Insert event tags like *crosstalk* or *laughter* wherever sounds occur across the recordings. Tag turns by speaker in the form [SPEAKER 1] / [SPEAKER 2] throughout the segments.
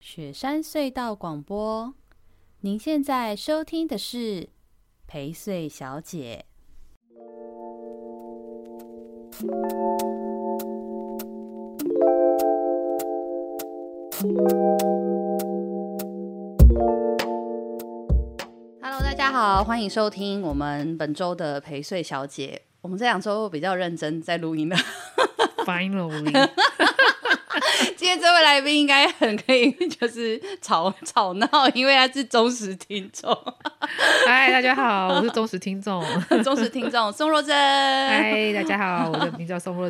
[SPEAKER 1] 雪山隧道广播。您现在收听的是陪睡小姐。Hello，大家好，欢迎收听我们本周的陪睡小姐。我们这两周比较认真在录音了。
[SPEAKER 2] Finally，
[SPEAKER 1] 今天这位来宾应该很可以，就是吵吵闹，因为他是忠实听众，
[SPEAKER 2] 嗨，大家好，我是忠实听
[SPEAKER 1] *laughs*
[SPEAKER 2] 众。
[SPEAKER 1] 忠实听众宋若真。
[SPEAKER 2] 嗨，大家好，我的名叫宋若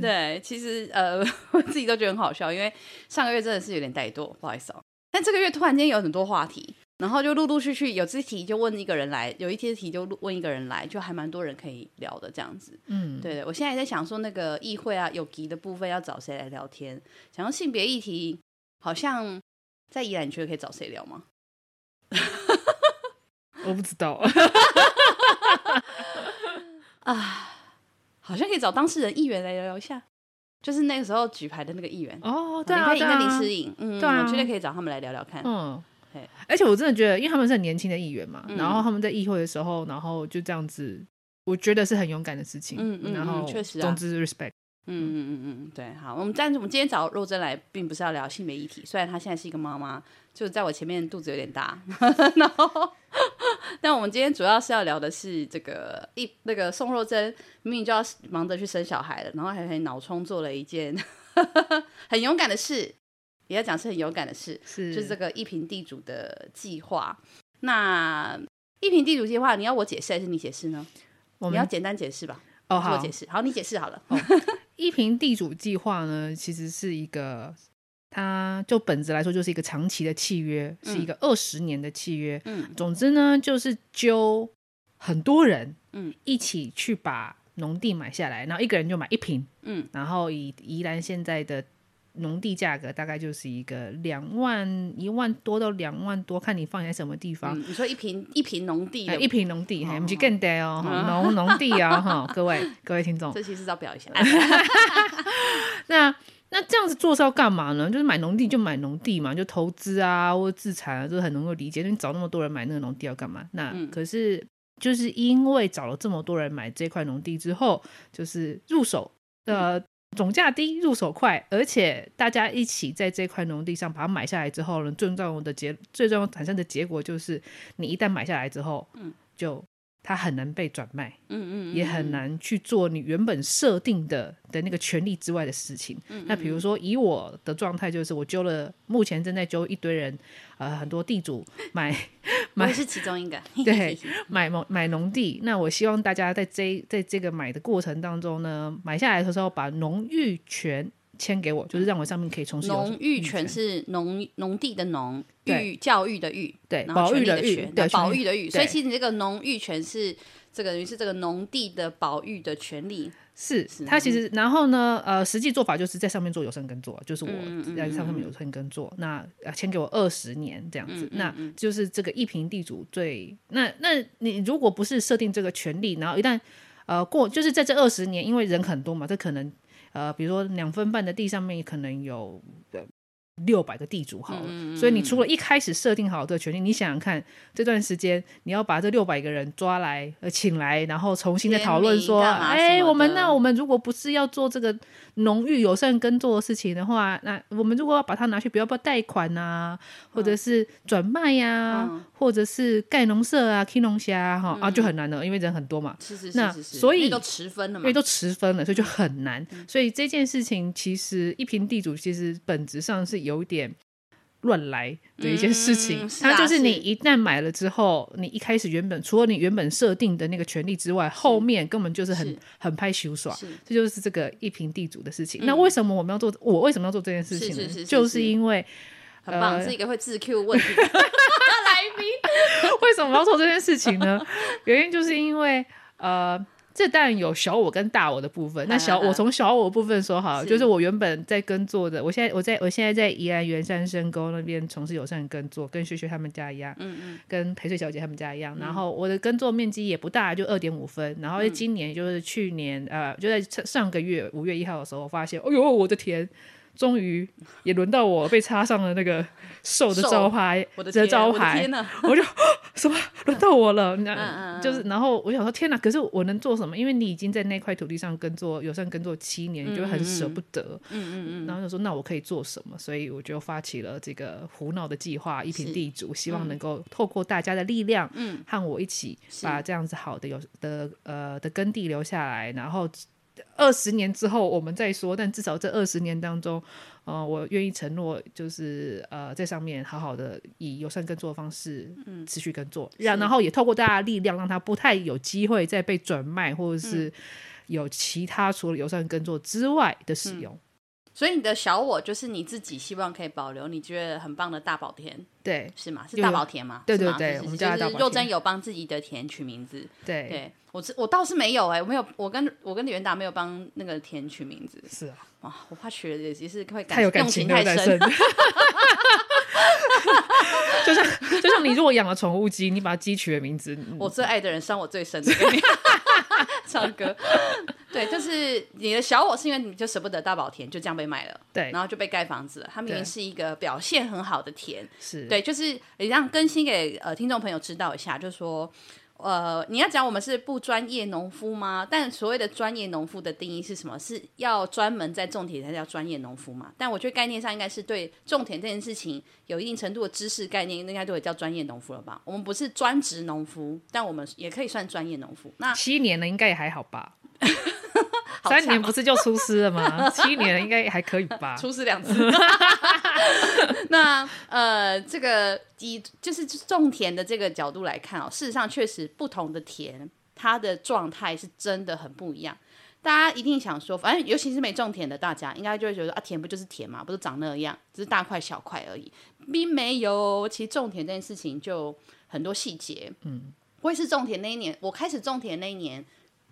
[SPEAKER 1] *laughs* 对，其实呃，我自己都觉得很好笑，因为上个月真的是有点怠惰，不好意思哦、但这个月突然间有很多话题，然后就陆陆续续有这题就问一个人来，有一些题就问一个人来，就还蛮多人可以聊的这样子。
[SPEAKER 2] 嗯，
[SPEAKER 1] 对对，我现在也在想说那个议会啊、有吉的部分要找谁来聊天，想要性别议题，好像在宜兰你觉得可以找谁聊吗？
[SPEAKER 2] 我不知道， *laughs*
[SPEAKER 1] 啊好像可以找当事人议员来聊聊一下，就是那个时候举牌的那个议员，
[SPEAKER 2] 哦，对
[SPEAKER 1] 你
[SPEAKER 2] 啊，
[SPEAKER 1] 可以
[SPEAKER 2] 对
[SPEAKER 1] 跟林
[SPEAKER 2] 啊
[SPEAKER 1] 诗颖，嗯，
[SPEAKER 2] 对啊
[SPEAKER 1] 我觉得可以找他们来聊聊看。
[SPEAKER 2] 嗯
[SPEAKER 1] 嘿。
[SPEAKER 2] 而且我真的觉得，因为他们是很年轻的议员嘛，
[SPEAKER 1] 嗯
[SPEAKER 2] 然后他们在议会的时候，然后就这样子，我觉得是很勇敢的事情。
[SPEAKER 1] 嗯嗯
[SPEAKER 2] 然后
[SPEAKER 1] 嗯确实啊
[SPEAKER 2] 总之 respect。
[SPEAKER 1] 嗯嗯嗯嗯，对，好，我们但是我们今天找若真来，并不是要聊性别议题，虽然她现在是一个妈妈，就在我前面肚子有点大， *laughs* 然后，但我们今天主要是要聊的是这个一那个宋若真明明就要忙着去生小孩了，然后还很脑冲做了一件 *laughs* 很勇敢的事，也要讲是很勇敢的事，
[SPEAKER 2] 是
[SPEAKER 1] 就是这个一平地主的计划。那一平地主计划，你要我解释还是你解释呢？
[SPEAKER 2] 我
[SPEAKER 1] 你要
[SPEAKER 2] 们
[SPEAKER 1] 简单解释吧，
[SPEAKER 2] 哦
[SPEAKER 1] 我
[SPEAKER 2] 好哦
[SPEAKER 1] 解，释。好，你解释好了。
[SPEAKER 2] 一平地主计划呢，其实是一个，它就本质来说就是一个长期的契约，是一个二十年的契约。
[SPEAKER 1] 嗯，
[SPEAKER 2] 总之呢，就是揪很多人，
[SPEAKER 1] 嗯，
[SPEAKER 2] 一起去把农地买下来，然后一个人就买一平，
[SPEAKER 1] 嗯，
[SPEAKER 2] 然后以宜兰现在的农地价格大概就是一个两万一万多到两万多，看你放在什么地方。
[SPEAKER 1] 嗯，你说一瓶一瓶农地
[SPEAKER 2] 啊哎
[SPEAKER 1] 的，
[SPEAKER 2] 一平农地，
[SPEAKER 1] 哦
[SPEAKER 2] 嘿，不是更得
[SPEAKER 1] *laughs*
[SPEAKER 2] 哦，哈农农地哦，哈，各位各位听众，
[SPEAKER 1] 这其实要表一
[SPEAKER 2] *laughs*
[SPEAKER 1] 下。嗯
[SPEAKER 2] 那那这样子做是要干嘛呢？就是买农地就买农地嘛，就投资啊或者自产啊，这很能够理解。因为你找那么多人买那个农地要干嘛？那、
[SPEAKER 1] 嗯
[SPEAKER 2] 可是就是因为找了这么多人买这块农地之后，就是入手呃、
[SPEAKER 1] 嗯
[SPEAKER 2] 总价低，入手快，而且大家一起在这块农地上把它买下来之后呢，最重要的结最重要产生的结果就是，你一旦买下来之后，
[SPEAKER 1] 嗯，
[SPEAKER 2] 就它很难被转卖。
[SPEAKER 1] 嗯嗯，
[SPEAKER 2] 也很难去做你原本设定的的那个权利之外的事情。
[SPEAKER 1] 嗯
[SPEAKER 2] 那比如说，以我的状态就是，我揪了目前正在揪一堆人，呃，很多地主买 *laughs*
[SPEAKER 1] 我
[SPEAKER 2] 买
[SPEAKER 1] 也是其中一个。
[SPEAKER 2] 对买农买农地。那我希望大家在这在这个买的过程当中呢，买下来的时候把农域权签给我，就是让我上面可以从事有
[SPEAKER 1] 农域
[SPEAKER 2] 权
[SPEAKER 1] 权是农农地的农，
[SPEAKER 2] 对
[SPEAKER 1] 育教育的育，
[SPEAKER 2] 对
[SPEAKER 1] 然后
[SPEAKER 2] 保
[SPEAKER 1] 权
[SPEAKER 2] 育
[SPEAKER 1] 利
[SPEAKER 2] 的
[SPEAKER 1] 的
[SPEAKER 2] 育
[SPEAKER 1] 权
[SPEAKER 2] 对
[SPEAKER 1] 那保
[SPEAKER 2] 权利
[SPEAKER 1] 育的育，
[SPEAKER 2] 对
[SPEAKER 1] 所以其实你这个农域权是这个等于是这个农地的保育的权利。
[SPEAKER 2] 是
[SPEAKER 1] 是，
[SPEAKER 2] 它其实然后呢，呃，实际做法就是在上面做有生耕作，就是我
[SPEAKER 1] 嗯嗯嗯嗯
[SPEAKER 2] 在上面有生耕作，那呃签给我二十年这样子，那就是这个一平地主最那那你如果不是设定这个权利，然后一旦呃过就是在这二十年，因为人很多嘛，这可能呃比如说两分半的地上面可能有呃六百个地主好
[SPEAKER 1] 嗯
[SPEAKER 2] 了，哦所以你除了一开始设定好这个权利，你想想看，这段时间你要把这六百个人抓来呃请来，然后重新再讨论说，
[SPEAKER 1] 签名干嘛
[SPEAKER 2] 哎、
[SPEAKER 1] 什么的
[SPEAKER 2] 我们那我们如果不是要做这个农域友善耕作的事情的话，那我们如果要把它拿去，比如要不要贷款啊，或者是转卖呀、
[SPEAKER 1] 嗯
[SPEAKER 2] 或者是盖农舍啊、K 农虾哈啊，就很难了，因为人很多嘛。
[SPEAKER 1] 是是
[SPEAKER 2] 那
[SPEAKER 1] 是是是，
[SPEAKER 2] 所以
[SPEAKER 1] 因为都持分了
[SPEAKER 2] 因
[SPEAKER 1] 嘛
[SPEAKER 2] 为。都持分了，所以就很难。
[SPEAKER 1] 嗯
[SPEAKER 2] 所以这件事情其实一平地主其实本质上是有点乱来的一件事情。
[SPEAKER 1] 嗯是啊
[SPEAKER 2] 它就是你
[SPEAKER 1] 是
[SPEAKER 2] 一旦买了之后，你一开始原本除了你原本设定的那个权利之外，后面根本就是很
[SPEAKER 1] 是
[SPEAKER 2] 很拍手耍。
[SPEAKER 1] 是嗯
[SPEAKER 2] 这就是这个一平地主的事情。那为什么我们要做？我为什么要做这件事情呢？
[SPEAKER 1] 是是是是
[SPEAKER 2] 就是是因为
[SPEAKER 1] 很棒，
[SPEAKER 2] 呃
[SPEAKER 1] 是一个会自 Q 问
[SPEAKER 2] *laughs*
[SPEAKER 1] 题的来宾。 *laughs*
[SPEAKER 2] 为什么要做这件事情呢？ *laughs* 原因就是因为呃。这当然有小我跟大我的部分。那小我从小我部分说好了，
[SPEAKER 1] 啊是
[SPEAKER 2] 就是我原本在耕作的，我现在我在我现在在宜兰员山深沟那边从事友善耕作，跟学学他们家一样，
[SPEAKER 1] 嗯嗯，
[SPEAKER 2] 跟陪睡小姐他们家一样。然后我的耕作面积也不大，就二点五分。然
[SPEAKER 1] 嗯
[SPEAKER 2] 后今年就是去年、呃，就在上上个月五月一号的时候，我发现，哎呦，我的田终于也轮到我被插上了那个兽的招牌，
[SPEAKER 1] 我的天，
[SPEAKER 2] 招
[SPEAKER 1] 我的
[SPEAKER 2] 牌
[SPEAKER 1] 天，呐，
[SPEAKER 2] 我就什么 *laughs* 轮到我了，
[SPEAKER 1] 嗯
[SPEAKER 2] 那
[SPEAKER 1] 嗯
[SPEAKER 2] 就是，然后我想说，天哪！可是我能做什么？因为你已经在那块土地上耕作、友善耕作七年，你就会很舍不得。嗯嗯嗯。然后就说，那我可以做什么？所以我就发起了这个胡闹的计划，一平地主，希望能够透过大家的力量，嗯，和我一起把这样子好的有的呃的耕地留下来，然后。二十年之后我们再说，但至少这二十年当中，呃，我愿意承诺，就是呃，在上面好好的以友善耕作的方式，
[SPEAKER 1] 嗯
[SPEAKER 2] 持续耕作，然、然后也透过大家的力量，让它不太有机会再被转卖，或者是有其他除了友善耕作之外的使
[SPEAKER 1] 嗯
[SPEAKER 2] 用。
[SPEAKER 1] 所以你的小我就是你自己，希望可以保留你觉得很棒的大宝田，
[SPEAKER 2] 对
[SPEAKER 1] 是吗？是
[SPEAKER 2] 有
[SPEAKER 1] 大宝田吗？
[SPEAKER 2] 对
[SPEAKER 1] 是吗
[SPEAKER 2] 对对
[SPEAKER 1] 是是
[SPEAKER 2] 我们叫它
[SPEAKER 1] 就
[SPEAKER 2] 大
[SPEAKER 1] 是
[SPEAKER 2] 宝
[SPEAKER 1] 肉
[SPEAKER 2] 田
[SPEAKER 1] 珍有帮自己的田取名字，
[SPEAKER 2] 对
[SPEAKER 1] 对我是我倒是没有哎、我没有，我跟我跟袁达没有帮那个田取名字，
[SPEAKER 2] 是啊，
[SPEAKER 1] 哇，我怕取了也也是会感
[SPEAKER 2] 太有
[SPEAKER 1] 感
[SPEAKER 2] 感情
[SPEAKER 1] 情
[SPEAKER 2] 没有
[SPEAKER 1] 太
[SPEAKER 2] 再生
[SPEAKER 1] 深，。
[SPEAKER 2] *laughs* 就像就像你如果养了宠物鸡，你把鸡取了名字，嗯
[SPEAKER 1] 我最爱的人伤我最深的跟你 *laughs* 唱歌，对，就是你的小我是因为你就舍不得大宝田就这样被卖了，
[SPEAKER 2] 对
[SPEAKER 1] 然后就被盖房子了，它明明
[SPEAKER 2] 对
[SPEAKER 1] 是一个表现很好的田，
[SPEAKER 2] 是
[SPEAKER 1] 对，就是也让更新给呃听众朋友知道一下，就是说。呃，你要讲我们是不专业农夫吗？但所谓的专业农夫的定义是什么？是要专门在种田才叫专业农夫嘛？但我觉得概念上应该是对种田这件事情有一定程度的知识概念，应该都会叫专业农夫了吧？我们不是专职农夫，但我们也可以算专业农夫。那
[SPEAKER 2] 七年了，应该也还好吧？
[SPEAKER 1] *laughs* 好
[SPEAKER 2] 三
[SPEAKER 1] 呛
[SPEAKER 2] 年
[SPEAKER 1] 哦
[SPEAKER 2] 不是就出师
[SPEAKER 1] *laughs*
[SPEAKER 2] 了吗？七年了应该也还可以吧？
[SPEAKER 1] 出事两
[SPEAKER 2] *laughs*
[SPEAKER 1] 次。 *laughs* 那呃，这个以就是种田的这个角度来看哦，事实上确实不同的田，它的状态是真的很不一样。大家一定想说，反正尤其是没种田的大家，应该就会觉得啊，田不就是田嘛，不是长那样，只是大块小块而已，并没有。其实种田这件事情就很多细节。嗯，我也是种田那一年，我开始种田那一年，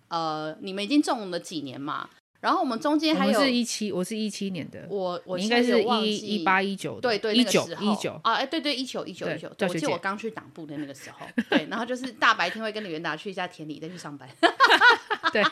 [SPEAKER 1] 呃，你们已经种了几年嘛？然后我们中间
[SPEAKER 2] 我
[SPEAKER 1] 还
[SPEAKER 2] 们
[SPEAKER 1] 有
[SPEAKER 2] 是一七，我是一七年的，
[SPEAKER 1] 我我
[SPEAKER 2] 你应该
[SPEAKER 1] 现在
[SPEAKER 2] 是
[SPEAKER 1] 有忘
[SPEAKER 2] 一
[SPEAKER 1] 记
[SPEAKER 2] 一八一九，
[SPEAKER 1] 对对，
[SPEAKER 2] 一
[SPEAKER 1] 那个
[SPEAKER 2] 九
[SPEAKER 1] 时候
[SPEAKER 2] 一九，
[SPEAKER 1] 啊，哎对对一九一九
[SPEAKER 2] 对
[SPEAKER 1] 一九，
[SPEAKER 2] 教
[SPEAKER 1] 我
[SPEAKER 2] 学
[SPEAKER 1] 记得
[SPEAKER 2] 姐
[SPEAKER 1] 我刚去党部的那个时候，对，然后就是大白天会跟李元达去一下田里，再去上班，
[SPEAKER 2] *laughs*
[SPEAKER 1] *laughs*
[SPEAKER 2] 对，嗯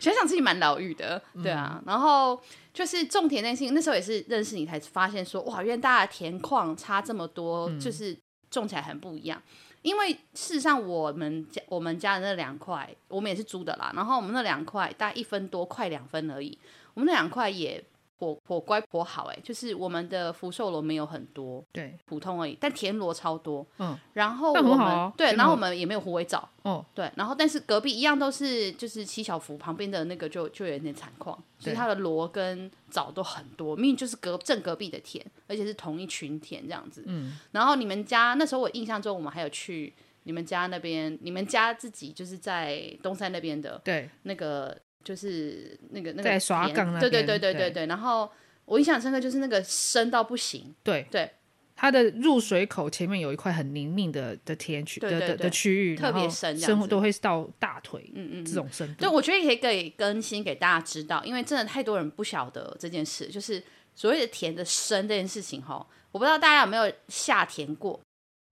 [SPEAKER 1] 想想自己蛮疗愈的，对啊，然后就是种田那件事情，那时候也是认识你才发现说，哇，原来大家的田况差这么多，
[SPEAKER 2] 嗯
[SPEAKER 1] 就是种起来很不一样。因为事实上，我们家我们家的那两块，我们也是租的啦。然后我们那两块大概一分多，快两分而已。我们那两块也颇颇乖颇好、欸，哎，就是我们的福寿螺没有很多，
[SPEAKER 2] 对，
[SPEAKER 1] 普通而已，但田螺超多。
[SPEAKER 2] 嗯，
[SPEAKER 1] 然后我
[SPEAKER 2] 那很
[SPEAKER 1] 们、
[SPEAKER 2] 好啊
[SPEAKER 1] 对，
[SPEAKER 2] 田
[SPEAKER 1] 然后
[SPEAKER 2] 螺
[SPEAKER 1] 我们也没有虎尾藻，
[SPEAKER 2] 哦，
[SPEAKER 1] 对，然后但是隔壁一样都是就是七小福旁边的那个就就有点惨况，所以
[SPEAKER 2] 对
[SPEAKER 1] 它的螺跟藻都很多，明明就是隔正隔壁的田，而且是同一群田这样子。嗯，然后你们家那时候我印象中我们还有去你们家那边，你们家自己就是在东山那边的
[SPEAKER 2] 对，
[SPEAKER 1] 那个就是那个那个
[SPEAKER 2] 在刷
[SPEAKER 1] 田
[SPEAKER 2] 杠那
[SPEAKER 1] 对对对
[SPEAKER 2] 边
[SPEAKER 1] 对对
[SPEAKER 2] 对
[SPEAKER 1] 对，然后。我印象深刻就是那个深到不行，
[SPEAKER 2] 对
[SPEAKER 1] 对，
[SPEAKER 2] 它的入水口前面有一块很泥泞的的田区
[SPEAKER 1] 对
[SPEAKER 2] 的
[SPEAKER 1] 对
[SPEAKER 2] 的
[SPEAKER 1] 对
[SPEAKER 2] 的区域，
[SPEAKER 1] 特别
[SPEAKER 2] 然后
[SPEAKER 1] 深这样
[SPEAKER 2] 深
[SPEAKER 1] 子
[SPEAKER 2] 度都会到大腿，嗯嗯，这种深度，
[SPEAKER 1] 对，我觉得也可以给更新给大家知道，因为真的太多人不晓得这件事，就是所谓的田的深这件事情哈。我不知道大家有没有下田过，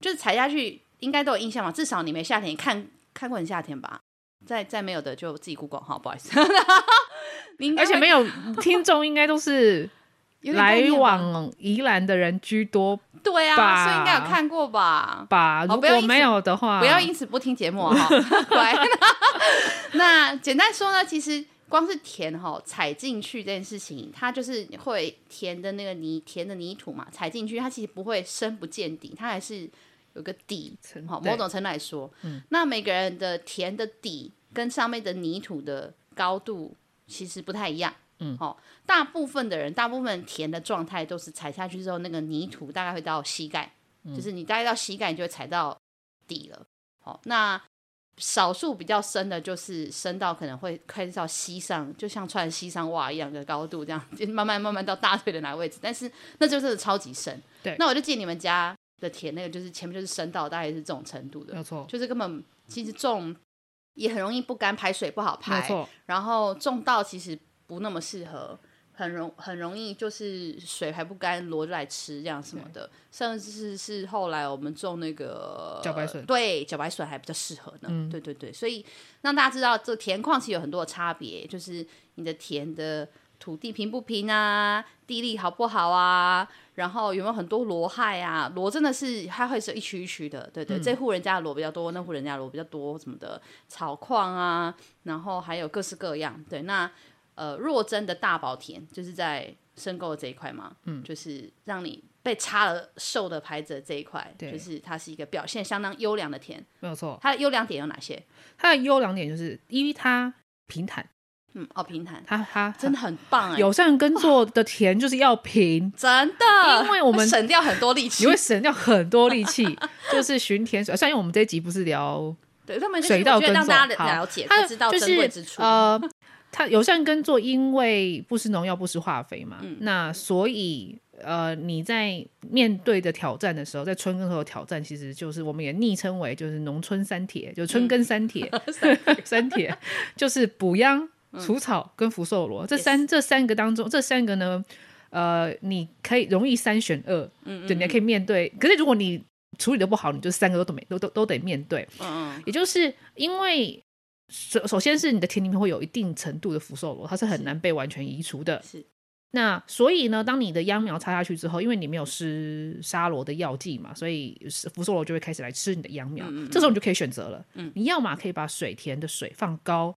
[SPEAKER 1] 就是踩下去应该都有印象吧？至少你没下田，你看看过你下田吧？再再没有的就自己 Google 哈，不好意思。 *laughs* 你应该
[SPEAKER 2] 而且
[SPEAKER 1] 会
[SPEAKER 2] 没
[SPEAKER 1] *laughs*
[SPEAKER 2] 有听众应该都是
[SPEAKER 1] 有点概
[SPEAKER 2] 来
[SPEAKER 1] 念吧
[SPEAKER 2] 往宜兰的人居多
[SPEAKER 1] 对啊，
[SPEAKER 2] 吧
[SPEAKER 1] 所以应该有看过吧？
[SPEAKER 2] 吧？
[SPEAKER 1] 好
[SPEAKER 2] 如
[SPEAKER 1] 哦不要
[SPEAKER 2] 果
[SPEAKER 1] 一
[SPEAKER 2] 没
[SPEAKER 1] 直
[SPEAKER 2] 有的话，
[SPEAKER 1] 不要因此不听节目啊哈，乖。那简单说呢，其实光是田哈、踩进去这件事情，它就是会填的那个泥填的泥土嘛，踩进去它其实不会深不见底，它还是有个底
[SPEAKER 2] 层，
[SPEAKER 1] 好、
[SPEAKER 2] 对
[SPEAKER 1] 某种程度来说，那每个人的田的底跟上面的泥土的高度其实不太一样。嗯，好、大部分的人，大部分田的状态都是踩下去之后，那个泥土大概会到膝盖，就是你大概到膝盖，你就会踩到底了。好、那少数比较深的，就是深到可能会开始到膝上，就像穿膝上袜一样的高度，这样就慢慢慢慢到大腿的那个位置。但是那就真的超级深。
[SPEAKER 2] 对
[SPEAKER 1] 那我就记得你们家的田那个，就是前面就是深到大概是这种程度
[SPEAKER 2] 没
[SPEAKER 1] 的，
[SPEAKER 2] 有错，
[SPEAKER 1] 就是根本其实种也很容易不干，排水不好
[SPEAKER 2] 没有
[SPEAKER 1] 排，
[SPEAKER 2] 错，
[SPEAKER 1] 然后种稻其实不那么适合，很容很容易就是水还不干，螺就来吃这样什么的，甚至是后来我们种那个
[SPEAKER 2] 茭白笋
[SPEAKER 1] 对茭白笋还比较适合呢。对对对，所以让大家知道这田况其实有很多的差别，就是你的田的。土地平不平啊，地力好不好啊，然后有没有很多罗害啊？罗真的是它会是一区一区的，对对，这户人家的罗比较多，那户人家的罗比较多什么的，草矿啊，然后还有各式各样。对，那呃，若真的大宝田就是在申购的这一块嘛，嗯，就是让你被插了瘦的牌子的这一块，
[SPEAKER 2] 对
[SPEAKER 1] 就是它是一个表现相当优良的田。
[SPEAKER 2] 没有错。
[SPEAKER 1] 它的优良点有哪些？
[SPEAKER 2] 它的优良点就是，一它平坦，
[SPEAKER 1] 嗯，哦，平坦，
[SPEAKER 2] 它它
[SPEAKER 1] 真的很棒哎、
[SPEAKER 2] 友善耕作的田就是
[SPEAKER 1] *laughs*
[SPEAKER 2] 要平，
[SPEAKER 1] 真的，
[SPEAKER 2] 因为我们
[SPEAKER 1] 会省掉很多力气
[SPEAKER 2] 你，会省掉很多力气。就是巡田水，虽然我们这一集不是聊
[SPEAKER 1] 对他们就是
[SPEAKER 2] 水稻
[SPEAKER 1] 我觉
[SPEAKER 2] 耕
[SPEAKER 1] 得
[SPEAKER 2] 种，
[SPEAKER 1] 让大家
[SPEAKER 2] 好
[SPEAKER 1] 了解，
[SPEAKER 2] 它
[SPEAKER 1] 知道
[SPEAKER 2] 就
[SPEAKER 1] 珍贵之
[SPEAKER 2] 是
[SPEAKER 1] 处。
[SPEAKER 2] 呃，它友善耕作，因为不施农药、不施化肥嘛，
[SPEAKER 1] 嗯
[SPEAKER 2] 那所以。呃，你在面对的挑战的时候，在春耕和有挑战，其实就是我们也昵称为就是农村三铁，就是
[SPEAKER 1] 嗯
[SPEAKER 2] 春耕
[SPEAKER 1] *laughs*
[SPEAKER 2] 三铁，三铁就是补秧、
[SPEAKER 1] 嗯
[SPEAKER 2] 除草跟福寿螺这三这三个当中，这三个呢，呃，你可以容易三选二，嗯对，你还可以面对。可是如果你处理的不好，你就三个都都没都都都得面对。
[SPEAKER 1] 嗯嗯，
[SPEAKER 2] 也就是因为首首先是你的田里面会有一定程度的福寿螺，它是很
[SPEAKER 1] 是
[SPEAKER 2] 难被完全移除的。
[SPEAKER 1] 是
[SPEAKER 2] 那所以呢，当你的秧苗插下去之后，因为你没有施沙罗的药剂嘛，所以是福寿螺就会开始来吃你的秧苗。
[SPEAKER 1] 嗯嗯嗯
[SPEAKER 2] 这时候你就可以选择了，
[SPEAKER 1] 嗯
[SPEAKER 2] 你要么可以把水田的水放高，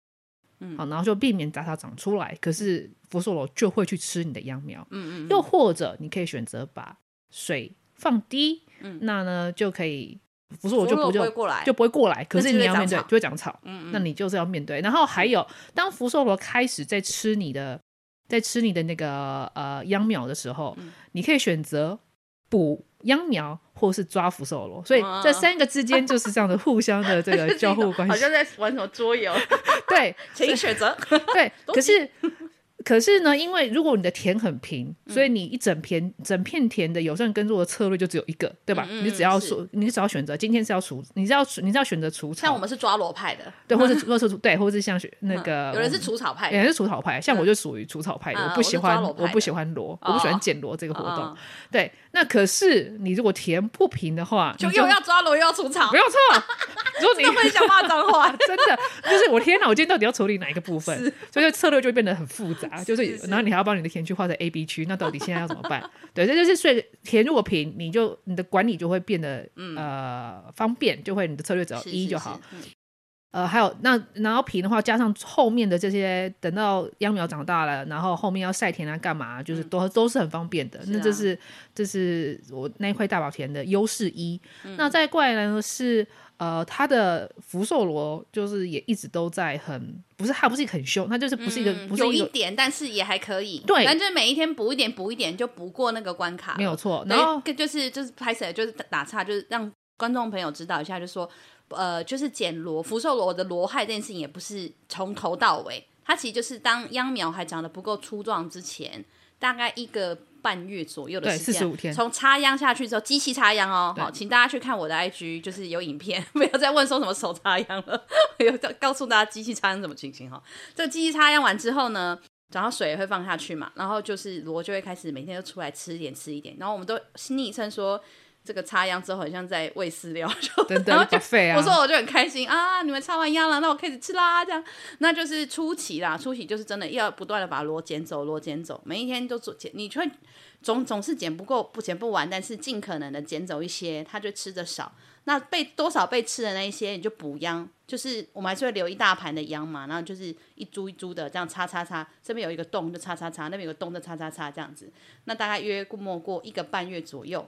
[SPEAKER 1] 嗯
[SPEAKER 2] 好，然后就避免杂草长出来，可是福寿螺就会去吃你的秧苗。
[SPEAKER 1] 嗯嗯
[SPEAKER 2] 又或者你可以选择把水放低，
[SPEAKER 1] 嗯
[SPEAKER 2] 那呢就可以福寿螺就
[SPEAKER 1] 不
[SPEAKER 2] 不就
[SPEAKER 1] 会过来，
[SPEAKER 2] 就不会过来。可是
[SPEAKER 1] 就
[SPEAKER 2] 你
[SPEAKER 1] 会
[SPEAKER 2] 要面
[SPEAKER 1] 长
[SPEAKER 2] 对
[SPEAKER 1] 草
[SPEAKER 2] 就会长草，
[SPEAKER 1] 嗯嗯
[SPEAKER 2] 那你就是要面对。然后还有，当福寿螺开始在吃你的，在吃你的那个呃秧苗的时候，
[SPEAKER 1] 嗯
[SPEAKER 2] 你可以选择补秧苗或是抓福寿螺。所以
[SPEAKER 1] 哇
[SPEAKER 2] 这三个之间就是这样的互相
[SPEAKER 1] *laughs*
[SPEAKER 2] 的这个交互关
[SPEAKER 1] 啊好
[SPEAKER 2] 系
[SPEAKER 1] 像。在玩什么桌游，
[SPEAKER 2] 对，
[SPEAKER 1] 请你选择。
[SPEAKER 2] 对，可是
[SPEAKER 1] *laughs*
[SPEAKER 2] 可是呢，因为如果你的田很平，
[SPEAKER 1] 嗯
[SPEAKER 2] 所以你一整片整片田的友善耕作的策略就只有一个，对吧？
[SPEAKER 1] 嗯嗯
[SPEAKER 2] 你只要
[SPEAKER 1] 嗯是
[SPEAKER 2] 说，你只要选择今天是要除，你是要你是要选择除草，
[SPEAKER 1] *laughs* 像我们是抓罗派的，
[SPEAKER 2] 对，或者或者是对，或者是像是那个、
[SPEAKER 1] 嗯有人是。除草派的，
[SPEAKER 2] 有人是除草派，像我就属于除草派的，
[SPEAKER 1] 啊
[SPEAKER 2] 我不喜欢，
[SPEAKER 1] 我是抓
[SPEAKER 2] 我
[SPEAKER 1] 裸派的
[SPEAKER 2] 不喜欢罗，我不喜欢捡罗这个活动。
[SPEAKER 1] 哦
[SPEAKER 2] 对，那可是你如果田不平的话，
[SPEAKER 1] 就
[SPEAKER 2] 你
[SPEAKER 1] 又要抓罗又要除草
[SPEAKER 2] 没，有错。如果你。
[SPEAKER 1] 会想骂脏话
[SPEAKER 2] *laughs* 真的就是我天哪！我今天到底要处理哪一个部分？所以策略就会变得很复杂，就是
[SPEAKER 1] 是是
[SPEAKER 2] 然后你还要帮你的田区划成 A、B 区，那到底现在要怎么办？对，这就是所以田如果平，你就你的管理就会变得、呃方便，就会你的策略只要
[SPEAKER 1] 嗯是
[SPEAKER 2] 一
[SPEAKER 1] 是
[SPEAKER 2] 就是好。
[SPEAKER 1] 嗯
[SPEAKER 2] 呃，还有那然后平的话，加上后面的这些，等到秧苗长大了，然后后面要晒田啊，干嘛，就是都、都是很方便的。
[SPEAKER 1] 嗯是
[SPEAKER 2] 那
[SPEAKER 1] 啊
[SPEAKER 2] 这是这是我那一块大宝田的优势一。
[SPEAKER 1] 嗯
[SPEAKER 2] 那再过来呢是呃，它的福寿螺就是也一直都在很不是它不是一个很凶，它就是不是一个、
[SPEAKER 1] 嗯
[SPEAKER 2] 不是
[SPEAKER 1] 有
[SPEAKER 2] 一
[SPEAKER 1] 一
[SPEAKER 2] 个
[SPEAKER 1] 点，但是也还可以。
[SPEAKER 2] 对
[SPEAKER 1] 反正就是每一天补一点，补一点就补过那个关卡了。
[SPEAKER 2] 没有错。
[SPEAKER 1] 对
[SPEAKER 2] 然后
[SPEAKER 1] 跟就是就是拍起来就是打岔，就是让观众朋友知道一下，就是说呃，就是捡螺福寿螺的螺害这件事情，也不是从头到尾，它其实就是当秧苗还长得不够粗壮之前，大概一个半月左右的
[SPEAKER 2] 对
[SPEAKER 1] 时间。
[SPEAKER 2] 45天
[SPEAKER 1] 从插秧下去之后，机器插秧哦，
[SPEAKER 2] 对
[SPEAKER 1] 好，请大家去看我的 IG，就是有影片， *laughs* 不要再问说什么手插秧了， *laughs* 我有告诉大家机器插秧什么情形哈。这个机器插秧完之后呢，然后水也会放下去嘛，然后就是螺就会开始每天就出来吃一点吃一点，然后我们都昵称说这个插秧之后很像在喂饲料，就
[SPEAKER 2] 等
[SPEAKER 1] 然后就
[SPEAKER 2] 等费啊，
[SPEAKER 1] 我说我就很开心啊，你们插完秧了，那我开始吃啦，这样，那就是初期啦，初期就是真的要不断的把螺捡走，螺捡走，每一天都做捡，你却总总是捡不够，不捡不完，但是尽可能的捡走一些，它就吃的少。那被多少被吃的那一些，你就补秧，就是我们还是会留一大盘的秧嘛，然后就是一株一株的这样插插插，这边有一个洞就插插插，那边有个洞就插插插这样子。那大概约莫过一个半月左右，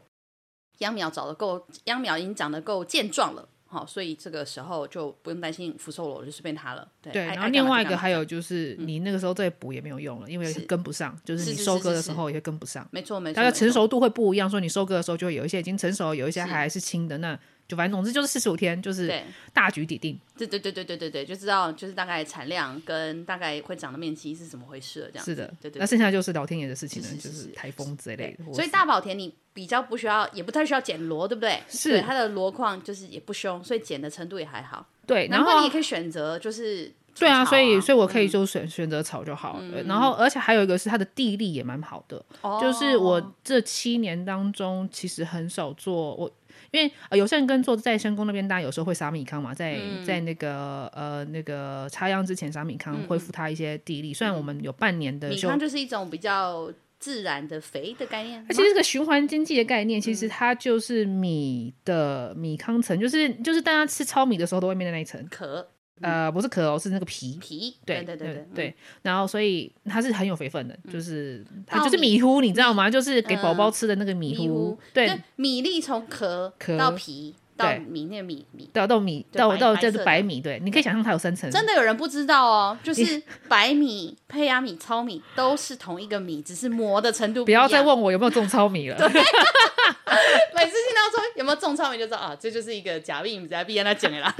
[SPEAKER 1] 秧苗长得够，秧苗已经长得够健壮了，好、所以这个时候就不用担心福寿螺，就随便它了。对，
[SPEAKER 2] 对，
[SPEAKER 1] 爱
[SPEAKER 2] 然后另外一
[SPEAKER 1] 爱干嘛就
[SPEAKER 2] 个。
[SPEAKER 1] 干嘛
[SPEAKER 2] 还有就是你那个时候再补也没有用了，因为
[SPEAKER 1] 是
[SPEAKER 2] 跟不上，就是
[SPEAKER 1] 是
[SPEAKER 2] 你
[SPEAKER 1] 是
[SPEAKER 2] 收
[SPEAKER 1] 是
[SPEAKER 2] 割的
[SPEAKER 1] 是
[SPEAKER 2] 时
[SPEAKER 1] 是
[SPEAKER 2] 候也会跟不上。
[SPEAKER 1] 没错没错，
[SPEAKER 2] 大家
[SPEAKER 1] 没
[SPEAKER 2] 成
[SPEAKER 1] 错
[SPEAKER 2] 熟度会不一样，所以你收割的时候就会有一些已经成熟，有一些
[SPEAKER 1] 是
[SPEAKER 2] 还是青的。那就反正总之就是四十五天，就是
[SPEAKER 1] 对
[SPEAKER 2] 大局已定，
[SPEAKER 1] 对对对对对对对，就知道就是大概产量跟大概会长的面积是怎么回事了，这样子
[SPEAKER 2] 是的。
[SPEAKER 1] 对对
[SPEAKER 2] 那
[SPEAKER 1] 对
[SPEAKER 2] 剩下就是老天爷的事情了，
[SPEAKER 1] 是是
[SPEAKER 2] 就是是
[SPEAKER 1] 是
[SPEAKER 2] 台风之类的。或
[SPEAKER 1] 所以
[SPEAKER 2] 是
[SPEAKER 1] 大宝田你比较不需要，也不太需要捡螺，对不对？
[SPEAKER 2] 是
[SPEAKER 1] 对它的螺况就是也不凶，所以捡的程度也还好。
[SPEAKER 2] 对，然
[SPEAKER 1] 难怪你
[SPEAKER 2] 后
[SPEAKER 1] 也可以选择就是
[SPEAKER 2] 对啊，
[SPEAKER 1] 除草嗯
[SPEAKER 2] 所以所以我可以就选选择草就好了。然后，而且还有一个是它的地利也蛮好的，
[SPEAKER 1] 哦
[SPEAKER 2] 就是我这七年当中其实很少做我。因为、呃、有些人跟做再生工那边，大家有时候会撒米糠嘛，在、
[SPEAKER 1] 嗯
[SPEAKER 2] 在那个呃那个插秧之前撒米糠，恢复它一些地力。虽然我们有半年的
[SPEAKER 1] 嗯米
[SPEAKER 2] 就
[SPEAKER 1] 糠就是一种比较自然的肥的概念吗，
[SPEAKER 2] 而且这个循环经济的概念，其
[SPEAKER 1] 嗯
[SPEAKER 2] 实它就是米的米糠层，就是就是大家吃糙米的时候的外面的那一层，
[SPEAKER 1] 壳
[SPEAKER 2] 呃，不是壳哦，是那个皮。
[SPEAKER 1] 皮，
[SPEAKER 2] 对
[SPEAKER 1] 对嗯
[SPEAKER 2] 对
[SPEAKER 1] 对，
[SPEAKER 2] 对，然后所以它是很有肥分的，就是它
[SPEAKER 1] 稻
[SPEAKER 2] 就是米糊，你知道吗？就是给宝宝
[SPEAKER 1] 嗯
[SPEAKER 2] 吃的那个米
[SPEAKER 1] 哦米
[SPEAKER 2] 糊
[SPEAKER 1] 糊，，
[SPEAKER 2] 对
[SPEAKER 1] 跟，米粒从壳
[SPEAKER 2] 壳
[SPEAKER 1] 到皮到
[SPEAKER 2] 对
[SPEAKER 1] 米那个米米，
[SPEAKER 2] 到到米
[SPEAKER 1] 对
[SPEAKER 2] 到
[SPEAKER 1] 白
[SPEAKER 2] 到
[SPEAKER 1] 白
[SPEAKER 2] 这
[SPEAKER 1] 色
[SPEAKER 2] 是
[SPEAKER 1] 的
[SPEAKER 2] 白米，对，你可以想象它有三层，
[SPEAKER 1] 真的有人不知道哦，就是白米、胚芽米、糙米都是同一个米，只是磨的程度
[SPEAKER 2] 不
[SPEAKER 1] 一
[SPEAKER 2] 要
[SPEAKER 1] 样
[SPEAKER 2] 再。问我有没有种
[SPEAKER 1] *laughs*
[SPEAKER 2] 糙米了，
[SPEAKER 1] 每次听到说有没有种糙米，就知道啊，这就是一个假币，假币让他捡 *laughs* 了。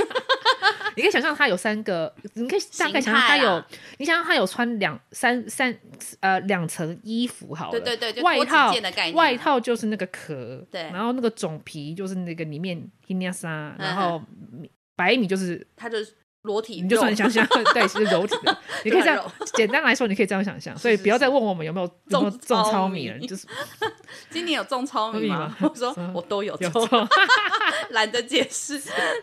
[SPEAKER 2] 你可以想象它有三个，你可以大概
[SPEAKER 1] 形
[SPEAKER 2] 想象它
[SPEAKER 1] 态啦啊
[SPEAKER 2] 有，你想象它有穿两三三呃两层衣服好了，
[SPEAKER 1] 对对对，就
[SPEAKER 2] 外
[SPEAKER 1] 脱子
[SPEAKER 2] 套
[SPEAKER 1] 箭的概念，啊
[SPEAKER 2] 外套就是那个壳，
[SPEAKER 1] 对
[SPEAKER 2] 然后那个种皮就是那个里面 h i n a s a
[SPEAKER 1] 嗯
[SPEAKER 2] 然后米白米就是
[SPEAKER 1] 它就是裸体肉，啊
[SPEAKER 2] 你就算你想象 *laughs* 对是柔体
[SPEAKER 1] *laughs*
[SPEAKER 2] 的，你可以这样
[SPEAKER 1] 肉
[SPEAKER 2] *laughs* 简单来说，你可以这样想象，所以
[SPEAKER 1] 是是
[SPEAKER 2] 不要再问我们有没有有没有
[SPEAKER 1] 种
[SPEAKER 2] 种
[SPEAKER 1] 糙
[SPEAKER 2] 糙
[SPEAKER 1] 米
[SPEAKER 2] 米了，
[SPEAKER 1] *laughs*
[SPEAKER 2] 就是
[SPEAKER 1] 今年有种糙米吗？
[SPEAKER 2] *laughs* 糙米吗
[SPEAKER 1] 我说
[SPEAKER 2] 嗯
[SPEAKER 1] 我都有
[SPEAKER 2] 有
[SPEAKER 1] 种，
[SPEAKER 2] 种。
[SPEAKER 1] 懒得解释。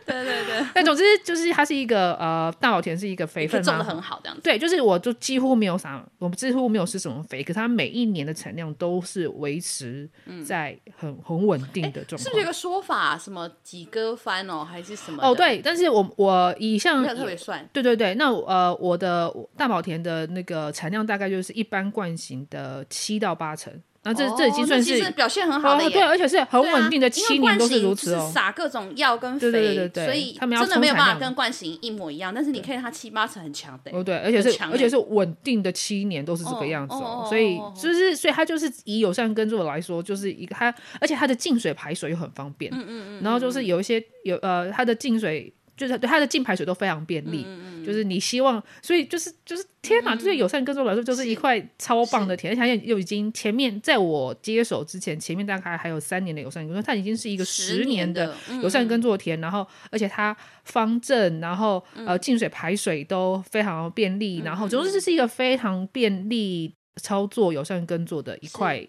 [SPEAKER 1] 对对对，
[SPEAKER 2] *laughs* 但总之就是它是一个呃大老田是一个肥
[SPEAKER 1] 你可以
[SPEAKER 2] 分
[SPEAKER 1] 种的
[SPEAKER 2] 嘛。
[SPEAKER 1] 很好，这样子。
[SPEAKER 2] 对，就是我就几乎没有啥，我们几乎没有施什么肥，可是它每一年的产量都是维持在很很稳定的状况。
[SPEAKER 1] 嗯是不是有个说法，什么几哥番哦，还是什么？
[SPEAKER 2] 哦，，对，但是我我以像
[SPEAKER 1] 没有特别算。
[SPEAKER 2] 对对对，那我呃，我的我大宝田的那个产量大概就是一般惯型的七到八成，那嗯这、
[SPEAKER 1] 哦
[SPEAKER 2] 这已经算
[SPEAKER 1] 那
[SPEAKER 2] 是
[SPEAKER 1] 其实表现很好的
[SPEAKER 2] 哦，对，
[SPEAKER 1] 耶。
[SPEAKER 2] 而且是很
[SPEAKER 1] 对啊
[SPEAKER 2] 稳定的，
[SPEAKER 1] 因
[SPEAKER 2] 七
[SPEAKER 1] 为
[SPEAKER 2] 年
[SPEAKER 1] 冠
[SPEAKER 2] 都
[SPEAKER 1] 型
[SPEAKER 2] 是如此
[SPEAKER 1] 就是
[SPEAKER 2] 哦。
[SPEAKER 1] 撒各种药跟肥，
[SPEAKER 2] 对对对对
[SPEAKER 1] 所以
[SPEAKER 2] 他们要
[SPEAKER 1] 真的没有
[SPEAKER 2] 冲
[SPEAKER 1] 办
[SPEAKER 2] 产
[SPEAKER 1] 法
[SPEAKER 2] 量
[SPEAKER 1] 跟冠型一模一样。但是你可以让它七八成很强的耶，
[SPEAKER 2] 哦，对，而且
[SPEAKER 1] 很
[SPEAKER 2] 是
[SPEAKER 1] 强
[SPEAKER 2] 而且
[SPEAKER 1] 欸
[SPEAKER 2] 是稳定的七年都是这个
[SPEAKER 1] 哦
[SPEAKER 2] 样子
[SPEAKER 1] 哦
[SPEAKER 2] 哦
[SPEAKER 1] 哦，
[SPEAKER 2] 所以
[SPEAKER 1] 哦哦
[SPEAKER 2] 就是所以它就是以友善耕作来说，就是一个它，而且它的进水排水又很方便，嗯嗯嗯，然后就是有一些有呃它的进水。就是对它的进排水都非常便利，就是你希望，所以就是就是天哪，就是友善耕作来说，嗯就是一块超棒的田，而且它又又已经前面在我接手之前，前面大概还有三年的友善耕作，它已经是一个十年的
[SPEAKER 1] 的，嗯
[SPEAKER 2] 友善耕作田，然后而且它方正，然后
[SPEAKER 1] 嗯
[SPEAKER 2] 呃进水排水都非常便利，然后总之这是一个非常便利操作友善耕作的一块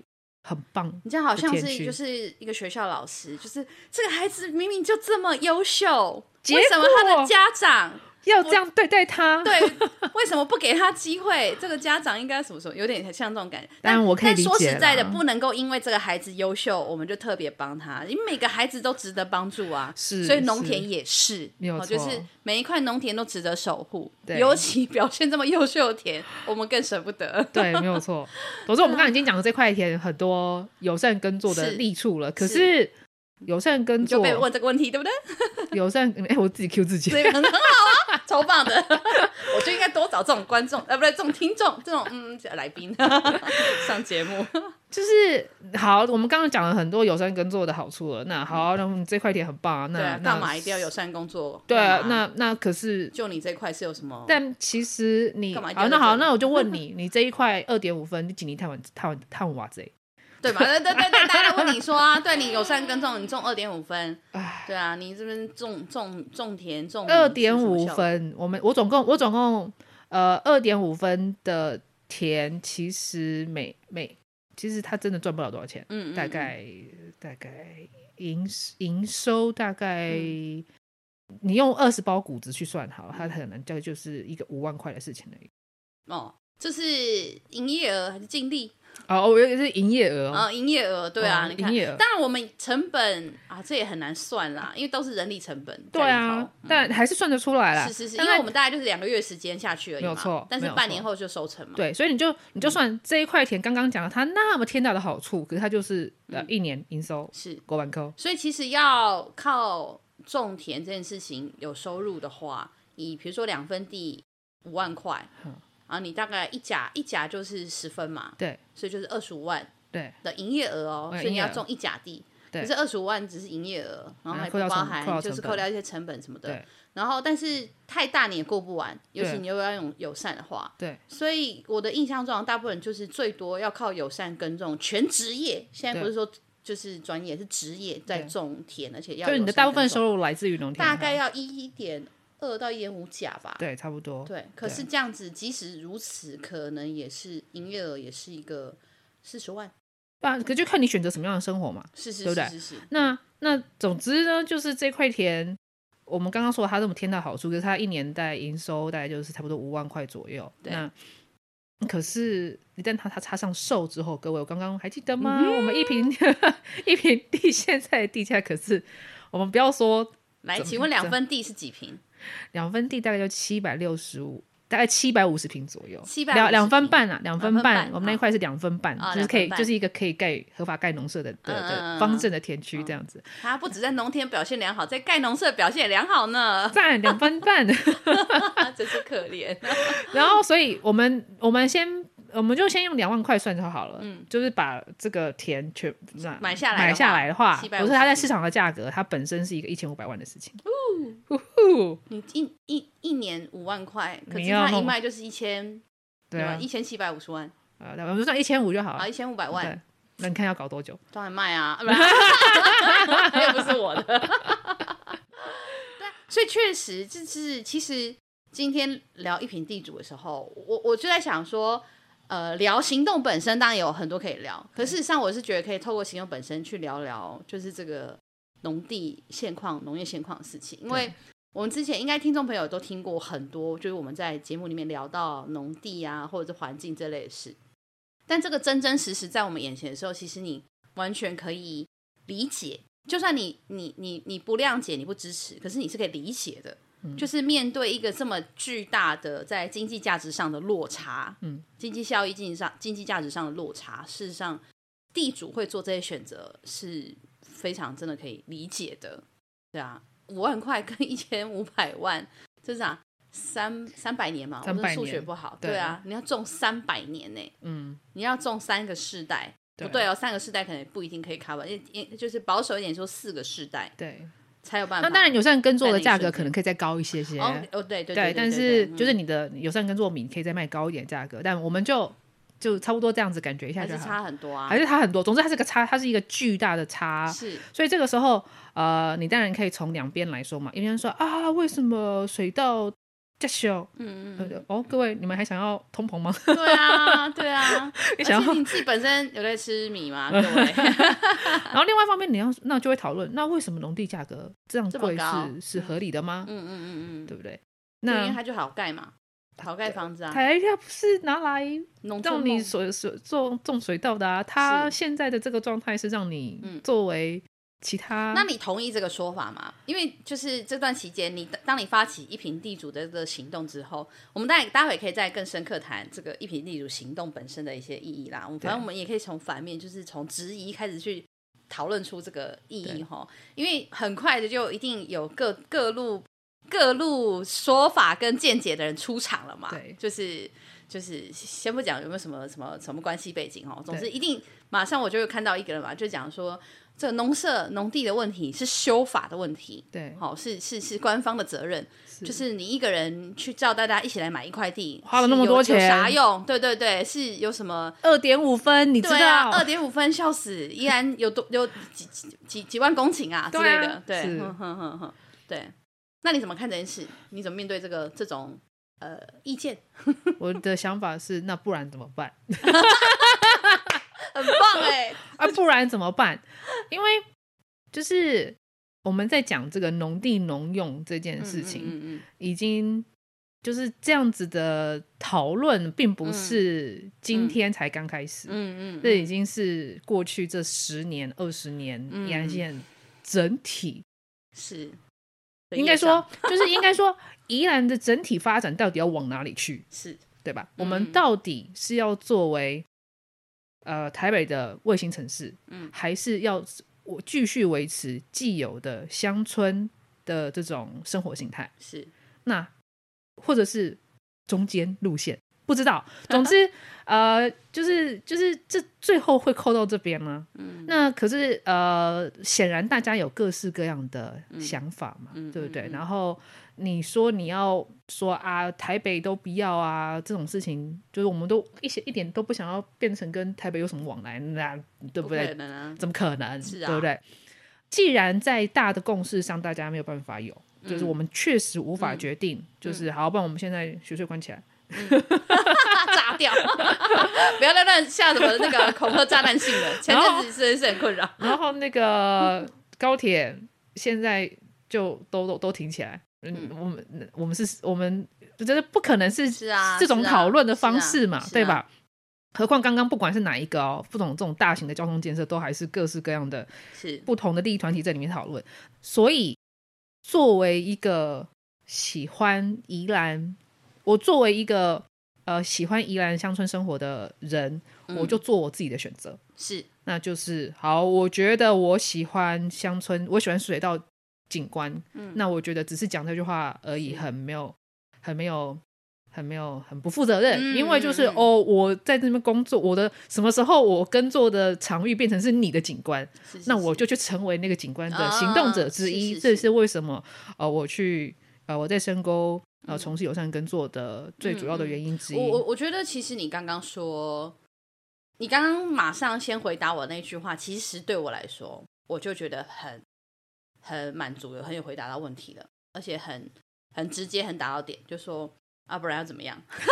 [SPEAKER 2] 很棒。
[SPEAKER 1] 你这样好像
[SPEAKER 2] 的天
[SPEAKER 1] 是
[SPEAKER 2] 区
[SPEAKER 1] 就是一个学校老师，就是这个孩子明明就这么优秀，
[SPEAKER 2] 结
[SPEAKER 1] 为什么他
[SPEAKER 2] 果
[SPEAKER 1] 的家长
[SPEAKER 2] 要这样对待它，
[SPEAKER 1] 对为什么不给他机会？这个家长应该怎么说？有点像这种感觉。
[SPEAKER 2] 当然
[SPEAKER 1] 但
[SPEAKER 2] 我可以
[SPEAKER 1] 但
[SPEAKER 2] 理解
[SPEAKER 1] 说实在的，
[SPEAKER 2] 啦
[SPEAKER 1] 不能够因为这个孩子优秀，我们就特别帮他，因为每个孩子都值得帮助啊。
[SPEAKER 2] 是
[SPEAKER 1] 所以农田
[SPEAKER 2] 是
[SPEAKER 1] 也是，
[SPEAKER 2] 没有
[SPEAKER 1] 哦就
[SPEAKER 2] 错
[SPEAKER 1] 是每一块农田都值得守护，
[SPEAKER 2] 对
[SPEAKER 1] 尤其表现这么优秀的田，我们更舍不得。
[SPEAKER 2] 对，没有
[SPEAKER 1] *laughs*
[SPEAKER 2] 错。总之，我们刚才已经讲了这块田很多友善耕作的
[SPEAKER 1] 是
[SPEAKER 2] 利处了，可
[SPEAKER 1] 是
[SPEAKER 2] 是友善耕
[SPEAKER 1] 你就
[SPEAKER 2] 作，
[SPEAKER 1] 被问这个问题，对不对？
[SPEAKER 2] 友善， *laughs* 哎，我自己 Q 自己
[SPEAKER 1] 所，以很好啊， *laughs* 超棒的。我就应该多找这种观众，呃，不对，这种听众，这种嗯来宾上节目。
[SPEAKER 2] 就是好，我们刚刚讲了很多友善耕作的好处了。那好，那我们这块田很棒啊，
[SPEAKER 1] 嗯对
[SPEAKER 2] 那
[SPEAKER 1] 啊，
[SPEAKER 2] 那
[SPEAKER 1] 干嘛一定要友善工作？
[SPEAKER 2] 对啊
[SPEAKER 1] 干，嘛
[SPEAKER 2] 那那可是，
[SPEAKER 1] 就你这块是有什么？
[SPEAKER 2] 但其实你
[SPEAKER 1] 哦干嘛一定要
[SPEAKER 2] 好，
[SPEAKER 1] 在
[SPEAKER 2] 那
[SPEAKER 1] 这
[SPEAKER 2] 好，
[SPEAKER 1] 里
[SPEAKER 2] 那我就
[SPEAKER 1] *laughs*
[SPEAKER 2] 问你，你这一块二点五分，你几年探完探完探完瓦贼？
[SPEAKER 1] 对嘛？对对对对，大家问你说啊，对你友善耕种，你中二点五分。对啊，你这边种种种田种
[SPEAKER 2] 二点五，分，我们我总共我总共呃二点五分的田，其实每每其实他真的赚不了多少钱，
[SPEAKER 1] 嗯嗯，
[SPEAKER 2] 大概大概营营收大概。
[SPEAKER 1] 嗯
[SPEAKER 2] 你用二十包谷子去算好了，它可能这就是一个五万块的事情而已。
[SPEAKER 1] 哦，这是营业额还是净利？
[SPEAKER 2] 哦，我以为是营业额哦，
[SPEAKER 1] 啊，营业额对啊，
[SPEAKER 2] 哦
[SPEAKER 1] 你看
[SPEAKER 2] 营业额，
[SPEAKER 1] 当然我们成本啊，这也很难算啦，因为都是人力成本在
[SPEAKER 2] 对
[SPEAKER 1] 里头。嗯
[SPEAKER 2] 啊，但还是算得出来啦。
[SPEAKER 1] 是是是，因
[SPEAKER 2] 啊但
[SPEAKER 1] 为
[SPEAKER 2] 它
[SPEAKER 1] 我们大概就是两个月时间下去而已嘛，
[SPEAKER 2] 没有错
[SPEAKER 1] 但是
[SPEAKER 2] 没有
[SPEAKER 1] 半
[SPEAKER 2] 错
[SPEAKER 1] 年后就收成嘛，
[SPEAKER 2] 对，所以你就
[SPEAKER 1] 嗯
[SPEAKER 2] 你就算这一块田刚刚讲了它那么天大的好处，可是它就是呃
[SPEAKER 1] 嗯
[SPEAKER 2] 一年营收
[SPEAKER 1] 是。
[SPEAKER 2] 过万扣。
[SPEAKER 1] 所以其实要靠种田这件事情有收入的话，以比如说两分地五万块，
[SPEAKER 2] 嗯
[SPEAKER 1] 啊，你大概一甲一甲就是十分嘛，
[SPEAKER 2] 对，
[SPEAKER 1] 所以就是二十五万
[SPEAKER 2] 对
[SPEAKER 1] 的营业额哦，
[SPEAKER 2] 嗯
[SPEAKER 1] 所以你要
[SPEAKER 2] 营业额
[SPEAKER 1] 种一甲地。
[SPEAKER 2] 对
[SPEAKER 1] 可是二十五万只是营业额，然后还不
[SPEAKER 2] 扣掉成
[SPEAKER 1] 包
[SPEAKER 2] 扣
[SPEAKER 1] 含
[SPEAKER 2] 掉
[SPEAKER 1] 就是
[SPEAKER 2] 成本
[SPEAKER 1] 扣掉一些成本什么的
[SPEAKER 2] 对。
[SPEAKER 1] 然后，但是太大你也过不完，尤其
[SPEAKER 2] 对
[SPEAKER 1] 你又要用友善的话，
[SPEAKER 2] 对，
[SPEAKER 1] 所以我的印象中，大部分人就是最多要靠友善耕种，全职业。现在不是说就是专业，是职业在种田，而且要
[SPEAKER 2] 就是你的大部分收
[SPEAKER 1] 入
[SPEAKER 2] 入来自于农田，
[SPEAKER 1] 大概要一点二到一点五甲吧。
[SPEAKER 2] 对，差不多。
[SPEAKER 1] 对，可是这样子，即使如此，可能也是营业额也是一个四十万，
[SPEAKER 2] 不然可就看你选择什么样的生活嘛。
[SPEAKER 1] 是是
[SPEAKER 2] 对不
[SPEAKER 1] 是
[SPEAKER 2] 对
[SPEAKER 1] 是是，
[SPEAKER 2] 那那总之呢，就是这块田，我们刚刚说它这么天大好处，就是它一年大概营收大概就是差不多五万块左右。
[SPEAKER 1] 对
[SPEAKER 2] 那可是一旦它它插上售之后，各位，我刚刚还记得
[SPEAKER 1] 嗯
[SPEAKER 2] 吗？我们一平 *laughs* 一平地现在的地价可是，我们不要说
[SPEAKER 1] 来，
[SPEAKER 2] 怎么
[SPEAKER 1] 请问两
[SPEAKER 2] 怎
[SPEAKER 1] 分地是几平？
[SPEAKER 2] 两分地大概就七百六十五，大概七百五十平左右，
[SPEAKER 1] 750
[SPEAKER 2] 两两分
[SPEAKER 1] 平
[SPEAKER 2] 半啊，两分
[SPEAKER 1] 两分半
[SPEAKER 2] 半，我们那一块是两分半，
[SPEAKER 1] 啊
[SPEAKER 2] 就是可以
[SPEAKER 1] 两分，半
[SPEAKER 2] 就是一个可以盖合法盖农舍的的
[SPEAKER 1] 嗯嗯嗯
[SPEAKER 2] 的
[SPEAKER 1] 嗯
[SPEAKER 2] 方正的田区这样子，
[SPEAKER 1] 他不止在农田表现良好，在盖农舍表现也良好呢，
[SPEAKER 2] 赞两分半。 *laughs*
[SPEAKER 1] 真是可怜。
[SPEAKER 2] 然后，所以我们我们先，我们就先用两万块算就好了，嗯，就是把这个田全那
[SPEAKER 1] 买下来的话
[SPEAKER 2] 买下来的话，
[SPEAKER 1] 750
[SPEAKER 2] 我是它在市场的价格，它本身是一个一千五百万的事情，呜呼，
[SPEAKER 1] *laughs* 你一一一年五万块，可
[SPEAKER 2] 你
[SPEAKER 1] 是
[SPEAKER 2] 要
[SPEAKER 1] 他一
[SPEAKER 2] 弄
[SPEAKER 1] 卖就是一千，
[SPEAKER 2] 对啊
[SPEAKER 1] 一，千七百五十万，
[SPEAKER 2] 呃，我们就算一千五就好
[SPEAKER 1] 啊，
[SPEAKER 2] 了，
[SPEAKER 1] 一千五百
[SPEAKER 2] 对
[SPEAKER 1] 万，，
[SPEAKER 2] 那你看要搞多久？
[SPEAKER 1] 当然卖啊，又不是我的。对啊，所以确实就是，其实今天聊一品地主的时候，我我就在想说。呃，聊行动本身当然有很多可以聊，可事实上我是觉得可以透过行动本身去聊聊，就是这个农地现况、农业现况的事情。因为我们之前应该听众朋友都听过很多，就是我们在节目里面聊到农地啊，或者是环境这类的事，但这个真真实实在我们眼前的时候，其实你完全可以理解。就算你你你你不谅解，你不支持，可是你是可以理解的。就是面对一个这么巨大的在经济价值上的落差，
[SPEAKER 2] 嗯，
[SPEAKER 1] 经济效益、经济上经济价值上的落差，事实上，地主会做这些选择是非常真的可以理解的。对啊，五万块跟一千五百万，这是啊三三百年嘛，我
[SPEAKER 2] 300
[SPEAKER 1] 们数
[SPEAKER 2] 年
[SPEAKER 1] 学不好，
[SPEAKER 2] 对
[SPEAKER 1] 对啊，你要种三百年呢、
[SPEAKER 2] 嗯，
[SPEAKER 1] 你要种三个世代，不对哦，三个世代可能不一定可以 cover，因因就是保守一点说四个世代
[SPEAKER 2] 对，
[SPEAKER 1] 才有办法。
[SPEAKER 2] 那当然，友善耕作的价
[SPEAKER 1] 在那
[SPEAKER 2] 格
[SPEAKER 1] 一瞬间
[SPEAKER 2] 可能可以再高一些些。
[SPEAKER 1] 哦哦对对对，
[SPEAKER 2] 但
[SPEAKER 1] 对
[SPEAKER 2] 是
[SPEAKER 1] 对
[SPEAKER 2] 就是
[SPEAKER 1] 嗯
[SPEAKER 2] 你的友善耕作米可以再卖高一点价格，但我们就就差不多这样子感觉一下
[SPEAKER 1] 还
[SPEAKER 2] 就是好。
[SPEAKER 1] 差很多啊
[SPEAKER 2] 还，是差很多，总之它是个差，它是一个巨大的差。 *laughs*
[SPEAKER 1] 是
[SPEAKER 2] 所以这个时候，呃，你当然可以从两边来说嘛。一边说啊，为什么水稻这小？
[SPEAKER 1] 嗯
[SPEAKER 2] 呃
[SPEAKER 1] 嗯，嗯
[SPEAKER 2] 哦，各位，你们还想要通膨吗？ *laughs*
[SPEAKER 1] 对啊对啊，而
[SPEAKER 2] 想
[SPEAKER 1] 且你自己本身有在吃米
[SPEAKER 2] *laughs*
[SPEAKER 1] 吗？各位，
[SPEAKER 2] 然后另外一方面，你要那就会讨论，那为什么农地价格这样
[SPEAKER 1] 这么
[SPEAKER 2] 贵
[SPEAKER 1] 高
[SPEAKER 2] 是是合理的吗
[SPEAKER 1] 嗯？嗯嗯嗯
[SPEAKER 2] 对不对？
[SPEAKER 1] 嗯，因为
[SPEAKER 2] 那
[SPEAKER 1] 它就好盖嘛，好盖房子啊，
[SPEAKER 2] 台下不是拿来
[SPEAKER 1] 农村
[SPEAKER 2] 让你
[SPEAKER 1] 梦
[SPEAKER 2] 所所种种水稻的啊，它
[SPEAKER 1] 是
[SPEAKER 2] 现在的这个状态是让你
[SPEAKER 1] 嗯
[SPEAKER 2] 作为其他、
[SPEAKER 1] 那你同意这个说法吗？因为就是这段期间，你当你发起一平地主的这个行动之后，我们待待会可以再更深刻谈这个一平地主行动本身的一些意义啦。我们
[SPEAKER 2] 对
[SPEAKER 1] 反正我们也可以从反面，就是从质疑开始去讨论出这个意义
[SPEAKER 2] 对
[SPEAKER 1] 哈。因为很快的就一定有各各路各路说法跟见解的人出场了嘛。
[SPEAKER 2] 对
[SPEAKER 1] 就是就是先不讲有没有什么什么什么关系背景哦，总之
[SPEAKER 2] 对
[SPEAKER 1] 一定马上我就会看到一个人嘛，就讲说这个农舍农地的问题是修法的问题，
[SPEAKER 2] 对
[SPEAKER 1] 好、是是是官方的责任，
[SPEAKER 2] 是
[SPEAKER 1] 就是你一个人去叫大家一起来买一块地，
[SPEAKER 2] 花了那么多
[SPEAKER 1] 是有有
[SPEAKER 2] 钱
[SPEAKER 1] 啥用？对对对，是有什么？
[SPEAKER 2] 二点五分，你知
[SPEAKER 1] 对啊，*laughs*
[SPEAKER 2] 道？
[SPEAKER 1] 二点五分笑死，依然有多有几几几几万公顷啊之
[SPEAKER 2] 对
[SPEAKER 1] 类
[SPEAKER 2] 啊
[SPEAKER 1] 的，对，
[SPEAKER 2] 是
[SPEAKER 1] 哼哼哼哼，对。那你怎么看这件事？你怎么面对这个这种呃意
[SPEAKER 2] *laughs*
[SPEAKER 1] 见？
[SPEAKER 2] 我的想法是，那不然怎么办？
[SPEAKER 1] 很棒哎、
[SPEAKER 2] 啊，不然怎么办？因为就是我们在讲这个农地农用这件 *laughs* 事情，
[SPEAKER 1] 嗯嗯嗯
[SPEAKER 2] 已经就是这样子的讨论，并不是今天才刚开始，
[SPEAKER 1] 嗯嗯嗯嗯，
[SPEAKER 2] 这已经是过去这十年、二十年
[SPEAKER 1] 嗯
[SPEAKER 2] 宜安县整体，
[SPEAKER 1] 是，
[SPEAKER 2] 应该说就是应该说宜兰的整体发展到底要往哪里去？
[SPEAKER 1] 是
[SPEAKER 2] 对吧？
[SPEAKER 1] 嗯
[SPEAKER 2] 我们到底是要作为呃台北的卫星城市，
[SPEAKER 1] 嗯
[SPEAKER 2] 还是要我继续维持既有的乡村的这种生活形态？
[SPEAKER 1] 是，
[SPEAKER 2] 那或者是中间路线？不知
[SPEAKER 1] *laughs*
[SPEAKER 2] 道，总之，呃，就是就是这最后会扣到这边吗？
[SPEAKER 1] 嗯，
[SPEAKER 2] 那可是呃，显然大家有各式各样的想法嘛，
[SPEAKER 1] 嗯
[SPEAKER 2] 对不对？
[SPEAKER 1] 嗯嗯
[SPEAKER 2] 然后你说你要说啊，台北都不要啊，这种事情就是我们都一些一点都不想要变成跟台北有什么往来，那对
[SPEAKER 1] 不
[SPEAKER 2] 不对？
[SPEAKER 1] 可
[SPEAKER 2] *laughs*
[SPEAKER 1] 能啊，
[SPEAKER 2] 怎么可能？
[SPEAKER 1] 是啊
[SPEAKER 2] 对不对？既然在大的共识上大家没有办法有，
[SPEAKER 1] 嗯
[SPEAKER 2] 就是我们确实无法决定，就是好，不然我们现在学税关起来。
[SPEAKER 1] 炸掉， *laughs* 不要再乱下什么那个恐吓炸弹性的，前阵子真是很困 *laughs* 扰。
[SPEAKER 2] 然后那个高铁现在就都都都停起来。嗯，我们我们是我们就是不可能是
[SPEAKER 1] 是啊，
[SPEAKER 2] 这种
[SPEAKER 1] 是啊
[SPEAKER 2] 讨论的方式嘛，
[SPEAKER 1] 是啊
[SPEAKER 2] 对吧？何况刚刚不管是哪一个哦，不懂这种大型的交通建设，都还是各式各样的
[SPEAKER 1] 是
[SPEAKER 2] 不同的利益团体在里面讨论。所以，作为一个喜欢宜兰，我作为一个呃喜欢宜兰乡村生活的人，
[SPEAKER 1] 嗯
[SPEAKER 2] 我就做我自己的选择。
[SPEAKER 1] 是，
[SPEAKER 2] 那就是好，我觉得我喜欢乡村，我喜欢水稻景观。嗯，那我觉得只是讲这句话而
[SPEAKER 1] 嗯
[SPEAKER 2] 已，很没有，很没有，很没有，很不负责任。
[SPEAKER 1] 嗯
[SPEAKER 2] 因为就是
[SPEAKER 1] 嗯嗯
[SPEAKER 2] 哦，我在这边工作，我的什么时候我耕作的场域变成是你的景观，
[SPEAKER 1] 是是
[SPEAKER 2] 那
[SPEAKER 1] 是
[SPEAKER 2] 我就去成为那个景观的
[SPEAKER 1] 啊
[SPEAKER 2] 行动者之一。
[SPEAKER 1] 是是是
[SPEAKER 2] 这也是为什么呃，我去呃我在深沟呃从事友善耕作的最主要的原因之一。
[SPEAKER 1] 嗯我我我觉得，其实你刚刚说，你刚刚马上先回答我那句话，其实对我来说，我就觉得很很满足了，很有回答到问题了，而且很很直接，很打到点，就说啊，不然要怎么样？ *laughs*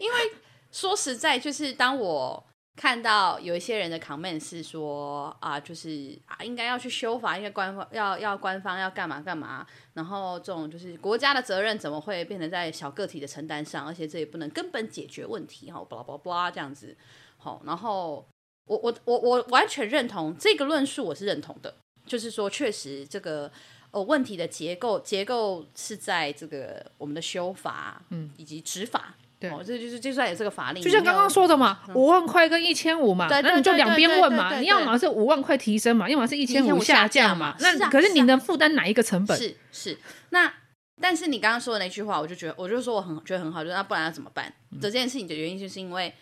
[SPEAKER 1] 因为说实在，就是当我看到有一些人的 comment 是说啊，就是啊，应该要去修法，应该官方要要官方要干嘛干嘛，然后这种就是国家的责任怎么会变成在小个体的承担上，而且这也不能根本解决问题哈，巴拉巴拉巴拉这样子，好，然后我我我我完全认同这个论述，我是认同的，就是说确实这个。呃，问题的结构结构是在这个我们的修法，嗯，以及执法，
[SPEAKER 2] 对
[SPEAKER 1] 哦，这就是就算有这个法令，
[SPEAKER 2] 就像
[SPEAKER 1] 你没
[SPEAKER 2] 刚
[SPEAKER 1] 有嗯
[SPEAKER 2] 刚说的嘛，五万块跟一千五嘛，
[SPEAKER 1] 对对
[SPEAKER 2] 那你就两边问
[SPEAKER 1] 对对
[SPEAKER 2] 嘛，
[SPEAKER 1] 对对对
[SPEAKER 2] 你要么是五万块提升嘛，要么是一千
[SPEAKER 1] 1500
[SPEAKER 2] 下
[SPEAKER 1] 下
[SPEAKER 2] 降
[SPEAKER 1] 降
[SPEAKER 2] 嘛
[SPEAKER 1] 嘛。
[SPEAKER 2] 那
[SPEAKER 1] 是啊
[SPEAKER 2] 可是你
[SPEAKER 1] 是啊
[SPEAKER 2] 能负担哪一个成本？
[SPEAKER 1] 是是，那但是你刚刚说的那句话，我就觉得，我就说我很觉得很好，就是那不然要怎么办？这件事情的原因就是因为，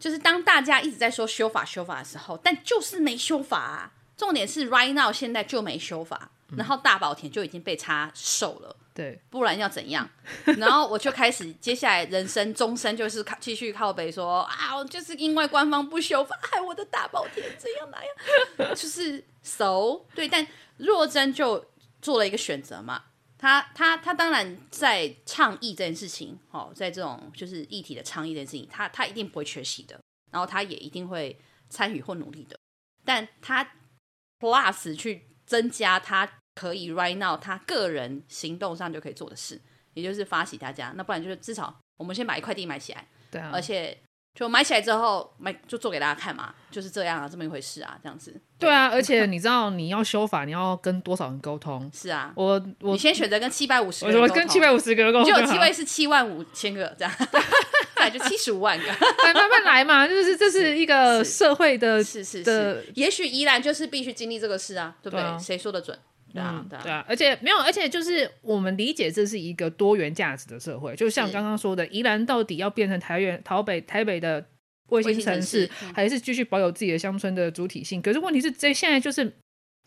[SPEAKER 1] 就是当大家一直在说修法修法的时候，但就是没修法、啊。重点是 right now 现在就没修法，然后大宝田就已经被插手了。
[SPEAKER 2] 对，
[SPEAKER 1] 不然要怎样？ *laughs* 然后我就开始接下来人生终身就是靠继续靠北说啊，我就是因为官方不修法，害我的大宝天这样那样， *laughs* 就是熟对。但若真就做了一个选择嘛，他他他当然在倡议这件事情，哦，在这种就是议题的倡议这件事情，他他一定不会缺席的，然后他也一定会参与或努力的，但他 plus 去增加他可以 right now 他个人行动上就可以做的事，也就是发起大家，那不然就是至少我们先把一块地买起来，
[SPEAKER 2] 对啊
[SPEAKER 1] 而，且就买起来之后买就做给大家看嘛，就是这样啊，这么一回事啊，这样子
[SPEAKER 2] 对啊，而且你知道你要修法，你要跟多少人沟通？
[SPEAKER 1] 是啊。
[SPEAKER 2] 我我
[SPEAKER 1] 你先选择跟七百五十，
[SPEAKER 2] 我我跟七百五十个人沟
[SPEAKER 1] 就
[SPEAKER 2] 通
[SPEAKER 1] 有
[SPEAKER 2] 好
[SPEAKER 1] 机会是七万五千个这样， *laughs* 再来就七十五万个，
[SPEAKER 2] *laughs* 哎 *laughs* 慢慢来嘛，就是这是一个
[SPEAKER 1] *laughs* 是
[SPEAKER 2] 社会的，
[SPEAKER 1] 是是
[SPEAKER 2] 的
[SPEAKER 1] 是，也许依然就是必须经历这个事啊，对不
[SPEAKER 2] 对啊
[SPEAKER 1] 对？谁说的准？对啊
[SPEAKER 2] 嗯，
[SPEAKER 1] 对
[SPEAKER 2] 对
[SPEAKER 1] 啊，
[SPEAKER 2] 啊，而且没有，而且就是我们理解这是一个多元价值的社会，就像
[SPEAKER 1] 是
[SPEAKER 2] 刚刚说的，宜兰到底要变成台原台北台北的卫星
[SPEAKER 1] 卫星城
[SPEAKER 2] 市
[SPEAKER 1] 市，嗯
[SPEAKER 2] 还是继续保有自己的乡村的主体性？可是问题是，这现在就是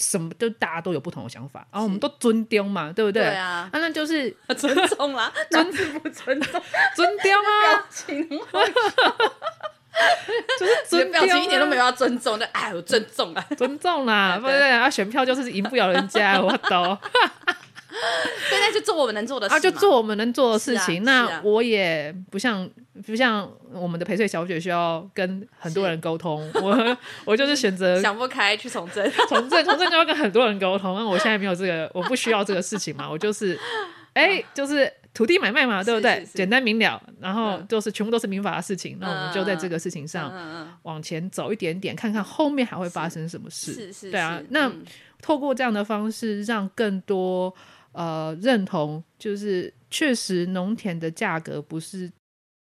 [SPEAKER 2] 什么都大家都有不同的想法，然、后我们都尊丢嘛，对不对？
[SPEAKER 1] 对啊，
[SPEAKER 2] 那就是
[SPEAKER 1] 尊重
[SPEAKER 2] *laughs*
[SPEAKER 1] 啦，尊不尊重？
[SPEAKER 2] 尊丢啊，
[SPEAKER 1] *laughs* 情
[SPEAKER 2] 就是
[SPEAKER 1] 你的
[SPEAKER 2] 尊丢、啊，
[SPEAKER 1] 表情一点都没有要尊重的，哎，我尊重 *laughs* 啊。
[SPEAKER 2] 尊重啦，
[SPEAKER 1] 哎
[SPEAKER 2] 对
[SPEAKER 1] 对
[SPEAKER 2] 不对？啊，选票就是赢不了人家，我懂。
[SPEAKER 1] 现在就做我们能做的事嘛，
[SPEAKER 2] 啊，就做我们能做的事
[SPEAKER 1] 是啊
[SPEAKER 2] 情。
[SPEAKER 1] 是
[SPEAKER 2] 那
[SPEAKER 1] 啊
[SPEAKER 2] 我也不像不像我们的陪睡小姐需要跟很多人沟通，我我就是
[SPEAKER 1] *laughs*
[SPEAKER 2] 选择
[SPEAKER 1] 想不开去从
[SPEAKER 2] *laughs*
[SPEAKER 1] 政，
[SPEAKER 2] 从政，从政就要跟很多人沟通。那我现在没有这个，我不需要这个事
[SPEAKER 1] *laughs*
[SPEAKER 2] 情嘛，我就是哎、就是。土地买卖嘛，对不对？
[SPEAKER 1] 啊是是
[SPEAKER 2] 简单明了，然后
[SPEAKER 1] 嗯
[SPEAKER 2] 就是全部都是民法的事情，那我们就在这个事情上
[SPEAKER 1] 嗯嗯，
[SPEAKER 2] 往前走一点点，看看后面还会发生什么事。
[SPEAKER 1] 是是，
[SPEAKER 2] 对啊
[SPEAKER 1] 是。
[SPEAKER 2] 那
[SPEAKER 1] 嗯
[SPEAKER 2] 透过这样的方式，让更多呃认同，就是确实农田的价格不是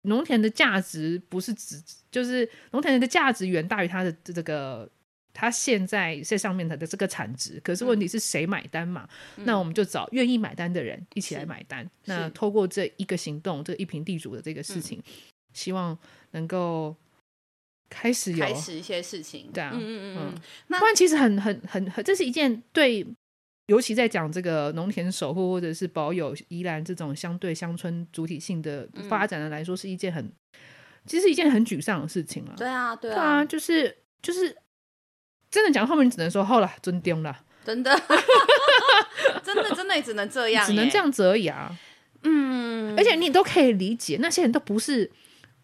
[SPEAKER 2] 农田的价值不是只就是农田的价值远大于它的这个。它现在在上面它的这个产值，可是问题是谁买单嘛？那我们就找愿意买单的人一起
[SPEAKER 1] 嗯
[SPEAKER 2] 来
[SPEAKER 1] 是
[SPEAKER 2] 买单。那透过这一个行动，这个一平地主的这个事情，希望能够开始有
[SPEAKER 1] 开始一些事情，
[SPEAKER 2] 对啊
[SPEAKER 1] 嗯嗯嗯
[SPEAKER 2] 嗯
[SPEAKER 1] 嗯，那
[SPEAKER 2] 不然其实很很很很，这是一件对，尤其在讲这个农田守护或者是保有宜兰这种相对乡村主体性的
[SPEAKER 1] 嗯
[SPEAKER 2] 发展的来说，是一件很，其实一件很沮丧的事情啊。
[SPEAKER 1] 对啊对
[SPEAKER 2] 对
[SPEAKER 1] 啊
[SPEAKER 2] 啊，， *laughs* 就是就是，真的讲到后面只能说后了，尊丢了。
[SPEAKER 1] 真的，真的真的也只能这样，
[SPEAKER 2] 只能这。样子而已啊。嗯，而且你都可以理解，那些人都不是，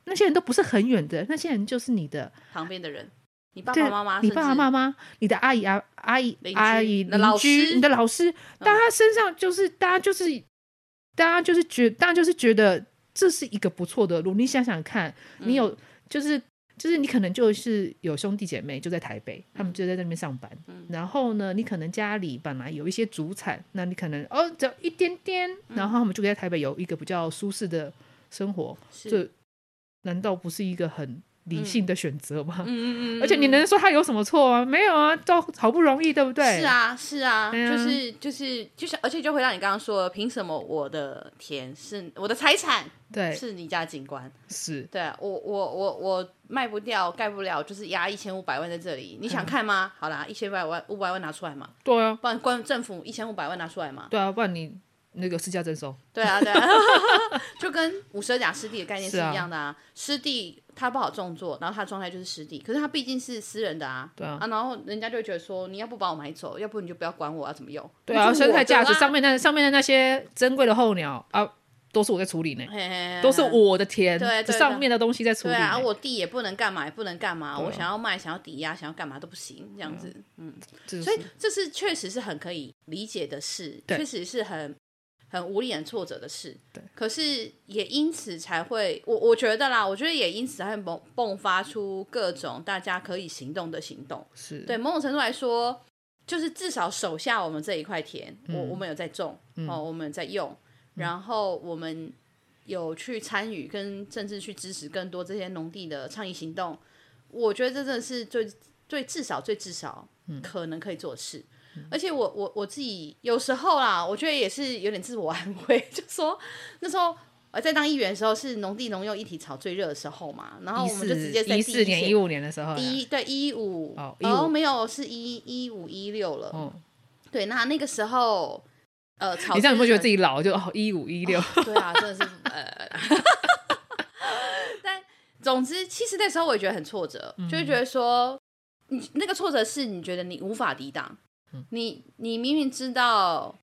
[SPEAKER 2] 那些人都不是很远的，那些人就是你的
[SPEAKER 1] 旁边的人，你爸
[SPEAKER 2] 对
[SPEAKER 1] 爸妈妈，
[SPEAKER 2] 你爸爸妈妈、你的阿姨啊、阿姨
[SPEAKER 1] 邻、居
[SPEAKER 2] 阿姨、
[SPEAKER 1] 你的
[SPEAKER 2] 邻
[SPEAKER 1] 老
[SPEAKER 2] 居、
[SPEAKER 1] 师嗯
[SPEAKER 2] 你的老师，大家身上就是大家就是大家就是觉，大家就是觉得这是一个不错的路。你想想看，
[SPEAKER 1] 嗯
[SPEAKER 2] 你有、就是就是你可能就是有兄弟姐妹就在台北，他们就在那边上班，
[SPEAKER 1] 嗯
[SPEAKER 2] 然后呢，你可能家里本来有一些主产，那你可能哦只要一点点，
[SPEAKER 1] 嗯
[SPEAKER 2] 然后他们就可以在台北有一个比较舒适的生活，
[SPEAKER 1] 是
[SPEAKER 2] 这难道不是一个很
[SPEAKER 1] 嗯
[SPEAKER 2] 理性的选择吗？
[SPEAKER 1] 嗯嗯嗯，
[SPEAKER 2] 而且你能说他有什么错啊？没有啊，都好不容易，对不对？
[SPEAKER 1] 是，啊，是啊，
[SPEAKER 2] 对啊
[SPEAKER 1] 就是就是就是，而且就回到你刚刚说的，凭什么我的田是我的财产，
[SPEAKER 2] 对，
[SPEAKER 1] 是你家景观？
[SPEAKER 2] 是
[SPEAKER 1] 对啊我我我我卖不掉，盖不了，就是压一千五百万在这里，你
[SPEAKER 2] 嗯
[SPEAKER 1] 想看吗？好啦，一千五百万五百万拿出来嘛，
[SPEAKER 2] 对啊，
[SPEAKER 1] 不然关政府一千五百万拿出来嘛。
[SPEAKER 2] 对啊，不然你那个私家征收，
[SPEAKER 1] 对啊，对啊， *laughs* 就跟五十二甲湿地的概念是
[SPEAKER 2] 是啊
[SPEAKER 1] 一样的啊。湿地它不好种作，然后它的状态就是湿地，可是它毕竟是私人的啊。
[SPEAKER 2] 对啊
[SPEAKER 1] 啊，然后人家就会觉得说，你要不把我买走，要不你就不要管我要怎么用。
[SPEAKER 2] 对啊，
[SPEAKER 1] 就是我
[SPEAKER 2] 生
[SPEAKER 1] 的
[SPEAKER 2] 态价值
[SPEAKER 1] 啊
[SPEAKER 2] 上面那上面的那些珍贵的候鸟啊，都是我在处理呢，
[SPEAKER 1] 嘿嘿嘿
[SPEAKER 2] 都是我的田，
[SPEAKER 1] 啊对对对
[SPEAKER 2] 上面的啊东西在处理
[SPEAKER 1] 对
[SPEAKER 2] 呢。
[SPEAKER 1] 啊，我地也不能干嘛，也不能干嘛，我想要卖，想要抵押，想要干嘛都不行，这样
[SPEAKER 2] 啊
[SPEAKER 1] 子。
[SPEAKER 2] 就是
[SPEAKER 1] 所以这是确实是很可以理解的事，
[SPEAKER 2] 对
[SPEAKER 1] 确实是很很无力、很挫折的事。
[SPEAKER 2] 对，
[SPEAKER 1] 可是也因此才会，我我觉得啦，我觉得也因此才会迸迸发出各种大家可以行动的行动。
[SPEAKER 2] 是
[SPEAKER 1] 对，某种程度来说，就是至少手下我们这一块田，我我们有在种，哦，我们有在用，然后我们有去参与跟甚至去支持更多这些农地的倡议行动。我觉得这真的是最最至少最至少可能可以做的事。而且我我我自己有时候啦，我觉得也是有点自我安慰， *laughs* 就说那时候我在当议员的时候是农地农用一体炒最热的时候嘛，然后
[SPEAKER 2] 一
[SPEAKER 1] 我们就直接
[SPEAKER 2] 四
[SPEAKER 1] 在
[SPEAKER 2] 一
[SPEAKER 1] 第线
[SPEAKER 2] 四年一五年的时候啦，啊
[SPEAKER 1] 一对一五
[SPEAKER 2] 哦15
[SPEAKER 1] 哦没有是一一五一六了，
[SPEAKER 2] 哦
[SPEAKER 1] 对，那那个时候呃，草
[SPEAKER 2] 你这样有没有觉得自
[SPEAKER 1] 己
[SPEAKER 2] 己老就
[SPEAKER 1] 啊
[SPEAKER 2] 哦一五一六？
[SPEAKER 1] 对啊，真的是呃，但总之其实那时候我也觉得很挫折，就会觉得说你那个挫折是你觉得你无法抵挡，你你明明知道。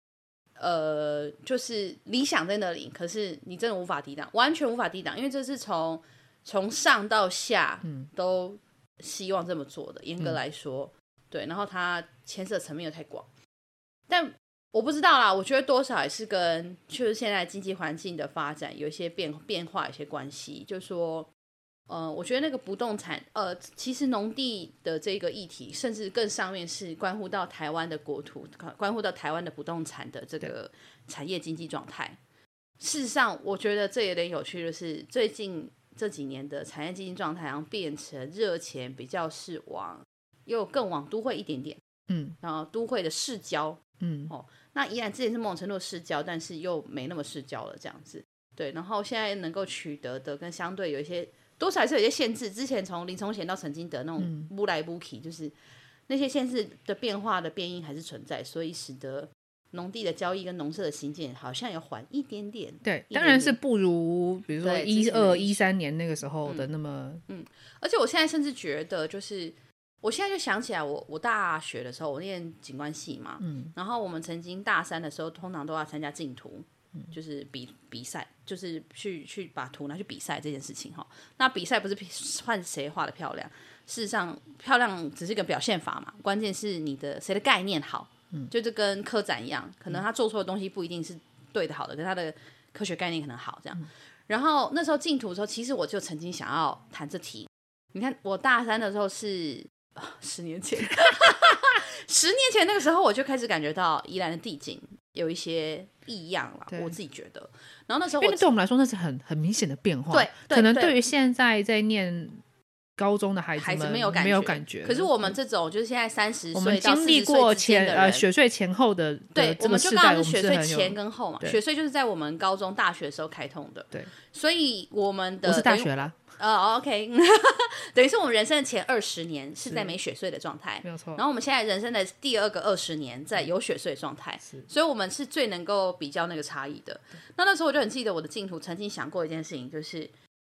[SPEAKER 1] 呃，就是理想在那里，可是你真的无法抵挡，完全无法抵挡，因为这是从从上到下
[SPEAKER 2] 嗯
[SPEAKER 1] 都希望这么做的。严格来说，对，然后它牵涉层面又太广，但我不知道啦，我觉得多少也是跟就是现在经济环境的发展有一些变变化，有一些关系。就说，呃，我觉得那个不动产，呃，其实农地的这个议题，甚至更上面是关乎到台湾的国土，关关乎到台湾的不动产的这个产业经济状态。事实上，我觉得这有点有趣，就是最近这几年的产业经济状态，好像变成热钱比较是往又更往都会一点点，
[SPEAKER 2] 嗯
[SPEAKER 1] 然后都会的市郊
[SPEAKER 2] 嗯，
[SPEAKER 1] 哦那依然之前是某种程度失焦，但是又没那么失焦了，这样子。对，然后现在能够取得的跟相对有一些多少还是有一些限制。之前从林冲贤到陈金德那种乌来乌去，就是那些限制的变化的变因还是存在，所以使得农地的交易跟农舍的兴建好像有缓一点点。
[SPEAKER 2] 对，
[SPEAKER 1] 一
[SPEAKER 2] 当
[SPEAKER 1] 点
[SPEAKER 2] 然
[SPEAKER 1] 点
[SPEAKER 2] 是不如比如说
[SPEAKER 1] 对之
[SPEAKER 2] 一
[SPEAKER 1] 前的
[SPEAKER 2] 二
[SPEAKER 1] 意
[SPEAKER 2] 一
[SPEAKER 1] 识
[SPEAKER 2] 三年那个时候
[SPEAKER 1] 嗯
[SPEAKER 2] 的那么
[SPEAKER 1] 而且我现在甚至觉得，就是我现在就想起来我，我大学的时候，我念景观系嘛，嗯，然后我们曾经大三的时候，通常都要参加竞图，就是比比赛，就是去去把图拿去比赛这件事情哈。那比赛不是看谁画的漂亮，事实上漂亮只是一个表现法嘛，关键是你的谁的概念好，嗯，就是跟科展一样，可能他做出的东西不一定是对的好的，跟他的科学概念可能好这样。然后那时候进图的时候，其实我就曾经想要谈这题，你看，我大三的时候是啊十年前，十年前那个时候我就开始感觉到宜兰的地景有一些异样了
[SPEAKER 2] 对，
[SPEAKER 1] 我自己觉得。然后那时候
[SPEAKER 2] 因
[SPEAKER 1] 我
[SPEAKER 2] 为对我们来说那是很很明显的变化。
[SPEAKER 1] 对对
[SPEAKER 2] 可能
[SPEAKER 1] 对
[SPEAKER 2] 对于现在在念高中的孩
[SPEAKER 1] 孩
[SPEAKER 2] 们
[SPEAKER 1] 子没有感
[SPEAKER 2] 没有
[SPEAKER 1] 觉
[SPEAKER 2] 感觉。嗯
[SPEAKER 1] 可是我们这种就是现在三十
[SPEAKER 2] 我们
[SPEAKER 1] 岁到
[SPEAKER 2] 经
[SPEAKER 1] 四
[SPEAKER 2] 历
[SPEAKER 1] 十岁之
[SPEAKER 2] 过
[SPEAKER 1] 间
[SPEAKER 2] 前
[SPEAKER 1] 的
[SPEAKER 2] 呃
[SPEAKER 1] 人，
[SPEAKER 2] 学岁前后的的
[SPEAKER 1] 对，我
[SPEAKER 2] 这个
[SPEAKER 1] 们就
[SPEAKER 2] 世
[SPEAKER 1] 刚
[SPEAKER 2] 代，
[SPEAKER 1] 好
[SPEAKER 2] 我
[SPEAKER 1] 是学
[SPEAKER 2] 们是
[SPEAKER 1] 税
[SPEAKER 2] 很有
[SPEAKER 1] 前跟后嘛，
[SPEAKER 2] 对
[SPEAKER 1] 学税就是在我们高中、大学的时候开通的，
[SPEAKER 2] 对，
[SPEAKER 1] 所以我们的
[SPEAKER 2] 我是大
[SPEAKER 1] 等于
[SPEAKER 2] 学啦，
[SPEAKER 1] 呃，OK，等 *laughs* 于是我们人生的前二十年是在
[SPEAKER 2] 是
[SPEAKER 1] 没血税的状态，
[SPEAKER 2] 没有错
[SPEAKER 1] 然。后我们现在人生的第二个二十年在有血税的状态，所以我们是最能够比较那个差异的。那那时候我就很记得我的净土曾经想过一件事情，就是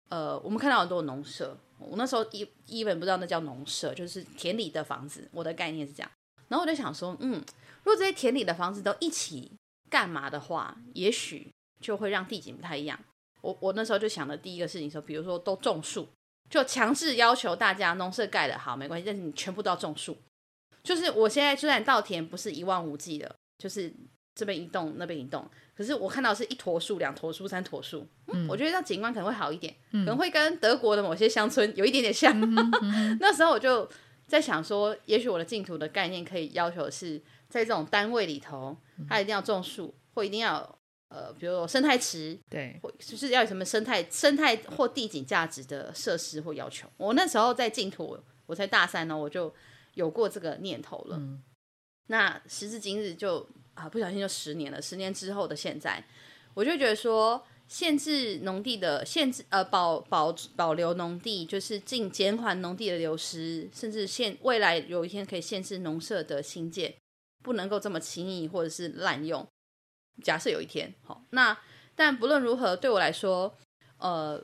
[SPEAKER 1] 呃，我们看到很多农舍，我那时候一一本不知道那叫农舍，就是田里的房子，我的概念是这样。然后我就想说，嗯，如果这些田里的房子都一起干嘛的话，也许就会让地景不太一样。我我那时候就想的第一个事情说，比如说都种树，就强制要求大家农舍盖的好没关系，但是你全部都要种树。就是我现在虽然稻田不是一望无际的，就是这边一栋那边一栋，可是我看到是一坨树、两坨树、三坨树，嗯我觉得这样景观可能会好一点，可能会跟德国的某些乡村有一点点像。 *laughs* 那时候我就在想说，也许我的净土的概念可以要求是在这种单位里头，它一定要种树，或一定要有呃，比如说生态池，
[SPEAKER 2] 对，
[SPEAKER 1] 或就是要有什么生态、生态或地景价值的设施或要求。我那时候在净土，我才大三呢，我就有过这个念头了。
[SPEAKER 2] 嗯
[SPEAKER 1] 那时至今日就啊，不小心就十年了。十年之后的现在，我就觉得说，限制农地的限制，呃，保保保留农地，就是尽减缓农地的流失，甚至限未来有一天可以限制农舍的兴建，不能够这么轻易或者是滥用。假设有一天，好，那但不论如何，对我来说，呃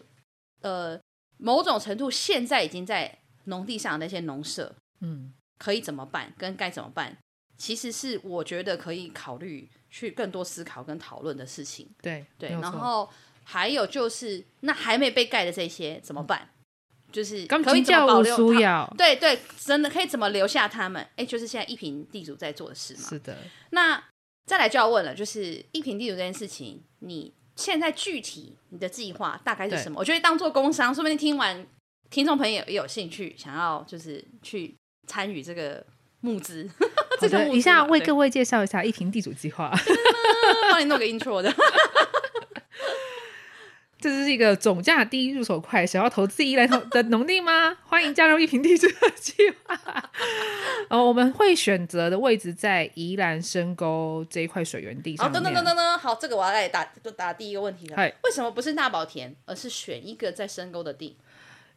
[SPEAKER 1] 呃，某种程度现在已经在农地上的那些农舍，
[SPEAKER 2] 嗯
[SPEAKER 1] 可以怎么办，跟该怎么办，其实是我觉得可以考虑去更多思考跟讨论的事情。
[SPEAKER 2] 对
[SPEAKER 1] 对，
[SPEAKER 2] 没有
[SPEAKER 1] 然
[SPEAKER 2] 错
[SPEAKER 1] 后还有就是，那还没被盖的这些怎么办？就是
[SPEAKER 2] 刚
[SPEAKER 1] 可以
[SPEAKER 2] 请
[SPEAKER 1] 怎么
[SPEAKER 2] 教
[SPEAKER 1] 保
[SPEAKER 2] 吴
[SPEAKER 1] 留
[SPEAKER 2] 书
[SPEAKER 1] 它？ *laughs*
[SPEAKER 2] 瑶，
[SPEAKER 1] 对对，真的可以怎么留下他们？哎，就是现在一平地主在做的事嘛。
[SPEAKER 2] 是的，
[SPEAKER 1] 那再来就要问了，就是一平地主这件事情，你现在具体你的计划大概是
[SPEAKER 2] 对
[SPEAKER 1] 什么？我觉得当做工商，说不定听完听众朋友也有兴趣，想要就是去参与这个募资。 *laughs*
[SPEAKER 2] 好
[SPEAKER 1] 这个
[SPEAKER 2] 的，
[SPEAKER 1] 物
[SPEAKER 2] 以
[SPEAKER 1] 资
[SPEAKER 2] 下
[SPEAKER 1] 嘛
[SPEAKER 2] 为
[SPEAKER 1] 对
[SPEAKER 2] 各位介绍一下一平地主计划。
[SPEAKER 1] 帮你弄个 intro 的，
[SPEAKER 2] 这是一个总价低、入手快、想要投资依赖投的农地吗？ *laughs* 欢迎加入一平地这个计划。 *laughs* 呃，我们会选择的位置在宜兰深沟这一块水源地
[SPEAKER 1] 好，
[SPEAKER 2] 上面。
[SPEAKER 1] 噔噔噔噔噔，好，这个我要来打就打第一个问题了
[SPEAKER 2] 嗨。
[SPEAKER 1] 为什么不是大宝田，而是选一个在深沟的地？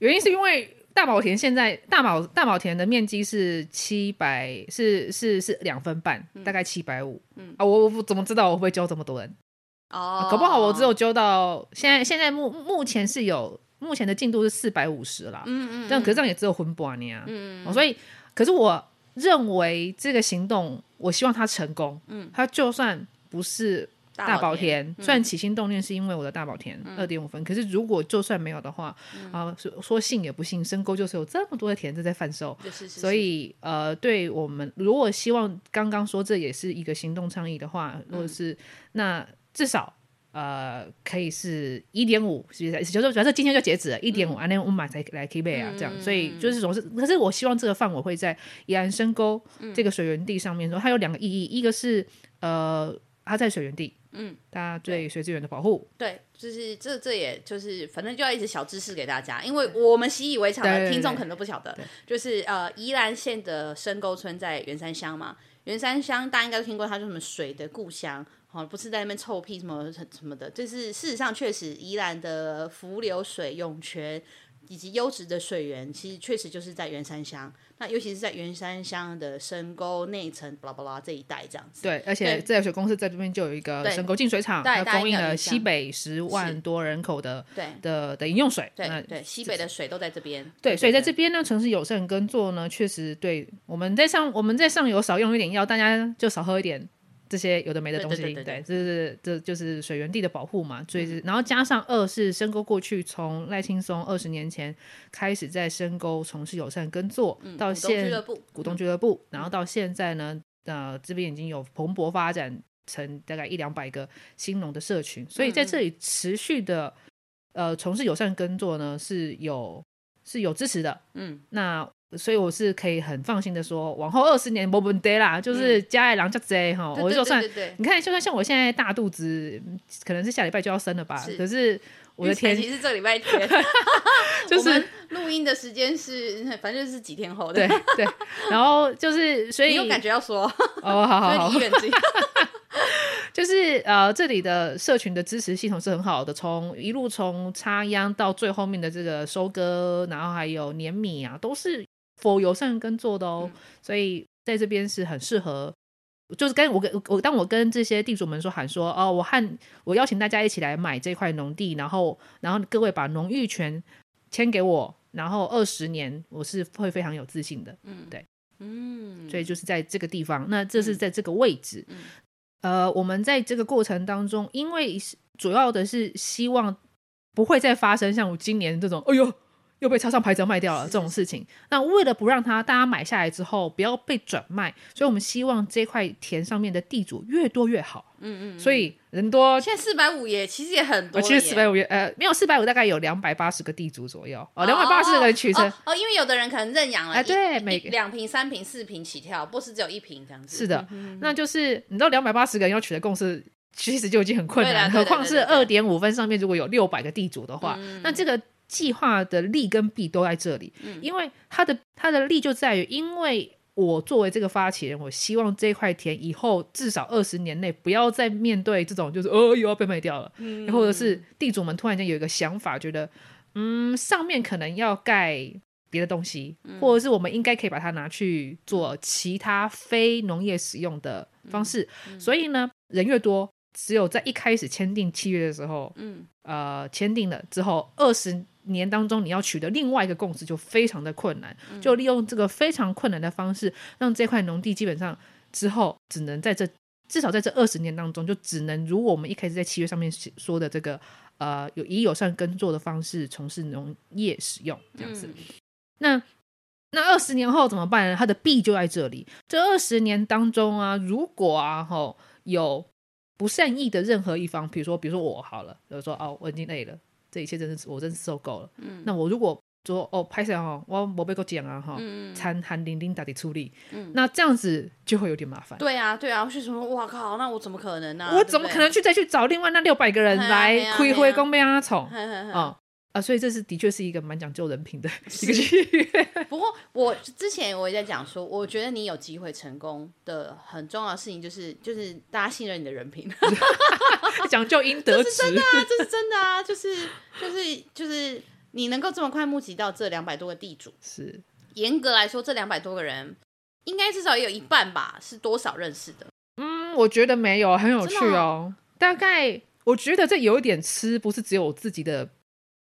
[SPEAKER 2] 原因是因为大宝田现在大宝大宝田的面积是七百，是是是两分半，大概七百五。嗯啊，我我不怎么知道我会揪这么多人？
[SPEAKER 1] 哦
[SPEAKER 2] 啊搞不好我只有揪到现在，现在目目前是有目前的进度是四百五十啦。嗯嗯但可是这样也只有混不尼啊。嗯所以可是我认为这个行动，我希望它成功。嗯，它就算不是大
[SPEAKER 1] 宝
[SPEAKER 2] 宝，田，嗯虽然起心动念是因为我的大宝田二点五分，可是如果就算没有的话，啊、说说信也不信，深沟就是有这么多的田正在贩售。
[SPEAKER 1] 就是是
[SPEAKER 2] 所以，呃，对我们如果希望刚刚说这也是一个行动倡议的话，如
[SPEAKER 1] 嗯
[SPEAKER 2] 果是、那至少呃可以是一点五，是不是？就是假设今天就截止了，一点五，
[SPEAKER 1] 嗯
[SPEAKER 2] 安内我们买才来 K 贝啊，这样，所以就是总是，可是我希望这个范围会在宜兰深沟
[SPEAKER 1] 嗯
[SPEAKER 2] 这个水源地上面说，它有两个意义，一个是呃它在水源地，嗯，大家对水资源的保护，
[SPEAKER 1] 对，就是这这也就是反正就要一直小知识给大家，因为我们习以为常的
[SPEAKER 2] 对
[SPEAKER 1] 听众可能都不晓得，就是呃宜兰县的深沟村在圆山乡嘛，圆山乡大家应该都听过，它是什么水的故乡。好，不是在那边臭屁什么什么的，就是事实上确实，宜兰的浮流水涌泉以及优质的水源，其实确实就是在圆山乡。那尤其是在圆山乡的深沟内层，巴拉巴拉这一带这样子。
[SPEAKER 2] 对，而且
[SPEAKER 1] 对
[SPEAKER 2] 自来水公司在这边就有一个
[SPEAKER 1] 对
[SPEAKER 2] 深沟净水厂，
[SPEAKER 1] 对
[SPEAKER 2] 它
[SPEAKER 1] 大家
[SPEAKER 2] 供
[SPEAKER 1] 应
[SPEAKER 2] 应
[SPEAKER 1] 该有
[SPEAKER 2] 了
[SPEAKER 1] 印
[SPEAKER 2] 西
[SPEAKER 1] 象
[SPEAKER 2] 北十万多人口的
[SPEAKER 1] 对
[SPEAKER 2] 的的饮用水，那
[SPEAKER 1] 对对，西北的水都在这边。
[SPEAKER 2] 对，所以在这边呢，城市友善耕作呢，确实对我们在上我们在上游少用一点药，大家就少喝一点这些有的没的东西。
[SPEAKER 1] 对对对对嗯
[SPEAKER 2] 这是这就是水源地的保护嘛。所以是，然后加上二是深沟过去从赖青松二十年前开始在深沟从事友善耕作，到
[SPEAKER 1] 嗯股东俱
[SPEAKER 2] 现
[SPEAKER 1] 乐部，
[SPEAKER 2] 股东俱乐部，然后到现在呢，呃，这边已经有蓬勃发展成大概一两百个新农的社群，所以
[SPEAKER 1] 嗯
[SPEAKER 2] 在这里持续的呃从事友善耕作呢是有是有支持的。
[SPEAKER 1] 嗯，
[SPEAKER 2] 那所以我是可以很放心的说，往后二十年没问题啦，就是家里人家贼哈，
[SPEAKER 1] 嗯对
[SPEAKER 2] 我
[SPEAKER 1] 对
[SPEAKER 2] 就
[SPEAKER 1] 对
[SPEAKER 2] 算
[SPEAKER 1] 对对
[SPEAKER 2] 你看，就算像我现在大肚子，嗯可能是下礼拜就要生了吧，
[SPEAKER 1] 是
[SPEAKER 2] 可是我的天，
[SPEAKER 1] 其实这个礼拜 *laughs* 天，
[SPEAKER 2] 就
[SPEAKER 1] 我
[SPEAKER 2] 是
[SPEAKER 1] 们录音的时间是，反正就是几天后
[SPEAKER 2] 对
[SPEAKER 1] 的。
[SPEAKER 2] 对，然后就是所
[SPEAKER 1] 你
[SPEAKER 2] 以
[SPEAKER 1] 有感觉要说，
[SPEAKER 2] 哦，好好
[SPEAKER 1] *laughs*
[SPEAKER 2] 好
[SPEAKER 1] 所以，你远近。
[SPEAKER 2] 就是呃，这里的社群的支持系统是很好的，从一路从插秧到最后面的这个收割，然后还有碾米啊，都是否友善耕作的哦，所以在这边是很适合。就是跟我跟我我当我跟这些地主们说喊说哦，我和我邀请大家一起来买这块农地，然后然后各位把农域权签给我，然后二十年我是会非常有自信的。
[SPEAKER 1] *laughs* 嗯
[SPEAKER 2] 所以就是在这个地方，那这是在这个位置。呃，我们在这个过程当中，因为是主要的是希望不会再发生像我今年这种，哎呦，又被超上牌折卖掉了这种事情。那为了不让它大家买下来之后不要被转卖，所以我们希望这块田上面的地主越多越好。嗯嗯所以人多。
[SPEAKER 1] 现在四百五也其实也很多
[SPEAKER 2] 我
[SPEAKER 1] 耶，
[SPEAKER 2] 其实四百五呃没有四百五，大概有两百八十个地主左右哦，两百八十个人取
[SPEAKER 1] 哦
[SPEAKER 2] 成、
[SPEAKER 1] 哦哦，因为有的人可能认养了，
[SPEAKER 2] 哎
[SPEAKER 1] 一
[SPEAKER 2] 对
[SPEAKER 1] 一
[SPEAKER 2] 每个
[SPEAKER 1] 两瓶、三瓶、四瓶起跳，不是只有一瓶这样子。嗯
[SPEAKER 2] 是的，那就是你知道两百八十个人要取得共识，其实就已经很困
[SPEAKER 1] 对啦嗯
[SPEAKER 2] 难，
[SPEAKER 1] 对
[SPEAKER 2] 何
[SPEAKER 1] 对
[SPEAKER 2] 况是
[SPEAKER 1] 对
[SPEAKER 2] 二
[SPEAKER 1] 对
[SPEAKER 2] 点五分上面如果有六百个地主的话，那这个计划的利跟弊都在这里，
[SPEAKER 1] 嗯
[SPEAKER 2] 因为它的它的利就在于，因为我作为这个发起人，我希望这块田以后至少二十年内不要再面对这种就是哦又要被卖掉了，
[SPEAKER 1] 嗯
[SPEAKER 2] 或者是地主们突然间有一个想法，觉得嗯上面可能要盖别的东西，或者是我们应该可以把它拿去做其他非农业使用的方式。所以呢，人越多，只有在一开始签订契约的时候，
[SPEAKER 1] 嗯，
[SPEAKER 2] 呃，签订了之后，二十年当中你要取得另外一个共识就非常的困难，就利用这个非常困难的方式，让这块农地基本上之后只能在这。至少在这二十年当中，就只能如我们一开始在契约上面写说的这个，呃，有以友善耕作的方式从事农业使用这样
[SPEAKER 1] 嗯
[SPEAKER 2] 子。
[SPEAKER 1] 哦
[SPEAKER 2] 那那二十年后怎么办呢？它的弊就在这里。这二十年当中啊，如果啊吼有不善意的任何一方，比如说比如说我好了，比如说哦我已经累了，这一切真是我真是受够了。嗯，那我如果说哦拍摄哦，我我被我讲啊
[SPEAKER 1] 嗯
[SPEAKER 2] 哈，残寒零零打的出力，嗯，那这样子就会有点麻烦。
[SPEAKER 1] 对啊，对啊，我是什么？哇靠，那我怎么可能呢、
[SPEAKER 2] 我怎么
[SPEAKER 1] 对不对
[SPEAKER 2] 可能去再去找另外那六百个人
[SPEAKER 1] 哎呀哎
[SPEAKER 2] 来
[SPEAKER 1] 呀
[SPEAKER 2] 亏
[SPEAKER 1] 哎
[SPEAKER 2] 灰
[SPEAKER 1] 呀
[SPEAKER 2] 公被他宠
[SPEAKER 1] 嘿 *laughs* 嘿嘿
[SPEAKER 2] 啊啊？所以这是的确是一个蛮讲究人品的一个 *laughs* 剧。
[SPEAKER 1] 不过我之前我也在讲说，我觉得你有机会成功的很重要的事情就是，就是大家信任你的人品， *laughs* 啊，
[SPEAKER 2] 讲
[SPEAKER 1] *laughs*
[SPEAKER 2] 究应得值，
[SPEAKER 1] 这是真的啊，就是就是就是你能够这么快募集到这两百多个地主，
[SPEAKER 2] 是
[SPEAKER 1] 严格来说，这两百多个人应该至少也有一半吧是多少认识的，
[SPEAKER 2] 嗯，我觉得没有，很有趣
[SPEAKER 1] 真的
[SPEAKER 2] 哦。大概我觉得这有一点吃，不是只有我自己的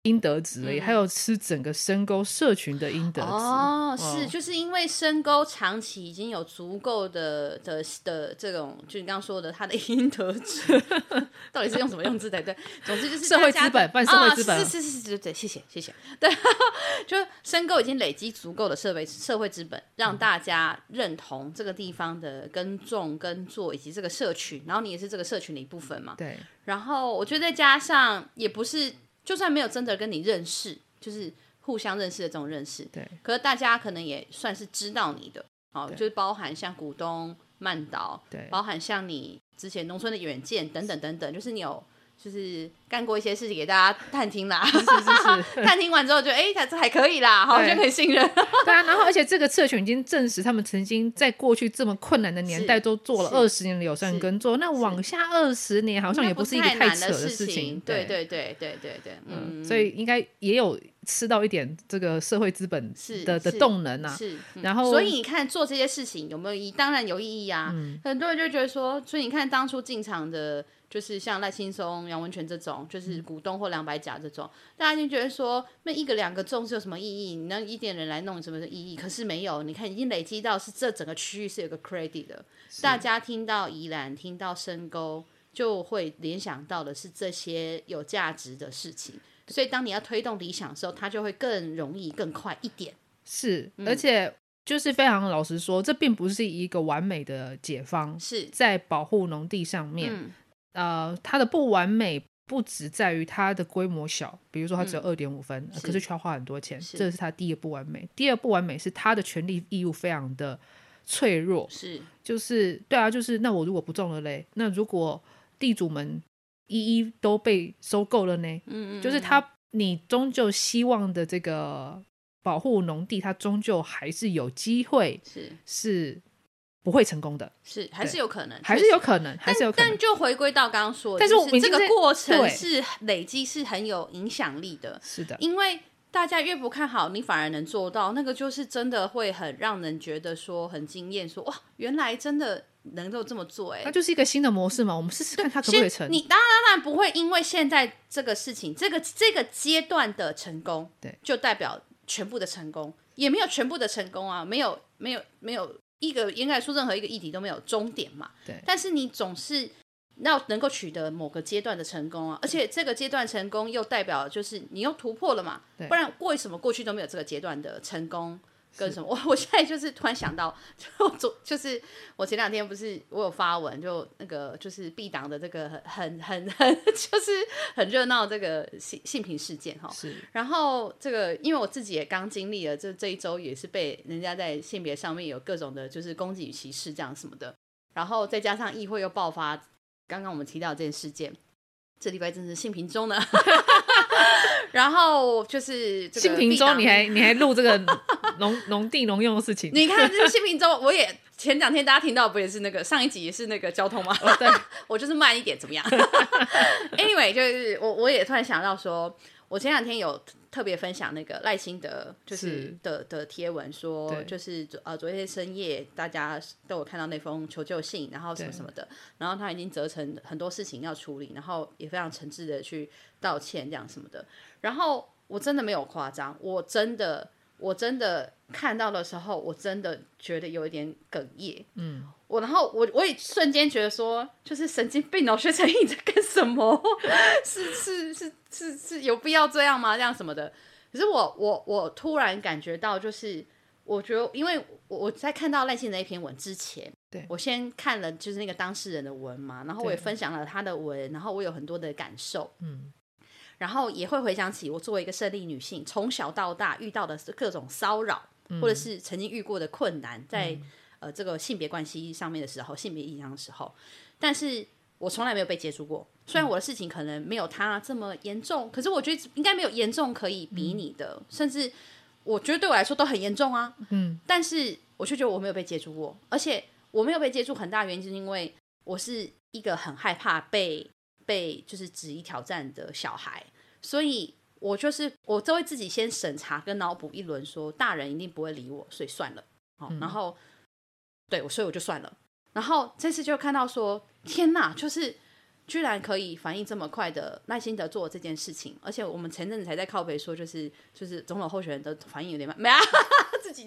[SPEAKER 2] 应得值而已，
[SPEAKER 1] 嗯
[SPEAKER 2] 还有吃整个深沟社群的应得值。
[SPEAKER 1] 哦，是，
[SPEAKER 2] 嗯
[SPEAKER 1] 就是因为深沟长期已经有足够的的的这种，就你刚刚说的，它的 *laughs* 阴德值， *laughs* 到底是用什么用字才对？总之就是
[SPEAKER 2] 社会
[SPEAKER 1] 大家
[SPEAKER 2] 资本办社会资本
[SPEAKER 1] 啊、是是是是，对对， *laughs* 谢谢谢谢，对，就深沟已经累积足够的社会社会资本，
[SPEAKER 2] 嗯
[SPEAKER 1] 让大家认同这个地方的耕种、耕作以及这个社群，然后你也是这个社群的一部分嘛。
[SPEAKER 2] 对，
[SPEAKER 1] 然后我觉得再加上也不是，就算没有真的跟你认识，就是互相认识的这种认识，
[SPEAKER 2] 对。
[SPEAKER 1] 可是大家可能也算是知道你的，哦，
[SPEAKER 2] 对
[SPEAKER 1] 就是包含像股东、曼岛，
[SPEAKER 2] 对
[SPEAKER 1] 包含像你之前农村的远见等等等等，就是你有就是干过一些事情给大家探听
[SPEAKER 2] *laughs*
[SPEAKER 1] 啦，
[SPEAKER 2] 是是是， *laughs*
[SPEAKER 1] 探听完之后就哎，他、这还可以啦，好
[SPEAKER 2] 对
[SPEAKER 1] 像可以信任，
[SPEAKER 2] 对啊，然后而且这个社群已经证实，他们曾经在过去这么困难的年代都做了
[SPEAKER 1] 是
[SPEAKER 2] 二十年的友善耕作，那往下二十年好像也
[SPEAKER 1] 不
[SPEAKER 2] 是一个
[SPEAKER 1] 太
[SPEAKER 2] 太
[SPEAKER 1] 难
[SPEAKER 2] 扯
[SPEAKER 1] 事
[SPEAKER 2] 事情，
[SPEAKER 1] 对对对对对对，嗯，
[SPEAKER 2] 嗯，所以应该也有吃到一点这个社会资本
[SPEAKER 1] 是
[SPEAKER 2] 的的
[SPEAKER 1] 是
[SPEAKER 2] 动能啊，
[SPEAKER 1] 是，嗯
[SPEAKER 2] 然后
[SPEAKER 1] 所以你看做这些事情有没有意义？当然有意义啊。很多人就觉得说，所以你看当初进场的，就是像赖青松、杨文全这种，就是股东或两百甲这种，大家就觉得说，那一个两个中是有什么意义？你让一点人来弄有什么意义？可是没有，你看已经累积到是这整个区域是有个 credit 的，大家听到宜兰，听到深沟。就会联想到的是这些有价值的事情，所以当你要推动理想的时候，它就会更容易、更快一点。
[SPEAKER 2] 是，
[SPEAKER 1] 嗯
[SPEAKER 2] 而且就是非常老实说，这并不是一个完美的解方，
[SPEAKER 1] 是，
[SPEAKER 2] 在保护农地上面，
[SPEAKER 1] 嗯，
[SPEAKER 2] 呃，它的不完美不只在于它的规模小，比如说它只有二点五分，呃
[SPEAKER 1] 嗯是
[SPEAKER 2] 可是却要花很多钱，
[SPEAKER 1] 是
[SPEAKER 2] 这是它第一个不完美。第二不完美是它的权利义务非常的脆弱，
[SPEAKER 1] 是
[SPEAKER 2] 就是对啊，就是那我如果不中了嘞，那如果地主们一一都被收购了呢？嗯嗯就是他你终究希望的这个保护农地，它终究还是有机会
[SPEAKER 1] 是
[SPEAKER 2] 是不会成功的，
[SPEAKER 1] 是，还是有可能，
[SPEAKER 2] 还
[SPEAKER 1] 确
[SPEAKER 2] 是
[SPEAKER 1] 实
[SPEAKER 2] 有可能，还是有可能
[SPEAKER 1] 但就回归到刚刚说的，
[SPEAKER 2] 但是
[SPEAKER 1] 就
[SPEAKER 2] 我们已
[SPEAKER 1] 这
[SPEAKER 2] 经
[SPEAKER 1] 个
[SPEAKER 2] 在
[SPEAKER 1] 过程
[SPEAKER 2] 对
[SPEAKER 1] 是累积是很有影响力的，
[SPEAKER 2] 是的，
[SPEAKER 1] 因为大家越不看好，你反而能做到，那个就是真的会很让人觉得说很惊艳，说哇，原来真的能够这么做、欸，
[SPEAKER 2] 那
[SPEAKER 1] 哎。
[SPEAKER 2] 就是一个新的模式嘛，我们试试看它可不可以成
[SPEAKER 1] 先，。你当然当然不会因为现在这个事情，这个这个阶段的成功，
[SPEAKER 2] 对，
[SPEAKER 1] 就代表全部的成功，也没有全部的成功啊，没有没有没有一个应该说任何一个议题都没有终点嘛。
[SPEAKER 2] 对
[SPEAKER 1] 但是你总是要能够取得某个阶段的成功
[SPEAKER 2] 嗯
[SPEAKER 1] 啊，而且这个阶段成功又代表就是你又突破了嘛
[SPEAKER 2] 对，
[SPEAKER 1] 不然为什么过去都没有这个阶段的成功？跟什么？ *laughs* 我我现在就是突然想到，就昨就是我前两天不是我有发文，就那个就是 B 党的这个很很很 *laughs* 就是很热闹这个性性平事件哈，
[SPEAKER 2] 是
[SPEAKER 1] 然后这个，因为我自己也刚经历了，这这一周也是被人家在性别上面有各种的，就是攻击与歧视这样什么的。然后再加上议会又爆发，刚刚我们提到这件事件，这礼拜真是性平中呢。 *laughs* 然后就是这个
[SPEAKER 2] 性平
[SPEAKER 1] 避
[SPEAKER 2] 中
[SPEAKER 1] 党
[SPEAKER 2] 你还你还录
[SPEAKER 1] *laughs*
[SPEAKER 2] 这个农农地农用的事情，
[SPEAKER 1] 你看这个性平中，我也前两天大家听到不也是那个上一集也是那个交通吗？
[SPEAKER 2] 哦对，
[SPEAKER 1] 我就是慢一点，怎么样 *laughs* ？Anyway，就是我我也突然想到说，我前两天有特别分享那个赖清德就是
[SPEAKER 2] 是
[SPEAKER 1] 的的贴文说，
[SPEAKER 2] 对
[SPEAKER 1] 就是昨呃昨天深夜大家都有看到那封求救信，然后什么
[SPEAKER 2] 对
[SPEAKER 1] 什么的，然后他已经责成很多事情要处理，然后也非常诚挚的去道歉这样什么的。然后我真的没有夸张，我真的我真的看到的时候，我真的觉得有一点哽咽。
[SPEAKER 2] 嗯，
[SPEAKER 1] 我然后我我也瞬间觉得说，就是神经病哦，薛成义你在干什么？ *laughs* 是是是是是有必要这样吗？这样什么的？可是我我我突然感觉到，就是我觉得，因为我我在看到赖幸的那篇文之前，
[SPEAKER 2] 对
[SPEAKER 1] 我先看了就是那个当事人的文嘛，然后我也
[SPEAKER 2] 对
[SPEAKER 1] 分享了他的文，然后我有很多的感受，
[SPEAKER 2] 嗯，
[SPEAKER 1] 然后也会回想起我作为一个胜利女性，从小到大遇到的各种骚扰，
[SPEAKER 2] 嗯
[SPEAKER 1] 或者是曾经遇过的困难，在、呃这个性别关系上面的时候，性别意向的时候，但是我从来没有被接触过。虽然我的事情可能没有他这么严重，可是我觉得应该没有严重可以比拟的，甚至我觉得对我来说都很严重啊。
[SPEAKER 2] 嗯，
[SPEAKER 1] 但是我却觉得我没有被接触过，而且我没有被接触，很大原因是因为我是一个很害怕被被就是质疑挑战的小孩，所以我就是我都会自己先审查跟脑补一轮，说大人一定不会理我，所以算了。好、然后对我，所以我就算了。然后这次就看到说，天哪，就是居然可以反应这么快的耐心的做这件事情，而且我们前阵子才在靠北说，就是就是总统候选人的反应有点慢，没啊，自己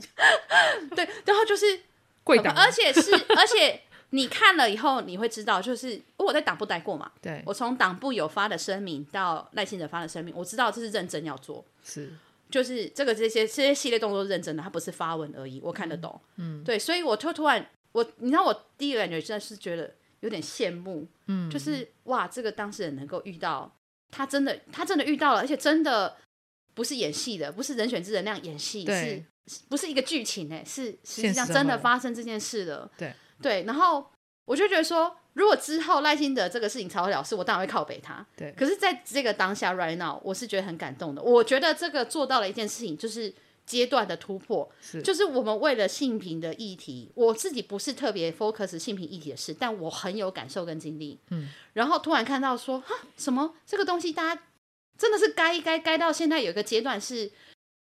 [SPEAKER 1] 对，然后就是
[SPEAKER 2] 贵党
[SPEAKER 1] *laughs* 而且是而且你看了以后你会知道，就是哦我在党部待过嘛，
[SPEAKER 2] 对
[SPEAKER 1] 我从党部有发的声明到赖清德发的声明，我知道这是认真要做，
[SPEAKER 2] 是
[SPEAKER 1] 就是这个这些这些系列动作是认真的，它不是发文而已，我看得懂。嗯，对，所以我就突然我，你知道我第一个感觉真的是觉得有点羡慕，嗯，就是哇，这个当事人能够遇到，他真的他真的遇到了，而且真的不是演戏的，不是人选之人那样演戏，是
[SPEAKER 2] 对
[SPEAKER 1] 不是一个剧情、欸？哎，是实际
[SPEAKER 2] 现
[SPEAKER 1] 上
[SPEAKER 2] 实
[SPEAKER 1] 真的
[SPEAKER 2] 生活
[SPEAKER 1] 发生这件事了。
[SPEAKER 2] 对
[SPEAKER 1] 对，然后我就觉得说，如果之后赖清德这个事情吵得了事，我当然会靠北他。
[SPEAKER 2] 对
[SPEAKER 1] 可是在这个当下 right now，我是觉得很感动的。我觉得这个做到了一件事情，就是阶段的突破，
[SPEAKER 2] 是
[SPEAKER 1] 就是我们为了性平的议题，我自己不是特别 focus 性平议题的事，但我很有感受跟经历。
[SPEAKER 2] 嗯，
[SPEAKER 1] 然后突然看到说，哈，什么这个东西，大家真的是该该该到现在有一个阶段是，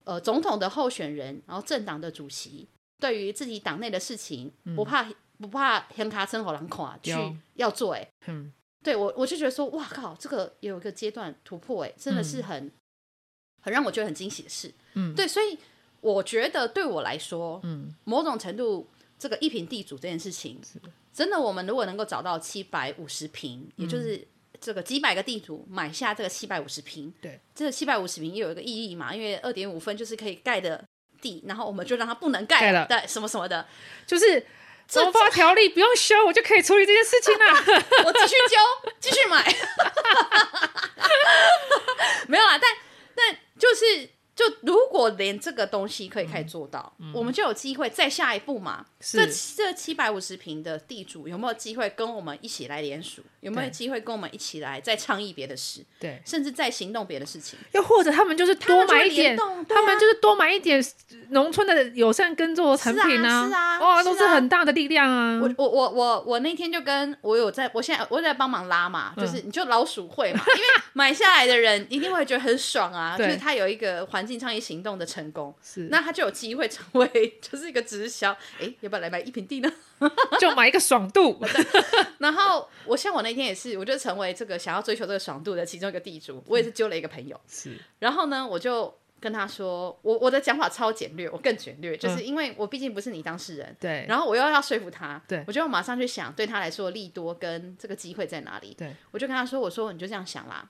[SPEAKER 1] 呃，总统的候选人，然后政党的主席，对于自己党内的事情，不怕不怕黑卡生火狼垮去
[SPEAKER 2] 嗯有
[SPEAKER 1] 要做、欸，
[SPEAKER 2] 嗯
[SPEAKER 1] 对我，我就觉得说，哇靠，这个有一个阶段突破、欸，哎，真的是很、很让我觉得很惊喜的事。
[SPEAKER 2] 嗯
[SPEAKER 1] 对，所以我觉得对我来说，
[SPEAKER 2] 嗯
[SPEAKER 1] 某种程度，这个一平地主这件事情，真的，我们如果能够找到七百五十平，
[SPEAKER 2] 嗯
[SPEAKER 1] 也就是这个几百个地主买下这个七百五十平，
[SPEAKER 2] 对，
[SPEAKER 1] 这七百五十平也有一个意义嘛，因为二点五分就是可以盖的地，然后我们就让它不能盖
[SPEAKER 2] 盖
[SPEAKER 1] 了，
[SPEAKER 2] 了
[SPEAKER 1] 对，什么什么的，
[SPEAKER 2] 就是
[SPEAKER 1] 这
[SPEAKER 2] 总发条例不用修，我就可以处理这件事情
[SPEAKER 1] *laughs*
[SPEAKER 2] 啦。
[SPEAKER 1] 我继续揪， *laughs* 继续买。没有啦，但但就是，就如果连这个东西可以开始做到，我们就有机会再下一步嘛。
[SPEAKER 2] 嗯是
[SPEAKER 1] 这这七百五十平的地主有没有机会跟我们一起来联署？有没有
[SPEAKER 2] 对
[SPEAKER 1] 机会跟我们一起来再倡议别的事，
[SPEAKER 2] 对，
[SPEAKER 1] 甚至再行动别的事情？
[SPEAKER 2] 又或者他们就是多买一点，
[SPEAKER 1] 他们就会联动对啊
[SPEAKER 2] 他们就是多买一点农村的友善耕作的产品
[SPEAKER 1] 是啊是啊
[SPEAKER 2] 哇，
[SPEAKER 1] 是啊
[SPEAKER 2] 都是很大的力量啊。
[SPEAKER 1] 我我我我我那天就跟我有在，我现在我有在帮忙拉嘛，就是
[SPEAKER 2] 嗯
[SPEAKER 1] 你就老鼠会嘛，因为买下来的人一定会觉得很爽
[SPEAKER 2] *laughs*
[SPEAKER 1] 啊，就
[SPEAKER 2] 对
[SPEAKER 1] 是他有一个环境倡议行动的成功，
[SPEAKER 2] 是，
[SPEAKER 1] 那他就有机会成为就是一个直销， *laughs* 哎、要不要来买一平地呢？ *laughs*
[SPEAKER 2] 就买一个爽度，
[SPEAKER 1] 然后我像我那天也是，我就成为这个想要追求这个爽度的其中一个地主，我也是揪了一个朋友，
[SPEAKER 2] 是
[SPEAKER 1] 然后呢，我就跟他说，我我的讲法超简略，我更简略，就是因为我毕竟不是你当事人，
[SPEAKER 2] 对
[SPEAKER 1] *laughs* 然后我又要说服他，
[SPEAKER 2] 对
[SPEAKER 1] 我就马上去想对他来说的利多跟这个机会在哪里。
[SPEAKER 2] 对，
[SPEAKER 1] 我就跟他说，我说你就这样想啦，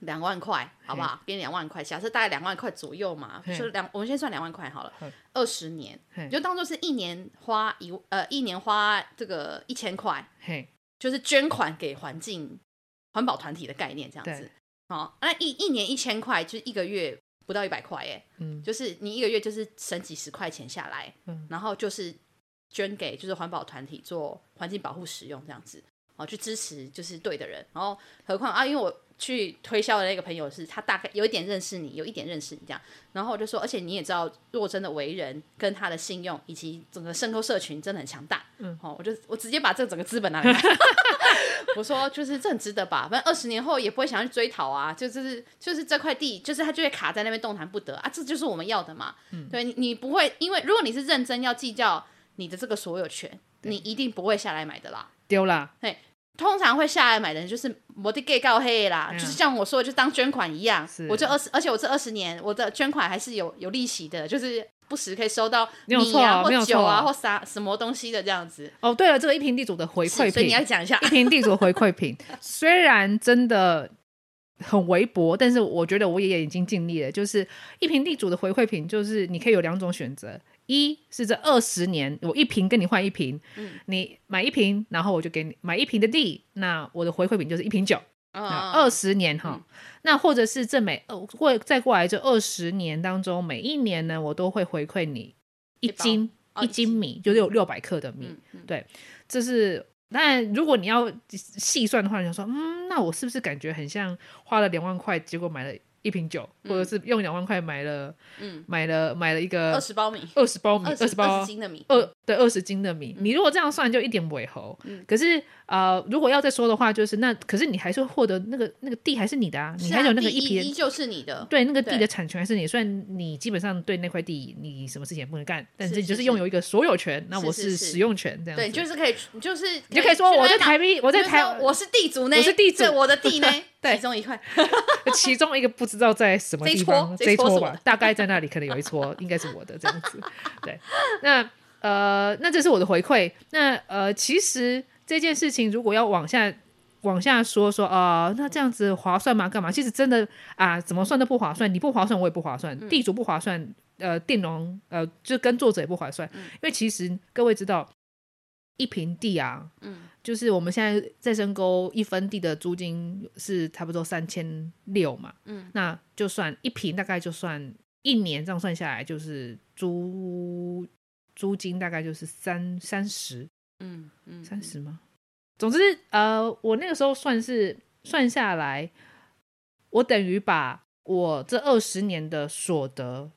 [SPEAKER 1] 两万块好不好？编两万块，假设大概两万块左右嘛，
[SPEAKER 2] 嘿
[SPEAKER 1] 就两，我们先算两万块好了
[SPEAKER 2] 嘿，
[SPEAKER 1] 二十年，
[SPEAKER 2] 嘿
[SPEAKER 1] 你就当做是一年花一呃一年花这个一千块，
[SPEAKER 2] 嘿，
[SPEAKER 1] 就是捐款给环境环保团体的概念这样子
[SPEAKER 2] 对。
[SPEAKER 1] 好，那一一年一千块，就是一个月不到一百块，哎，
[SPEAKER 2] 嗯，
[SPEAKER 1] 就是你一个月就是省几十块钱下来，
[SPEAKER 2] 嗯
[SPEAKER 1] 然后就是捐给就是环保团体做环境保护使用这样子，哦，去支持就是对的人。然后何况啊，因为我去推销的那个朋友是他大概有一点认识你，有一点认识你这样，然后我就说，而且你也知道若真的为人跟他的信用以及整个渗透社群真的很强大，
[SPEAKER 2] 嗯，
[SPEAKER 1] 哦，我就我直接把这整个资本拿来买。 *laughs* 我说就是这很值得吧，反正二十年后也不会想要去追讨啊，就就是就是这块地，就是它就会卡在那边动弹不得啊，这就是我们要的嘛。
[SPEAKER 2] 嗯
[SPEAKER 1] 对你你不会，因为如果你是认真要计较你的这个所有权，你一定不会下来买的啦。
[SPEAKER 2] 丢啦，
[SPEAKER 1] 通常会下来买的人就是我的 gay 告黑啦，
[SPEAKER 2] 嗯
[SPEAKER 1] 就是像我说的，就当捐款一样
[SPEAKER 2] 是。
[SPEAKER 1] 我这二十，而且我这二十年我的捐款还是有有利息的，就是不时可以收到
[SPEAKER 2] 没有
[SPEAKER 1] 米
[SPEAKER 2] 错
[SPEAKER 1] 啊、
[SPEAKER 2] 啊没有
[SPEAKER 1] 或酒啊、
[SPEAKER 2] 错啊
[SPEAKER 1] 或啥什么东西的这样子。
[SPEAKER 2] 哦，对了，这个一平地主的回
[SPEAKER 1] 是
[SPEAKER 2] 馈
[SPEAKER 1] 所以你
[SPEAKER 2] 品，
[SPEAKER 1] 要讲一下
[SPEAKER 2] 一，平地主的回馈品，虽然真的很微薄，但是我觉得我也已经尽力了。就是一平地主的回馈品，就是你可以有两种选择。一是这二十年，我一瓶跟你换一瓶，你买一瓶，然后我就给你买一瓶的地，那我的回馈品就是一瓶酒。
[SPEAKER 1] 嗯
[SPEAKER 2] 二十年哈，那或者是这每呃过再过来这二十年当中，每一年呢，我都会回馈你一
[SPEAKER 1] 一包
[SPEAKER 2] 斤
[SPEAKER 1] 哦
[SPEAKER 2] 一
[SPEAKER 1] 一
[SPEAKER 2] 斤
[SPEAKER 1] 斤
[SPEAKER 2] 米，就是有六百克的米。
[SPEAKER 1] 嗯嗯
[SPEAKER 2] 这是。但如果你要细算的话，你想说，嗯，那我是不是感觉很像花了两万块，结果买了一瓶酒，或者是用两万块买了
[SPEAKER 1] 嗯，
[SPEAKER 2] 买了买了一个
[SPEAKER 1] 二十包米，
[SPEAKER 2] 二十包米，
[SPEAKER 1] 二
[SPEAKER 2] 呃二
[SPEAKER 1] 十
[SPEAKER 2] 十包
[SPEAKER 1] 斤的米，
[SPEAKER 2] 二对二十斤的
[SPEAKER 1] 嗯
[SPEAKER 2] 米。你如果这样算，就一点尾猴。可是呃，如果要再说的话，就是那可是你还是会获得那个那个地还是你的啊，你
[SPEAKER 1] 是
[SPEAKER 2] 还
[SPEAKER 1] 啊
[SPEAKER 2] 有那个
[SPEAKER 1] 第
[SPEAKER 2] 一
[SPEAKER 1] 一
[SPEAKER 2] 批
[SPEAKER 1] 依
[SPEAKER 2] 的。
[SPEAKER 1] 旧是你的，
[SPEAKER 2] 对那个地
[SPEAKER 1] 对
[SPEAKER 2] 的产权还是你，虽然你基本上对那块地你什么事情也不能干，但
[SPEAKER 1] 是
[SPEAKER 2] 是你就是是
[SPEAKER 1] 是
[SPEAKER 2] 拥有一个所有权，那
[SPEAKER 1] 是
[SPEAKER 2] 我
[SPEAKER 1] 是
[SPEAKER 2] 是
[SPEAKER 1] 是
[SPEAKER 2] 使用权这样子。
[SPEAKER 1] 对，你就是可以，你就是
[SPEAKER 2] 你就可以说
[SPEAKER 1] 去
[SPEAKER 2] 我在
[SPEAKER 1] 那
[SPEAKER 2] 台北，我
[SPEAKER 1] 我
[SPEAKER 2] 在台，
[SPEAKER 1] 我是地主呢，
[SPEAKER 2] 我是地主，
[SPEAKER 1] 对我的地呢
[SPEAKER 2] *laughs* 对
[SPEAKER 1] 其中一块，
[SPEAKER 2] *laughs* 其中一个不知道在什么地方，
[SPEAKER 1] 这一撮
[SPEAKER 2] 这一
[SPEAKER 1] 这一撮是
[SPEAKER 2] 撮
[SPEAKER 1] 我
[SPEAKER 2] 吧
[SPEAKER 1] 的， *laughs*
[SPEAKER 2] 大概在那里可能有一撮，应该是我的这样子。对，那呃，那这是我的回馈。那呃，其实这件事情如果要往下往下说说啊、呃那这样子划算吗？干嘛？其实真的啊，怎么算都不划算，你不划算，我也不划算，
[SPEAKER 1] 嗯
[SPEAKER 2] 地主不划算，呃，佃农呃，就跟作者也不划算，
[SPEAKER 1] 嗯
[SPEAKER 2] 因为其实各位知道，一平地啊，
[SPEAKER 1] 嗯，
[SPEAKER 2] 就是我们现在再生沟一分地的租金是差不多三千六嘛，
[SPEAKER 1] 嗯，
[SPEAKER 2] 那就算一平大概就算一年这样算下来，就是租租金大概就是三三十
[SPEAKER 1] 嗯嗯，
[SPEAKER 2] 三十吗？总之，呃，我那个时候算是算下来，我等于把我这二十年的所得，
[SPEAKER 1] 嗯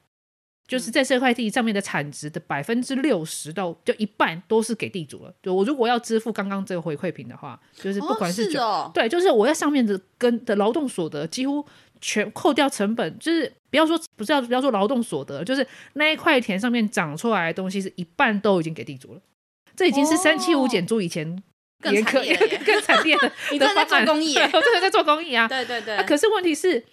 [SPEAKER 2] 就是在这块地上面的产值的百分之六十到就一半都是给地主了。就我如果要支付刚刚这个回馈品的话，就是不管
[SPEAKER 1] 是
[SPEAKER 2] 酒、
[SPEAKER 1] 哦，
[SPEAKER 2] 对，就是我在上面的跟的劳动所得几乎全扣掉成本，就是不要说不是要不要说劳动所得，就是那一块田上面长出来的东西是一半都已经给地主了，这已经是三七五减租以前
[SPEAKER 1] 哦更
[SPEAKER 2] 也
[SPEAKER 1] 惨
[SPEAKER 2] 可
[SPEAKER 1] 烈了耶
[SPEAKER 2] 更惨烈的
[SPEAKER 1] *laughs* 你
[SPEAKER 2] 的
[SPEAKER 1] 真的在
[SPEAKER 2] 方案
[SPEAKER 1] 做公益
[SPEAKER 2] *laughs* 对
[SPEAKER 1] 耶
[SPEAKER 2] 我真的在做公益啊。
[SPEAKER 1] 对对
[SPEAKER 2] 那
[SPEAKER 1] 对，
[SPEAKER 2] 可是问题是，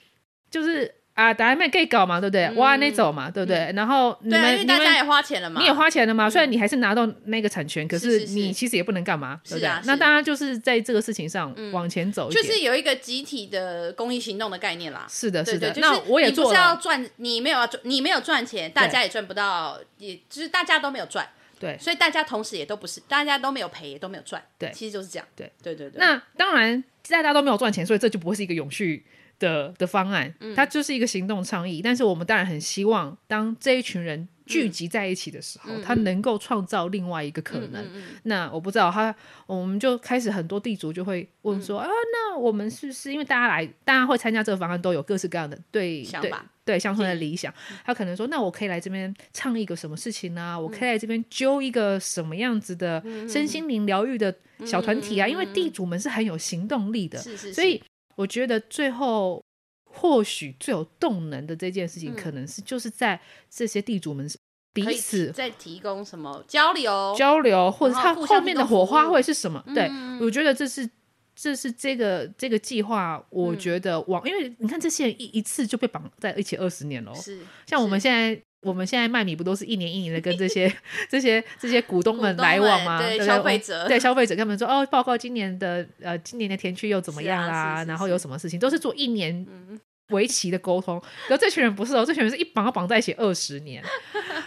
[SPEAKER 2] 就是啊，打还没给搞嘛，对不对？哇，那走嘛，对不对？然后
[SPEAKER 1] 嗯
[SPEAKER 2] 你
[SPEAKER 1] 对啊，因
[SPEAKER 2] 们
[SPEAKER 1] 为
[SPEAKER 2] 你
[SPEAKER 1] 大家
[SPEAKER 2] 们
[SPEAKER 1] 也花钱了嘛，嗯
[SPEAKER 2] 你也花钱了嘛，虽然你还是拿到那个产权，可
[SPEAKER 1] 是是是
[SPEAKER 2] 你其实也不能干嘛，对
[SPEAKER 1] 是
[SPEAKER 2] 不对
[SPEAKER 1] 啊？
[SPEAKER 2] 那
[SPEAKER 1] 是
[SPEAKER 2] 大家就是在这个事情上往前走一
[SPEAKER 1] 就
[SPEAKER 2] 点，
[SPEAKER 1] 是有一个集体的公益行动的概念啦。
[SPEAKER 2] 是的，
[SPEAKER 1] 对
[SPEAKER 2] 是
[SPEAKER 1] 对，
[SPEAKER 2] 的。
[SPEAKER 1] 就是
[SPEAKER 2] 那我也
[SPEAKER 1] 你不
[SPEAKER 2] 做
[SPEAKER 1] 是要
[SPEAKER 2] 了，
[SPEAKER 1] 赚，你没有要赚，你没有赚钱，大家也赚不到，也就是大家都没有赚，
[SPEAKER 2] 对
[SPEAKER 1] 所以大家同时也都不是，大家都没有赔，也都没有赚，
[SPEAKER 2] 对
[SPEAKER 1] 其实就是这样，
[SPEAKER 2] 对
[SPEAKER 1] 对对对。
[SPEAKER 2] 那当然大家都没有赚钱，所以这就不会是一个永续的的方案，
[SPEAKER 1] 嗯
[SPEAKER 2] 它就是一个行动倡议。但是我们当然很希望，当这一群人聚集在一起的时
[SPEAKER 1] 嗯
[SPEAKER 2] 候，它能够创造另外一个可能。那我不知道他，我们就开始很多地主就会问说、
[SPEAKER 1] 嗯
[SPEAKER 2] 啊，那我们是不是因为大家来，大家会参加这个方案，都有各式各样的对
[SPEAKER 1] 想
[SPEAKER 2] 对
[SPEAKER 1] 法嗯
[SPEAKER 2] 对乡村的理想，他可能说，那我可以来这边倡议个什么事情啊？我可以来这边揪一个什么样子的
[SPEAKER 1] 嗯
[SPEAKER 2] 身心灵疗愈的小团体啊？因为地主们是很有行动力的，
[SPEAKER 1] 是是，
[SPEAKER 2] 所
[SPEAKER 1] 是
[SPEAKER 2] 以我觉得最后或许最有动能的这件事情，可能是就是在这些地主们彼
[SPEAKER 1] 嗯可以
[SPEAKER 2] 此
[SPEAKER 1] 再提供什么交流，
[SPEAKER 2] 交流，或者
[SPEAKER 1] 然
[SPEAKER 2] 他
[SPEAKER 1] 后互相
[SPEAKER 2] 后面的
[SPEAKER 1] 提供
[SPEAKER 2] 火花
[SPEAKER 1] 服务嗯
[SPEAKER 2] 会是什么？对，我觉得这是这是这个这个计
[SPEAKER 1] 嗯
[SPEAKER 2] 划，我觉得往，因为你看这些人一一次就被绑在一起二十年喽，
[SPEAKER 1] 是
[SPEAKER 2] 像我们
[SPEAKER 1] 是
[SPEAKER 2] 现在。我们现在卖米不都是一年一年的跟这些 *laughs* 这些这些股东们
[SPEAKER 1] 股东
[SPEAKER 2] 来往
[SPEAKER 1] 们
[SPEAKER 2] 吗？
[SPEAKER 1] 对
[SPEAKER 2] 不
[SPEAKER 1] 消费 *laughs* 者
[SPEAKER 2] 对消费者跟他们说哦，报告今年的呃今年的田区又怎么
[SPEAKER 1] 是啊
[SPEAKER 2] 样啦、
[SPEAKER 1] 是是
[SPEAKER 2] 然
[SPEAKER 1] 是
[SPEAKER 2] 后有什么事情都是做一年
[SPEAKER 1] 嗯
[SPEAKER 2] 为期的沟通。然后这群人不是哦，这群人是一绑要绑在一起二十
[SPEAKER 1] *laughs*
[SPEAKER 2] 年。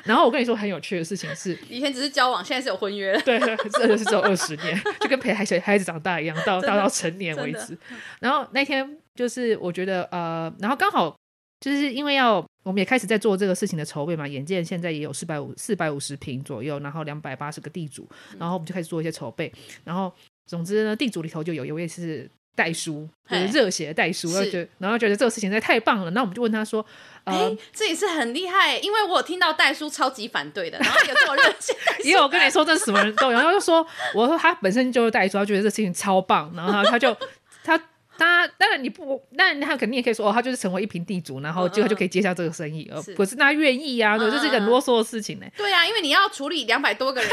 [SPEAKER 2] 然后我跟你说很有趣的事情是，
[SPEAKER 1] 以前只是交往，现在是有婚约了。
[SPEAKER 2] 对，真的是只有二十年，就跟陪孩子孩子长大一样，到
[SPEAKER 1] 真
[SPEAKER 2] 到
[SPEAKER 1] 的
[SPEAKER 2] 到成年
[SPEAKER 1] 真
[SPEAKER 2] 为
[SPEAKER 1] 的
[SPEAKER 2] 止。 *laughs* 然后那天就是我觉得呃，然后刚好就是因为要我们也开始在做这个事情的筹备嘛，眼见现在也有四百五四百五十平左右，然后两百八十个地主，
[SPEAKER 1] 嗯
[SPEAKER 2] 然后我们就开始做一些筹备。然后总之呢，地主里头就有一位是。代书就是
[SPEAKER 1] 嘿
[SPEAKER 2] 热血的代书，然后
[SPEAKER 1] 是
[SPEAKER 2] 觉得然后觉得这个事情实在太棒了，那我们就问他说，
[SPEAKER 1] 哎、
[SPEAKER 2] 呃，
[SPEAKER 1] 这也是很厉害，因为我有听到戴叔超级反对的，然后也跟我认
[SPEAKER 2] *laughs*
[SPEAKER 1] 识 *laughs* 戴叔，
[SPEAKER 2] 也有我跟你说，这什么人都有。然后就说，我说他本身就是代说，他觉得这事情超棒，然后
[SPEAKER 1] *laughs*
[SPEAKER 2] 他就他。他当然你不，当然他肯定也可以说哦，他就是成为一平地主，然后就
[SPEAKER 1] 嗯嗯
[SPEAKER 2] 他就可以接下这个生意，而
[SPEAKER 1] 是
[SPEAKER 2] 不是他愿意呀、啊，对，这是一个很啰嗦的事情呢、
[SPEAKER 1] 对啊，因为你要处理两百多个
[SPEAKER 2] *laughs*
[SPEAKER 1] 人，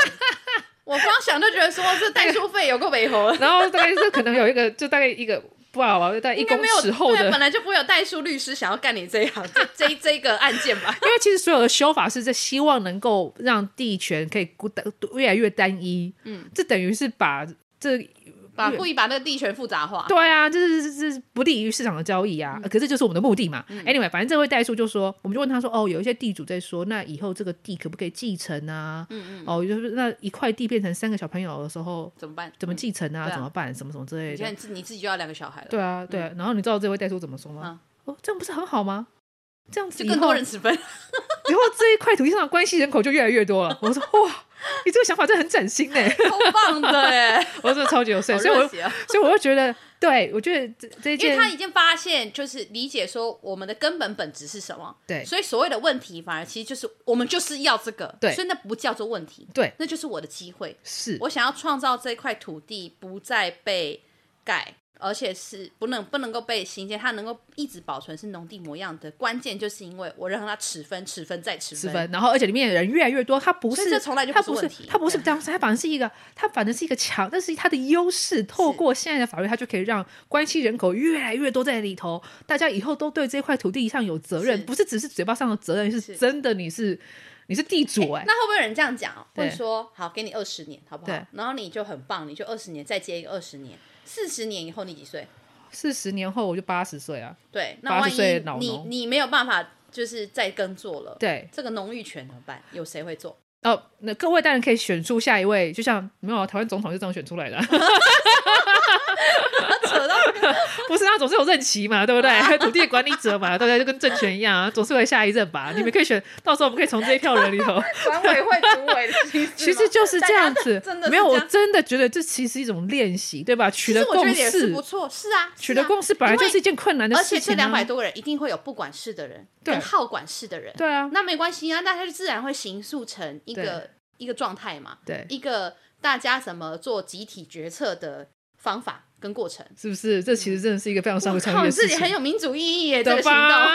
[SPEAKER 1] 我光想就觉得说这代书费有够违和。
[SPEAKER 2] 然后大概是可能有一个，就大概一个不好吧，就大 *laughs* 概一
[SPEAKER 1] 应该
[SPEAKER 2] 公
[SPEAKER 1] 没有
[SPEAKER 2] 尺厚的
[SPEAKER 1] 对，本来就不会有代书律师想要干你这一
[SPEAKER 2] *laughs*
[SPEAKER 1] 行，这这这个案件吧。
[SPEAKER 2] 因为其实所有的修法是在希望能够让地权可以孤单越来越单一，嗯，这等于是把这
[SPEAKER 1] 把故意把那个地权复杂化。
[SPEAKER 2] *laughs* 对啊，就是这是不利于市场的交易
[SPEAKER 1] 嗯
[SPEAKER 2] 啊。可是这就是我们的目的嘛。Anyway，反正这位代叔就说，我们就问他说，哦，有一些地主在说，那以后这个地可不可以继承啊？嗯嗯。哦，就是那一块地变成三个小朋友的时候，
[SPEAKER 1] 怎么办？
[SPEAKER 2] 怎么继承啊？
[SPEAKER 1] 对啊
[SPEAKER 2] 怎么办？什么什么之类
[SPEAKER 1] 你看
[SPEAKER 2] 的。
[SPEAKER 1] 你自你自己就要两个小孩了，
[SPEAKER 2] 对啊，对啊。
[SPEAKER 1] 嗯
[SPEAKER 2] 然后你知道这位代叔怎么说吗？哦，这样不是很好吗？这样子
[SPEAKER 1] 就
[SPEAKER 2] 以
[SPEAKER 1] 更
[SPEAKER 2] 后
[SPEAKER 1] 多人持分。
[SPEAKER 2] 以后这一块土地上的关系人口就越来越
[SPEAKER 1] *laughs*
[SPEAKER 2] 多了。我说哇，你这个想法真的很崭新呢，
[SPEAKER 1] 超棒的
[SPEAKER 2] *laughs*
[SPEAKER 1] 哎，
[SPEAKER 2] 我真的超级有
[SPEAKER 1] 好
[SPEAKER 2] sense。所以我
[SPEAKER 1] 热血啊！
[SPEAKER 2] 所以我就觉得，对我觉得这这
[SPEAKER 1] 因为
[SPEAKER 2] 件
[SPEAKER 1] 他已经发现，就是理解说我们的根本本质是什么，
[SPEAKER 2] 对
[SPEAKER 1] 所以所谓的问题反而其实就是我们就是要这个，
[SPEAKER 2] 对
[SPEAKER 1] 所以那不叫做问题，
[SPEAKER 2] 对
[SPEAKER 1] 那就是我的机会，
[SPEAKER 2] 是
[SPEAKER 1] 我想要创造这块土地不再被盖，而且是不能不能够被新建，它能够一直保存是农地模样的关键，就是因为我让它齿分、齿分再齿
[SPEAKER 2] 十分，然后而且里面的人越来越多，他不
[SPEAKER 1] 所以
[SPEAKER 2] 是
[SPEAKER 1] 这从来就
[SPEAKER 2] 他
[SPEAKER 1] 不是
[SPEAKER 2] 不
[SPEAKER 1] 问
[SPEAKER 2] 是
[SPEAKER 1] 题
[SPEAKER 2] 他不是当时，他反而是一个他反而是一个强，但是他的优势透过现在的法律，他就可以让关系人口越来越多在里头，大家以后都对这块土地上有责任
[SPEAKER 1] 是，
[SPEAKER 2] 不是只是嘴巴上的责任，是
[SPEAKER 1] 是
[SPEAKER 2] 真的你是你是地主哎、
[SPEAKER 1] 那会不会有人这样讲哦？
[SPEAKER 2] 对
[SPEAKER 1] 会说好，给你二十年，好不
[SPEAKER 2] 对
[SPEAKER 1] 好？然后你就很棒，你就二十年，再接一个二十年，四十年以后你几岁？
[SPEAKER 2] 四十年后我就八十岁啊，
[SPEAKER 1] 对，那
[SPEAKER 2] 80
[SPEAKER 1] 万
[SPEAKER 2] 岁
[SPEAKER 1] 一
[SPEAKER 2] 老
[SPEAKER 1] 你
[SPEAKER 2] 农
[SPEAKER 1] 你没有办法，就是再耕作了，
[SPEAKER 2] 对
[SPEAKER 1] 这个农域权怎么办？有谁会做？
[SPEAKER 2] 哦，那各位当然可以选出下一位，就像没有啊台湾总统就这样选出来的啊，
[SPEAKER 1] *laughs* 扯到
[SPEAKER 2] 不是，他啊总是有任期嘛，对不对？ *laughs* 土地管理者嘛，对不对？就跟政权一样啊，总是会下一任
[SPEAKER 1] *laughs*
[SPEAKER 2] 吧。你们可以选，到时候我们可以从这一票人里头，
[SPEAKER 1] 管委会主委的心思
[SPEAKER 2] 其实就是这样子。
[SPEAKER 1] 真的是
[SPEAKER 2] 没有，
[SPEAKER 1] 这
[SPEAKER 2] 我
[SPEAKER 1] 样
[SPEAKER 2] 真的觉得这其实是一种练习，对吧？
[SPEAKER 1] 其
[SPEAKER 2] 取得
[SPEAKER 1] 实我觉
[SPEAKER 2] 共
[SPEAKER 1] 得也是
[SPEAKER 2] 识
[SPEAKER 1] 不，错，是啊，
[SPEAKER 2] 取
[SPEAKER 1] 是
[SPEAKER 2] 得
[SPEAKER 1] 啊
[SPEAKER 2] 共识本来
[SPEAKER 1] 因为
[SPEAKER 2] 就是一件困难的
[SPEAKER 1] 而
[SPEAKER 2] 事
[SPEAKER 1] 且这
[SPEAKER 2] 情
[SPEAKER 1] 两百
[SPEAKER 2] 啊。
[SPEAKER 1] 多个人一定会有不管事的人，
[SPEAKER 2] 对
[SPEAKER 1] 跟好管事的人，
[SPEAKER 2] 对啊，
[SPEAKER 1] 那没关系啊，那他就自然会形塑成一个一个状态嘛，
[SPEAKER 2] 对，
[SPEAKER 1] 一个大家怎么做集体决策的方法跟过程。
[SPEAKER 2] 是不是？这其实真的是一个非常社
[SPEAKER 1] 嗯我
[SPEAKER 2] 会
[SPEAKER 1] 靠，
[SPEAKER 2] 倡议
[SPEAKER 1] 你
[SPEAKER 2] 的
[SPEAKER 1] 自
[SPEAKER 2] 事
[SPEAKER 1] 己很
[SPEAKER 2] *laughs* 情，
[SPEAKER 1] 有民主意义耶，这个
[SPEAKER 2] 对
[SPEAKER 1] 行动。
[SPEAKER 2] 吧？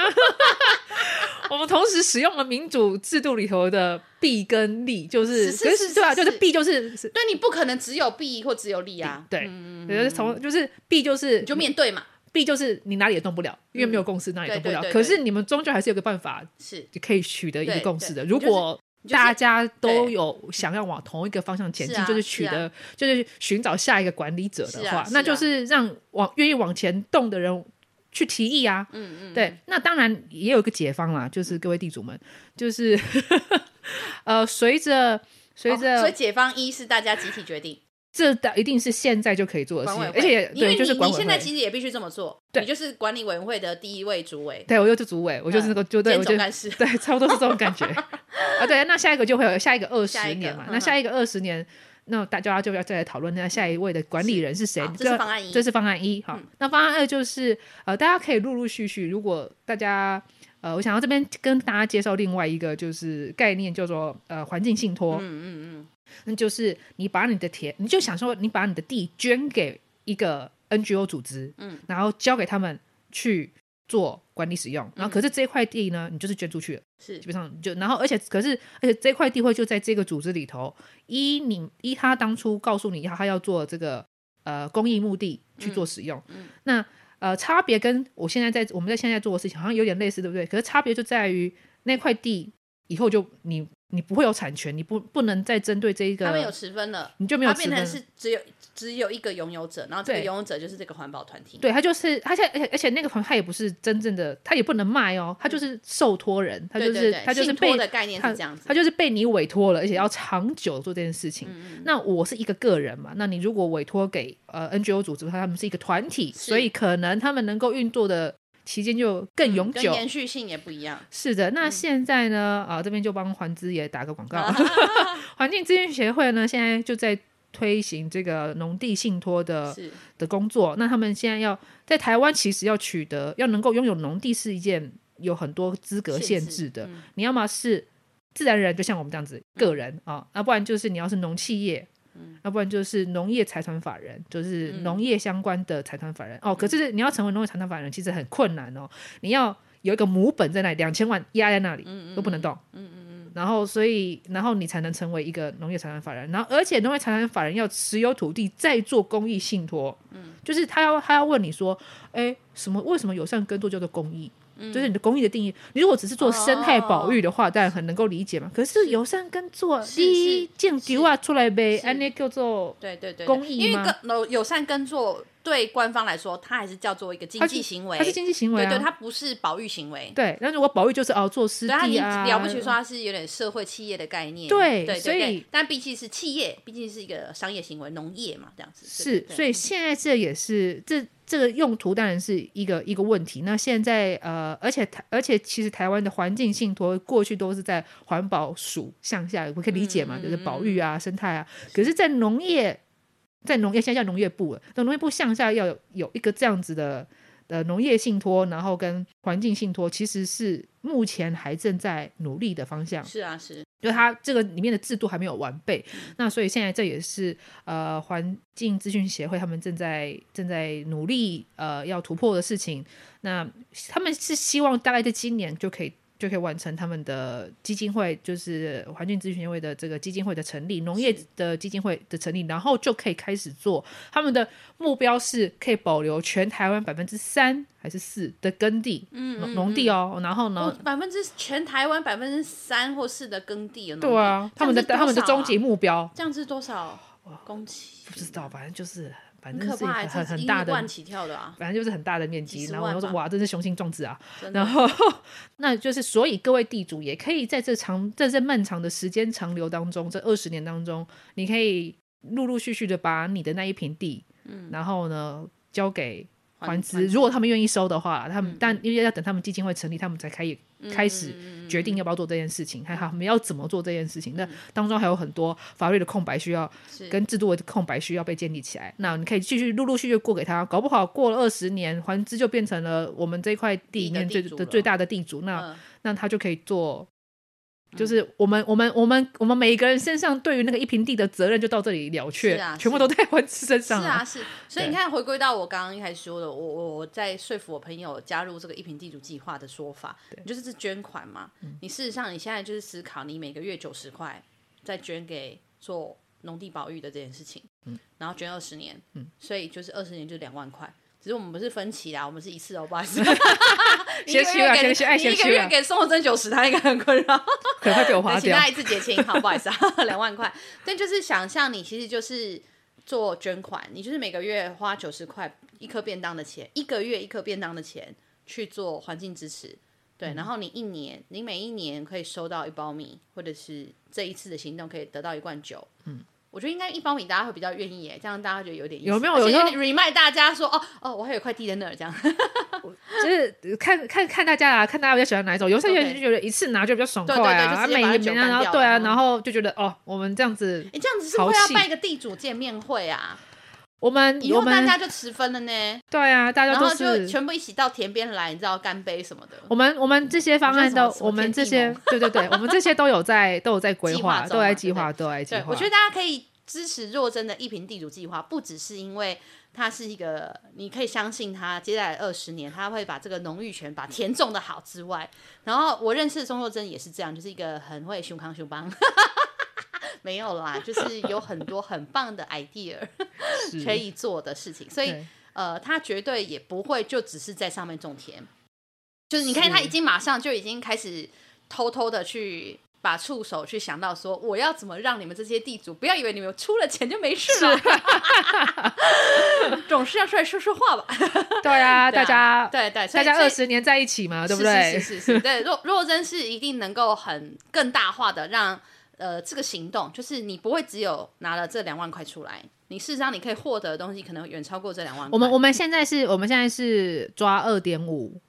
[SPEAKER 2] *laughs* 我们同时使用了民主制度里头的弊跟利，就是
[SPEAKER 1] 是是
[SPEAKER 2] 可
[SPEAKER 1] 是
[SPEAKER 2] 对啊，
[SPEAKER 1] 是
[SPEAKER 2] 就是
[SPEAKER 1] 是
[SPEAKER 2] 弊就是是
[SPEAKER 1] 对你不可能只有弊或只有利啊，
[SPEAKER 2] 对，就是从就是弊就是
[SPEAKER 1] 你就面对嘛。
[SPEAKER 2] B 就是你哪里也动不了，因为没有共识，哪里也动不了。
[SPEAKER 1] 嗯对对对
[SPEAKER 2] 可是你们终究还是有个办法
[SPEAKER 1] 是，
[SPEAKER 2] 可以取得一个
[SPEAKER 1] 对
[SPEAKER 2] 共识的。
[SPEAKER 1] 对
[SPEAKER 2] 如果
[SPEAKER 1] 你就是
[SPEAKER 2] 大家都有想要往同一个方向前进，
[SPEAKER 1] 是啊
[SPEAKER 2] 就是取得，就是寻找下一个管理者的
[SPEAKER 1] 是
[SPEAKER 2] 话，
[SPEAKER 1] 啊是啊
[SPEAKER 2] 那就是让往愿意往前动的人去提议啊。
[SPEAKER 1] 嗯嗯，
[SPEAKER 2] 对，那当然也有一个解方啦，就是各位地主们，就是呃，随着随
[SPEAKER 1] 哦
[SPEAKER 2] 着、
[SPEAKER 1] 所以解方一是大家集体决定，
[SPEAKER 2] 这的一定是现在就可以做的
[SPEAKER 1] 管
[SPEAKER 2] 事
[SPEAKER 1] 委
[SPEAKER 2] 情，
[SPEAKER 1] 会，
[SPEAKER 2] 而且
[SPEAKER 1] 因为
[SPEAKER 2] 对，
[SPEAKER 1] 你
[SPEAKER 2] 就是管
[SPEAKER 1] 你
[SPEAKER 2] 委会。
[SPEAKER 1] 现在其实也必须这么做，
[SPEAKER 2] 对
[SPEAKER 1] 你就是管理委员会的第一位主委，
[SPEAKER 2] 对，我就是主委，我就是那个，就对
[SPEAKER 1] 兼
[SPEAKER 2] 我
[SPEAKER 1] 嗯
[SPEAKER 2] 就
[SPEAKER 1] 总干事，
[SPEAKER 2] 对，差不多是这种感觉啊。对，那下一个就会有下一个二
[SPEAKER 1] 下
[SPEAKER 2] 十
[SPEAKER 1] 一个
[SPEAKER 2] 年嘛，
[SPEAKER 1] 嗯
[SPEAKER 2] 那下一个二十年，那大家就要再来讨论那下一位的管理人是谁
[SPEAKER 1] 好。这
[SPEAKER 2] 对
[SPEAKER 1] 是
[SPEAKER 2] 啊
[SPEAKER 1] 方案一，嗯
[SPEAKER 2] 这是方案一哈。那方案二就是呃，大家可以陆陆续续，如果大家呃，我想要这边跟大家介绍另外一个就是概念，叫做呃环境信托。嗯嗯嗯，那就是你把你的田，你就想说你把你的地捐给一个 NGO 组织，嗯，然后交给他们去做管理使
[SPEAKER 1] 嗯
[SPEAKER 2] 用，然后可是这块地呢，你就是捐出去了。
[SPEAKER 1] 是
[SPEAKER 2] 基本上你就，然后而且可是而且这块地会就在这个组织里头，依你依他当初告诉你他要做这个呃公益目的去做使用。
[SPEAKER 1] 嗯
[SPEAKER 2] 那呃差别跟我现在在我们在现在做的事情好像有点类似，对不对？可是差别就在于那块地以后就你你不会有产权，你不不能再针对这一
[SPEAKER 1] 他们有
[SPEAKER 2] 个，
[SPEAKER 1] 持分了，
[SPEAKER 2] 你就没有
[SPEAKER 1] 它
[SPEAKER 2] 持
[SPEAKER 1] 变成
[SPEAKER 2] 分。
[SPEAKER 1] 是只有只有一个拥有者，然后这个
[SPEAKER 2] 对
[SPEAKER 1] 拥有者就是这个环保团体。
[SPEAKER 2] 对他就是，他现在而且而且那个团他也不是真正的，他也不能卖哦，他就是受托人，他
[SPEAKER 1] 嗯对
[SPEAKER 2] 就是
[SPEAKER 1] 对对，
[SPEAKER 2] 他就是
[SPEAKER 1] 信
[SPEAKER 2] 被
[SPEAKER 1] 托的概念是这样子
[SPEAKER 2] 他。就是被你委托了，而且要长久做这件事情。那我是一个个人嘛，那你如果委托给呃 NGO 组织，他们是一个团体，
[SPEAKER 1] 是
[SPEAKER 2] 所以可能他们能够运作的期间就更永
[SPEAKER 1] 嗯跟
[SPEAKER 2] 久。
[SPEAKER 1] 延续性也不一样，
[SPEAKER 2] 是的，那现在呢，啊、这边就帮环资也打个广告。环境资源协会呢，现在就在推行这个农地信托的
[SPEAKER 1] 是
[SPEAKER 2] 的工作。那他们现在要在台湾，其实要取得要能够拥有农地是一件有很多资格限制的。
[SPEAKER 1] 嗯
[SPEAKER 2] 你要么是自然人，就像我们这样子个人啊，要、不然就是你要是农企业。要不然就是农业财团法人，就是农业相关的财团法人、哦。可是你要成为农业财团法人，其实很困难哦。你要有一个母本在那里，两千万压在那里，都不能动。嗯嗯嗯。然后，所以，然后你才能成为一个农业财团法人。然后，而且农业财团法人要持有土地，再做公益信托。嗯，就是他要他要问你说，哎，什么为什么友善耕作叫做公益？
[SPEAKER 1] 嗯
[SPEAKER 2] 就是你的公益的定义，你如果只是做生态保育的话，当然很能够理解嘛。可是友善耕作，
[SPEAKER 1] 哦是
[SPEAKER 2] 第一
[SPEAKER 1] 是
[SPEAKER 2] 建筑啊出来呗，
[SPEAKER 1] 是
[SPEAKER 2] 安尼叫做
[SPEAKER 1] 对对对对，
[SPEAKER 2] 公益
[SPEAKER 1] 因为
[SPEAKER 2] 吗
[SPEAKER 1] 跟友友善耕作对官方来说，它还是叫做一个经
[SPEAKER 2] 它
[SPEAKER 1] 济
[SPEAKER 2] 是
[SPEAKER 1] 行为，
[SPEAKER 2] 它是经济行为啊。
[SPEAKER 1] 对对，它不是保育行为。
[SPEAKER 2] 对，那如果保育就是哦做湿
[SPEAKER 1] 对，它已
[SPEAKER 2] 地
[SPEAKER 1] 经
[SPEAKER 2] 啊，
[SPEAKER 1] 了不起，说它是有点社会企业的概念。
[SPEAKER 2] 对
[SPEAKER 1] 对
[SPEAKER 2] 所
[SPEAKER 1] 对
[SPEAKER 2] 以
[SPEAKER 1] 对，但毕竟是企业，毕竟是一个商业行为，农业嘛，这样子。对
[SPEAKER 2] 是，嗯
[SPEAKER 1] 对
[SPEAKER 2] 所以
[SPEAKER 1] 对
[SPEAKER 2] 现在这也是这这个用途当然是一个一个问题。那现在呃，而且台而且其实台湾的环境信托过去都是在环保署向下，我可以理解嘛，就是保育啊、生态啊。可是，在农业，在农业现在叫农业部了，那农业部向下要有有一个这样子的呃农业信托，然后跟环境信托，其实是目前还正在努力的方向。
[SPEAKER 1] 是啊，是
[SPEAKER 2] 就它这个里面的制度还没有完备，那所以现在这也是呃环境资讯协会他们正在正在努力呃要突破的事情。那他们是希望大概在今年就可以就可以完成他们的基金会，就是环境咨询会的这个基金会的成立，农业的基金会的成立，然后就可以开始做。他们的目标是可以保留全台湾百分之三还是四的耕地，
[SPEAKER 1] 嗯
[SPEAKER 2] 农农地哦，然后
[SPEAKER 1] 我
[SPEAKER 2] 呢？
[SPEAKER 1] 百分之全台湾百分之三或四的耕地有农
[SPEAKER 2] 对啊
[SPEAKER 1] 地，
[SPEAKER 2] 他们的、
[SPEAKER 1] 这样
[SPEAKER 2] 他们
[SPEAKER 1] 是多
[SPEAKER 2] 的
[SPEAKER 1] 少啊
[SPEAKER 2] 终极目标
[SPEAKER 1] 这样是多少公顷？
[SPEAKER 2] 不知道，反正就是反
[SPEAKER 1] 很
[SPEAKER 2] 正
[SPEAKER 1] 可
[SPEAKER 2] 是一个
[SPEAKER 1] 怕欸，
[SPEAKER 2] 很
[SPEAKER 1] 这是
[SPEAKER 2] 很
[SPEAKER 1] 一
[SPEAKER 2] 大的，
[SPEAKER 1] 万起跳的啊！
[SPEAKER 2] 反正就是很大的面积。
[SPEAKER 1] 几十
[SPEAKER 2] 然后我
[SPEAKER 1] 万
[SPEAKER 2] 就说
[SPEAKER 1] 吧
[SPEAKER 2] 哇，真是雄心壮志啊！ *laughs*
[SPEAKER 1] 真的
[SPEAKER 2] 然后那就是，所以各位地主也可以在这长在这漫长的时间长流当中，这二十年当中，你可以陆陆续续的把你的那一平地，嗯，然后呢交给还资，如果他们愿意收的话，
[SPEAKER 1] 嗯
[SPEAKER 2] 他们、但因为要等他们基金会成立，他们才开始开始
[SPEAKER 1] 嗯
[SPEAKER 2] 决定要不要做这件事情，还好他们要怎么做这件事情。那当中还有很多法律的空白需要
[SPEAKER 1] 是
[SPEAKER 2] 跟制度的空白需要被建立起来。那你可以继续陆陆续续过给他，搞不好过了二十年，还资就变成了我们这块地里面
[SPEAKER 1] 地的
[SPEAKER 2] 最
[SPEAKER 1] 地主
[SPEAKER 2] 的
[SPEAKER 1] 了
[SPEAKER 2] 最大的地主。那、
[SPEAKER 1] 嗯
[SPEAKER 2] 那他就可以做。就是我们、我们、我们、我们每一个人身上对于那个一平地的责任就到这里了却，
[SPEAKER 1] 是啊
[SPEAKER 2] 全部
[SPEAKER 1] 是
[SPEAKER 2] 都在还资身上
[SPEAKER 1] 是啊，是，所以
[SPEAKER 2] 对
[SPEAKER 1] 你看，回归到我刚刚一开始说的，我我我在说服我朋友加入这个一平地主计划的说法，你就是这捐款嘛。
[SPEAKER 2] 嗯
[SPEAKER 1] 你事实上你现在就是思考，你每个月九十块再捐给做农地保育的这件事情，
[SPEAKER 2] 嗯
[SPEAKER 1] 然后捐二十年，所以就是二十年就两万块。只是我们不是分期啦，我们是一次哦，不好意
[SPEAKER 2] *laughs*
[SPEAKER 1] 思。 *laughs* 你一个
[SPEAKER 2] 先去啊
[SPEAKER 1] 月给
[SPEAKER 2] 先去哎
[SPEAKER 1] 你
[SPEAKER 2] 先
[SPEAKER 1] 一个
[SPEAKER 2] 去
[SPEAKER 1] 月
[SPEAKER 2] 啊
[SPEAKER 1] 给宋真九十，他应该很困扰。
[SPEAKER 2] 可能会被
[SPEAKER 1] 对，
[SPEAKER 2] 我花
[SPEAKER 1] 请
[SPEAKER 2] 掉
[SPEAKER 1] 大。家一次结清，好，不好意思啊，
[SPEAKER 2] *laughs*
[SPEAKER 1] *laughs* 两万块。但就是想象你其实就是做捐款，你就是每个月花九十块一颗便当的钱，一个月一颗便当的钱去做环境支持。
[SPEAKER 2] 嗯
[SPEAKER 1] 对，然后你一年，你每一年可以收到一包米，或者是这一次的行动可以得到一罐酒。嗯，我觉得应该一包米大家会比较愿意耶，这样大家觉得有点意思
[SPEAKER 2] 有没有
[SPEAKER 1] 而且
[SPEAKER 2] 有时候
[SPEAKER 1] 点 remind 大家说哦哦，我还有块地在那儿
[SPEAKER 2] *laughs*
[SPEAKER 1] 这样。
[SPEAKER 2] 就是呃看看看大家啦，啊看大家比较喜欢哪一种。有些人
[SPEAKER 1] OK
[SPEAKER 2] 就觉得一次拿就比较爽快
[SPEAKER 1] 对对对
[SPEAKER 2] 啊，
[SPEAKER 1] 就
[SPEAKER 2] 啊
[SPEAKER 1] 直接
[SPEAKER 2] 每
[SPEAKER 1] 把它
[SPEAKER 2] 每
[SPEAKER 1] 酒
[SPEAKER 2] 年
[SPEAKER 1] 干
[SPEAKER 2] 然后
[SPEAKER 1] 掉
[SPEAKER 2] 对啊，
[SPEAKER 1] 嗯
[SPEAKER 2] 然后就觉得哦，我们这样子，
[SPEAKER 1] 哎，这样子是
[SPEAKER 2] 好
[SPEAKER 1] 会要
[SPEAKER 2] 气
[SPEAKER 1] 办一个地主见面会啊，
[SPEAKER 2] 我们
[SPEAKER 1] 以
[SPEAKER 2] 我
[SPEAKER 1] 后大
[SPEAKER 2] 们
[SPEAKER 1] 家就持分了呢。
[SPEAKER 2] 对啊，大家
[SPEAKER 1] 然
[SPEAKER 2] 都。
[SPEAKER 1] 后就是全部一起到田边来，你知道干杯什么的。
[SPEAKER 2] 我们我们这些方案
[SPEAKER 1] 好
[SPEAKER 2] 都
[SPEAKER 1] 像什，么
[SPEAKER 2] 我们这
[SPEAKER 1] 什么
[SPEAKER 2] 些
[SPEAKER 1] 天地
[SPEAKER 2] 对对对，我们这些都有在都有在规
[SPEAKER 1] 计划
[SPEAKER 2] 划，
[SPEAKER 1] 中
[SPEAKER 2] 都有
[SPEAKER 1] 嘛
[SPEAKER 2] 在
[SPEAKER 1] 对
[SPEAKER 2] 计
[SPEAKER 1] 不对
[SPEAKER 2] 划，都有在计
[SPEAKER 1] 对
[SPEAKER 2] 划，。
[SPEAKER 1] 我觉得大家可以支持若真的一平地主计划，不只是因为它是一个你可以相信它接下来二十年它会把这个农域权把田种的好之外，然后我认识的钟若真也是这样，就是一个很会熊康熊帮。 *laughs* 没有啦，就是有很多很棒的 idea
[SPEAKER 2] 是
[SPEAKER 1] 可以做的事情，所以
[SPEAKER 2] 对
[SPEAKER 1] 呃，他绝对也不会就只是在上面种田，就是你看他已经马上就已经开始偷偷的去把触手去想到说，我要怎么让你们这些地主不要以为你们出了钱就没事
[SPEAKER 2] *laughs*
[SPEAKER 1] 了， *laughs* 总是要出来说说话吧。
[SPEAKER 2] 对啊，
[SPEAKER 1] 对啊
[SPEAKER 2] 大家
[SPEAKER 1] 对对，所
[SPEAKER 2] 大
[SPEAKER 1] 以
[SPEAKER 2] 家
[SPEAKER 1] 所以
[SPEAKER 2] 二十年在一起嘛，对不对？
[SPEAKER 1] 是是是是是，对，若若真是一定能够很更大化的让呃这个行动，就是你不会只有拿了这两万块出来，你事实上你可以获得的东西可能远超过这两万块。
[SPEAKER 2] *laughs* 我们我们现在是我们现在是抓二点五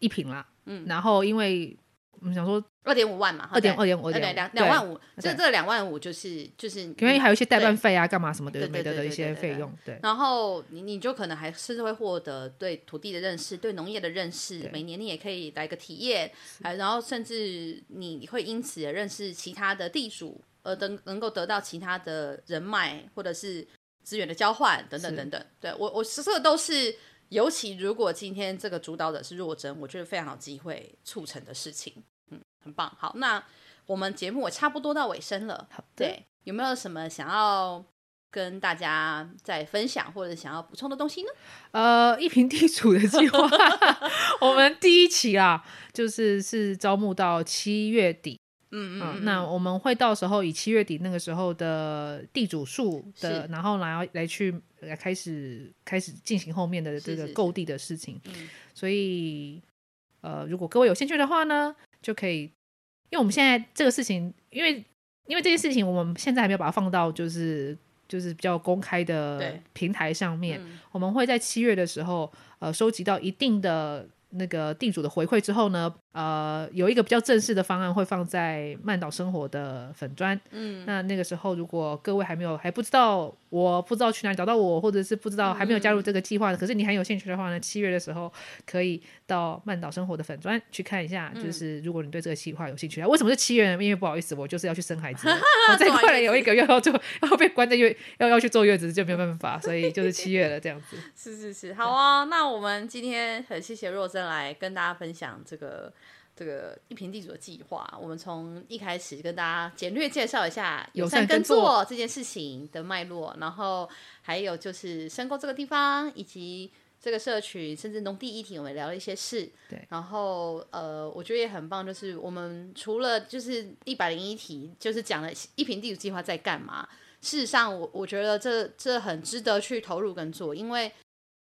[SPEAKER 2] 一瓶啦，
[SPEAKER 1] 嗯
[SPEAKER 2] 然后因为我们想说
[SPEAKER 1] 二点五万嘛，哈
[SPEAKER 2] 二点
[SPEAKER 1] 对
[SPEAKER 2] 二点五
[SPEAKER 1] 呃
[SPEAKER 2] 二
[SPEAKER 1] 对
[SPEAKER 2] 点
[SPEAKER 1] 两两万五，这
[SPEAKER 2] 对
[SPEAKER 1] 这两万五就是就是
[SPEAKER 2] 因为
[SPEAKER 1] 你
[SPEAKER 2] 还有一些代办费啊、干嘛什么的
[SPEAKER 1] 对对
[SPEAKER 2] 没
[SPEAKER 1] 对
[SPEAKER 2] 的的
[SPEAKER 1] 对
[SPEAKER 2] 一些
[SPEAKER 1] 对对
[SPEAKER 2] 费用，对
[SPEAKER 1] 然后你你就可能还是会获得对土地的认识，对农业的认识
[SPEAKER 2] 对，
[SPEAKER 1] 每年你也可以来个体验，还然后甚至你会因此也认识其他的地主，而能能够得到其他的人脉或者是资源的交换等等
[SPEAKER 2] 是
[SPEAKER 1] 等等。对我我这个都是，尤其如果今天这个主导者是若真，我觉得非常有机会促成的事情，嗯，很棒。好，那我们节目也差不多到尾声了。
[SPEAKER 2] 好的
[SPEAKER 1] 对，有没有什么想要跟大家再分享或者想要补充的东西呢？
[SPEAKER 2] 呃，一平地主的计划， *laughs* 我们第一期啊，就是是招募到七月底，
[SPEAKER 1] 嗯
[SPEAKER 2] 嗯，那我们会到时候以七月底那个时候的地主数的，然后来来去来开始开始进行后面的这个
[SPEAKER 1] 是是
[SPEAKER 2] 购地的事情。
[SPEAKER 1] 嗯
[SPEAKER 2] 所以，呃，如果各位有兴趣的话呢，就可以，因为我们现在这个事情，因为因为这件事情，我们现在还没有把它放到就是就是比较公开的
[SPEAKER 1] 对
[SPEAKER 2] 平台上面，
[SPEAKER 1] 嗯
[SPEAKER 2] 我们会在七月的时候，呃，收集到一定的那个地主的回馈之后呢，呃，有一个比较正式的方案会放在曼岛生活的粉砖。
[SPEAKER 1] 嗯，
[SPEAKER 2] 那那个时候，如果各位还没有还不知道，我不知道去哪里找到我，或者是不知道还没有加入这个计划，可是你很有兴趣的话呢，七月的时候可以到曼岛生活的粉砖去看一下。就是如果你对这个计划有兴趣，啊为什么是七月呢？因为不好意思，我就是要去生孩子了，我再过来有一个月要做，要被关在月要要去坐月子就没有办法，所以就是七月了这样子。
[SPEAKER 1] 是是是，好啊。那我们今天很谢谢若真来跟大家分享这个。这个一平地主的计划，我们从一开始跟大家简略介绍一下
[SPEAKER 2] 友
[SPEAKER 1] 友
[SPEAKER 2] 善
[SPEAKER 1] 善
[SPEAKER 2] 耕
[SPEAKER 1] 耕
[SPEAKER 2] 作
[SPEAKER 1] 作这件事情的脉络，然后还有就是深沟这个地方以及这个社群，甚至农地议题，我们也聊了一些事。
[SPEAKER 2] 对，
[SPEAKER 1] 然后呃，我觉得也很棒，就是我们除了就是一百零一题，就是讲了一平地主计划在干嘛。事实上我，我觉得这这很值得去投入跟做，因为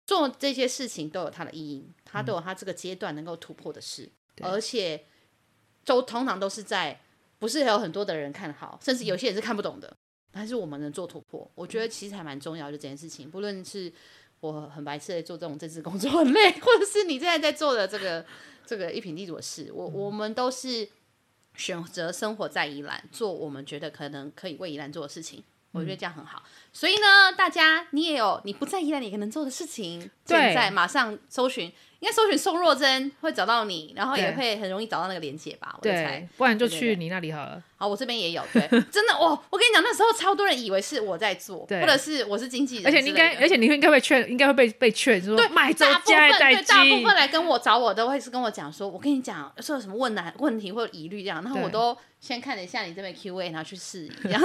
[SPEAKER 1] 做这些事情都有它的意义，它都有它这个阶段能够突破的事，
[SPEAKER 2] 对
[SPEAKER 1] 而且都通常都是在不是有很多的人看好，甚至有些人是看不懂的，但是我们能做突破，我觉得其实还蛮重要的这件事情，不论是。我很白痴的做这种政治工作很累， *laughs* 或者是你现在在做的这个这个一品地主的事，
[SPEAKER 2] 嗯
[SPEAKER 1] 我我们都是选择生活在宜兰，做我们觉得可能可以为宜兰做的事情，我
[SPEAKER 2] 嗯
[SPEAKER 1] 觉得这样很好。所以呢，大家你也有你不在宜兰你也能做的事情，
[SPEAKER 2] 对
[SPEAKER 1] 现在马上搜寻，应该搜寻宋若真会找到你，然后也
[SPEAKER 2] 对
[SPEAKER 1] 会很容易找到那个连接吧，我在猜
[SPEAKER 2] 对。，不然就
[SPEAKER 1] 对对
[SPEAKER 2] 去
[SPEAKER 1] 对
[SPEAKER 2] 你那里好了。
[SPEAKER 1] 好，我这边也有，对，真的哦，我跟你讲，那时候超多人以为是我在做，
[SPEAKER 2] 对
[SPEAKER 1] 或者是我是经纪人之
[SPEAKER 2] 而
[SPEAKER 1] 类的，
[SPEAKER 2] 且你应该，而且你应该会劝，应该会被被劝，就说买走
[SPEAKER 1] 大部分
[SPEAKER 2] 家里待
[SPEAKER 1] 对
[SPEAKER 2] 机。
[SPEAKER 1] 大部分来跟我找我都会是跟我讲说，我跟你讲说有什么问难问题或者疑虑这样，然后
[SPEAKER 2] 对
[SPEAKER 1] 我都先看了一下你这边 Q A，然后去试一
[SPEAKER 2] *laughs*
[SPEAKER 1] 样。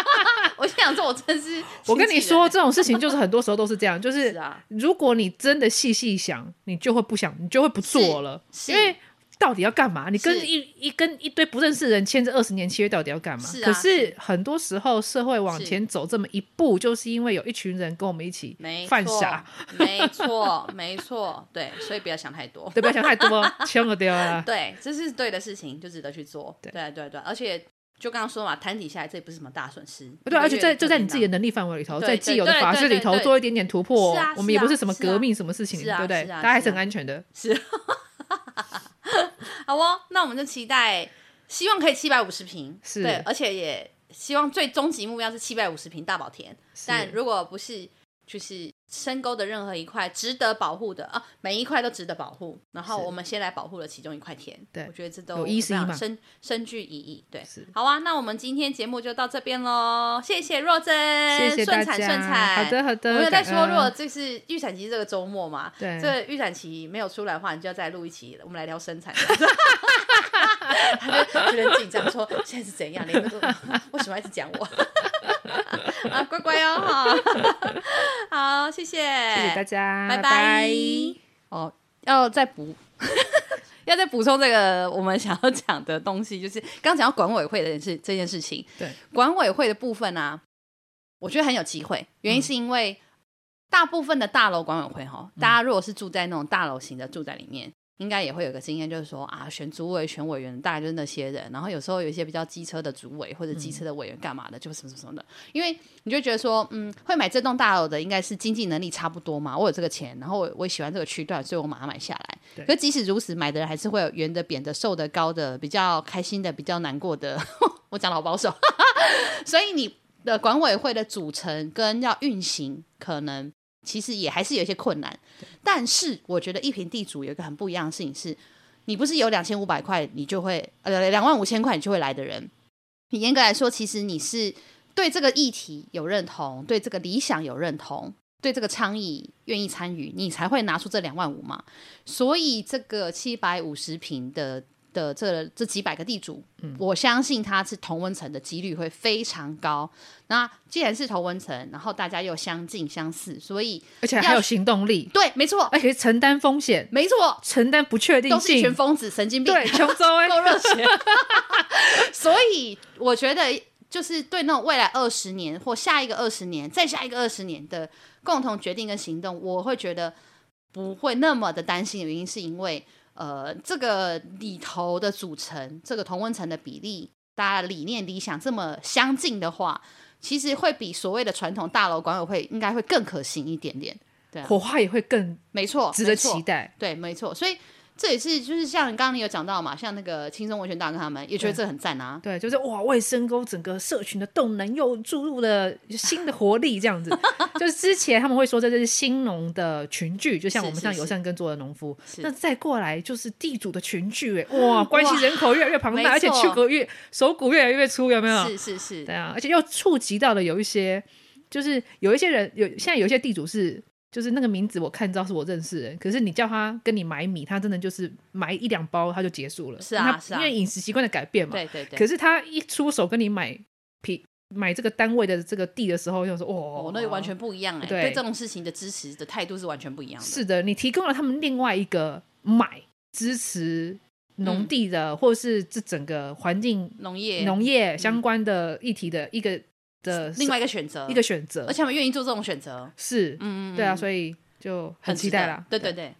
[SPEAKER 1] *laughs* 我就想说，我真是
[SPEAKER 2] 我跟
[SPEAKER 1] 经纪
[SPEAKER 2] 你
[SPEAKER 1] 人
[SPEAKER 2] 说，，这种事情就是很多时候都是这样，就是
[SPEAKER 1] 是啊 *laughs*
[SPEAKER 2] 如果你真的细细想，你就会不想，你就会不做了，
[SPEAKER 1] 是
[SPEAKER 2] 因为到底要干嘛？你跟
[SPEAKER 1] 是
[SPEAKER 2] 一一跟一堆不认识的人签这二十年契约，到底要干嘛？
[SPEAKER 1] 是啊
[SPEAKER 2] 可是
[SPEAKER 1] 是
[SPEAKER 2] 很多时候，社会往
[SPEAKER 1] 是
[SPEAKER 2] 前走这么一步，就是因为有一群人跟我们一起
[SPEAKER 1] 没
[SPEAKER 2] 犯
[SPEAKER 1] 错
[SPEAKER 2] 傻，
[SPEAKER 1] 没错，没错，对，所以不要想太多。
[SPEAKER 2] 对，不要想
[SPEAKER 1] *laughs*
[SPEAKER 2] 太多，千万不要啊！
[SPEAKER 1] 对，这是对的事情，就值得去做。
[SPEAKER 2] 对
[SPEAKER 1] 对啊对啊对啊，而且就刚刚说嘛，摊底下来这也不是什么大损失。
[SPEAKER 2] 不对，
[SPEAKER 1] 一个
[SPEAKER 2] 而且
[SPEAKER 1] 月
[SPEAKER 2] 在
[SPEAKER 1] 的
[SPEAKER 2] 就在你自己的
[SPEAKER 1] 便
[SPEAKER 2] 能力范围里头，
[SPEAKER 1] 对
[SPEAKER 2] 在
[SPEAKER 1] 对
[SPEAKER 2] 既有的
[SPEAKER 1] 对
[SPEAKER 2] 法
[SPEAKER 1] 对
[SPEAKER 2] 式里
[SPEAKER 1] 对
[SPEAKER 2] 头
[SPEAKER 1] 对
[SPEAKER 2] 做一点点突破
[SPEAKER 1] 是啊，
[SPEAKER 2] 我们也不
[SPEAKER 1] 是啊
[SPEAKER 2] 是什么
[SPEAKER 1] 是
[SPEAKER 2] 革
[SPEAKER 1] 啊
[SPEAKER 2] 命什么事情，
[SPEAKER 1] 是啊
[SPEAKER 2] 对不对？
[SPEAKER 1] 是啊
[SPEAKER 2] 大家还
[SPEAKER 1] 是
[SPEAKER 2] 是
[SPEAKER 1] 啊
[SPEAKER 2] 很安全的。
[SPEAKER 1] 当好哦，那我们就期待，希望可以七百五十平，
[SPEAKER 2] 是
[SPEAKER 1] 对，而且也希望最终极目标是七百五十平大宝田。但如果不是，就是深沟的任何一块值得保护的啊，每一块都值得保护。然后
[SPEAKER 2] 是
[SPEAKER 1] 我们先来保护了其中一块田，
[SPEAKER 2] 对
[SPEAKER 1] 我觉得这都
[SPEAKER 2] 有意义
[SPEAKER 1] 非常
[SPEAKER 2] 嘛
[SPEAKER 1] 深深具意义。对
[SPEAKER 2] 是，
[SPEAKER 1] 好啊，那我们今天节目就到这边喽，谢谢若真，
[SPEAKER 2] 谢谢
[SPEAKER 1] 顺
[SPEAKER 2] 大家。
[SPEAKER 1] 产顺产。
[SPEAKER 2] 好的好
[SPEAKER 1] 我
[SPEAKER 2] 的，
[SPEAKER 1] 们有在
[SPEAKER 2] 感
[SPEAKER 1] 说，如果
[SPEAKER 2] 恩
[SPEAKER 1] 就是预产期这个周末嘛，
[SPEAKER 2] 对
[SPEAKER 1] 这个预产期没有出来的话，你就要再录一期，我们来聊生
[SPEAKER 2] *laughs*
[SPEAKER 1] 产。他就有点紧张，说现在是怎样？你们都为什么要一直讲我？啊，乖乖哦， *laughs* 哈，好，谢谢，
[SPEAKER 2] 谢谢大
[SPEAKER 1] 家，
[SPEAKER 2] 家，
[SPEAKER 1] 哎拜
[SPEAKER 2] 拜。
[SPEAKER 1] 哦，要再 *laughs* 补。要再补充这个我们想要讲的东西，就是刚讲到管委会的事这件事情，
[SPEAKER 2] 对，
[SPEAKER 1] 管委会的部分啊，我觉得很有机会，原因是因为大部分的大楼管委会哈，大家如果是住在那种大楼型的住宅里面。应该也会有个经验，就是说啊，选组委、选委员，大概就是那些人。然后有时候有一些比较机车的组委或者机车的委员干嘛的，就什么什么什么的。因为你就觉得说，嗯，会买这栋大楼的应该是经济能力差不多嘛，我有这个钱，然后我我也喜欢这个区段，所以我马上买下来。
[SPEAKER 2] 对
[SPEAKER 1] 可即使如此，买的人还是会有圆的、扁的、瘦的、高的，比较开心的、比较难过的。 *laughs* 我讲的好保守，所以你的管委会的组成跟要运行，可能其实也还是有一些困难。但是我觉得一平地主有一个很不一样的事情是，你不是有两千五百块你就会呃两万五千块你就会来的人，你严格来说，其实你是对这个议题有认同，对这个理想有认同。对这个倡议愿意参与，你才会拿出这两万五嘛。所以这个七百五十平的的这这几百个地主，我相信它是同温层的几率会非常高。那既然是同温层，然后大家又相近相似，所以
[SPEAKER 2] 而且
[SPEAKER 1] 要
[SPEAKER 2] 还有行动力，
[SPEAKER 1] 对，没错，
[SPEAKER 2] 而且承担风险，
[SPEAKER 1] 没错，
[SPEAKER 2] 承担不确定
[SPEAKER 1] 都是一群
[SPEAKER 2] 性，
[SPEAKER 1] 疯子、神经病，
[SPEAKER 2] 对，琼州
[SPEAKER 1] *laughs*
[SPEAKER 2] 哎，
[SPEAKER 1] 够热血。所以我觉得，就是对那种未来二十年或下一个二十年、再下一个二十年的共同决定跟行动，我会觉得不会那么的担心的原因，是因为呃，这个里头的组成，这个同温层的比例，大家理念理想这么相近的话。其实会比所谓的传统大楼管委会应该会更可行一点点，
[SPEAKER 2] *laughs* 火花也会更
[SPEAKER 1] 没错，
[SPEAKER 2] 值得
[SPEAKER 1] 没错
[SPEAKER 2] 期待。
[SPEAKER 1] 对，没错，所以这也是就是像刚刚你有讲到嘛，像那个轻松文学大哥他们也觉得
[SPEAKER 2] 对
[SPEAKER 1] 这很赞啊。
[SPEAKER 2] 对，就是哇，卫生沟整个社群的动能又注入了新的活力，这样子。就是之前他们会说这就是新农的群聚，就像
[SPEAKER 1] 是
[SPEAKER 2] 我们
[SPEAKER 1] 是
[SPEAKER 2] 像
[SPEAKER 1] 是
[SPEAKER 2] 友善耕作的农夫，
[SPEAKER 1] 是
[SPEAKER 2] 那再过来就是地主的群聚，哎，哇，关系人口越来越庞
[SPEAKER 1] 没
[SPEAKER 2] 大，而且
[SPEAKER 1] 错
[SPEAKER 2] 区隔越手骨越来越粗，有没有？
[SPEAKER 1] 是是是，
[SPEAKER 2] 对啊，而且又触及到了有一些，就是有一些人有现在有一些地主是，就是那个名字我看到是我认识的人，可是你叫他跟你买米，他真的就是买一两包他就结束了，
[SPEAKER 1] 是啊
[SPEAKER 2] 他
[SPEAKER 1] 是啊
[SPEAKER 2] 因为饮食习惯的改变嘛。
[SPEAKER 1] 对对对。
[SPEAKER 2] 可是他一出手跟你买皮买这个单位的这个地的时候，就说哦
[SPEAKER 1] 哦，，那完全不一样哎、
[SPEAKER 2] 对
[SPEAKER 1] 对这种事情的支持的态度是完全不一样的。
[SPEAKER 2] 是的，你提供了他们另外一个买支持农
[SPEAKER 1] 嗯
[SPEAKER 2] 地的，或是这整个环境
[SPEAKER 1] 农业嗯
[SPEAKER 2] 农业相关的议题的一个的
[SPEAKER 1] 另外一个选择，
[SPEAKER 2] 一个选择
[SPEAKER 1] 而，且他们愿意做这种选择，
[SPEAKER 2] 是，
[SPEAKER 1] 嗯，嗯
[SPEAKER 2] 对啊，
[SPEAKER 1] 嗯
[SPEAKER 2] 所以就很
[SPEAKER 1] 很
[SPEAKER 2] 期
[SPEAKER 1] 值得
[SPEAKER 2] 待啦。
[SPEAKER 1] 对对对，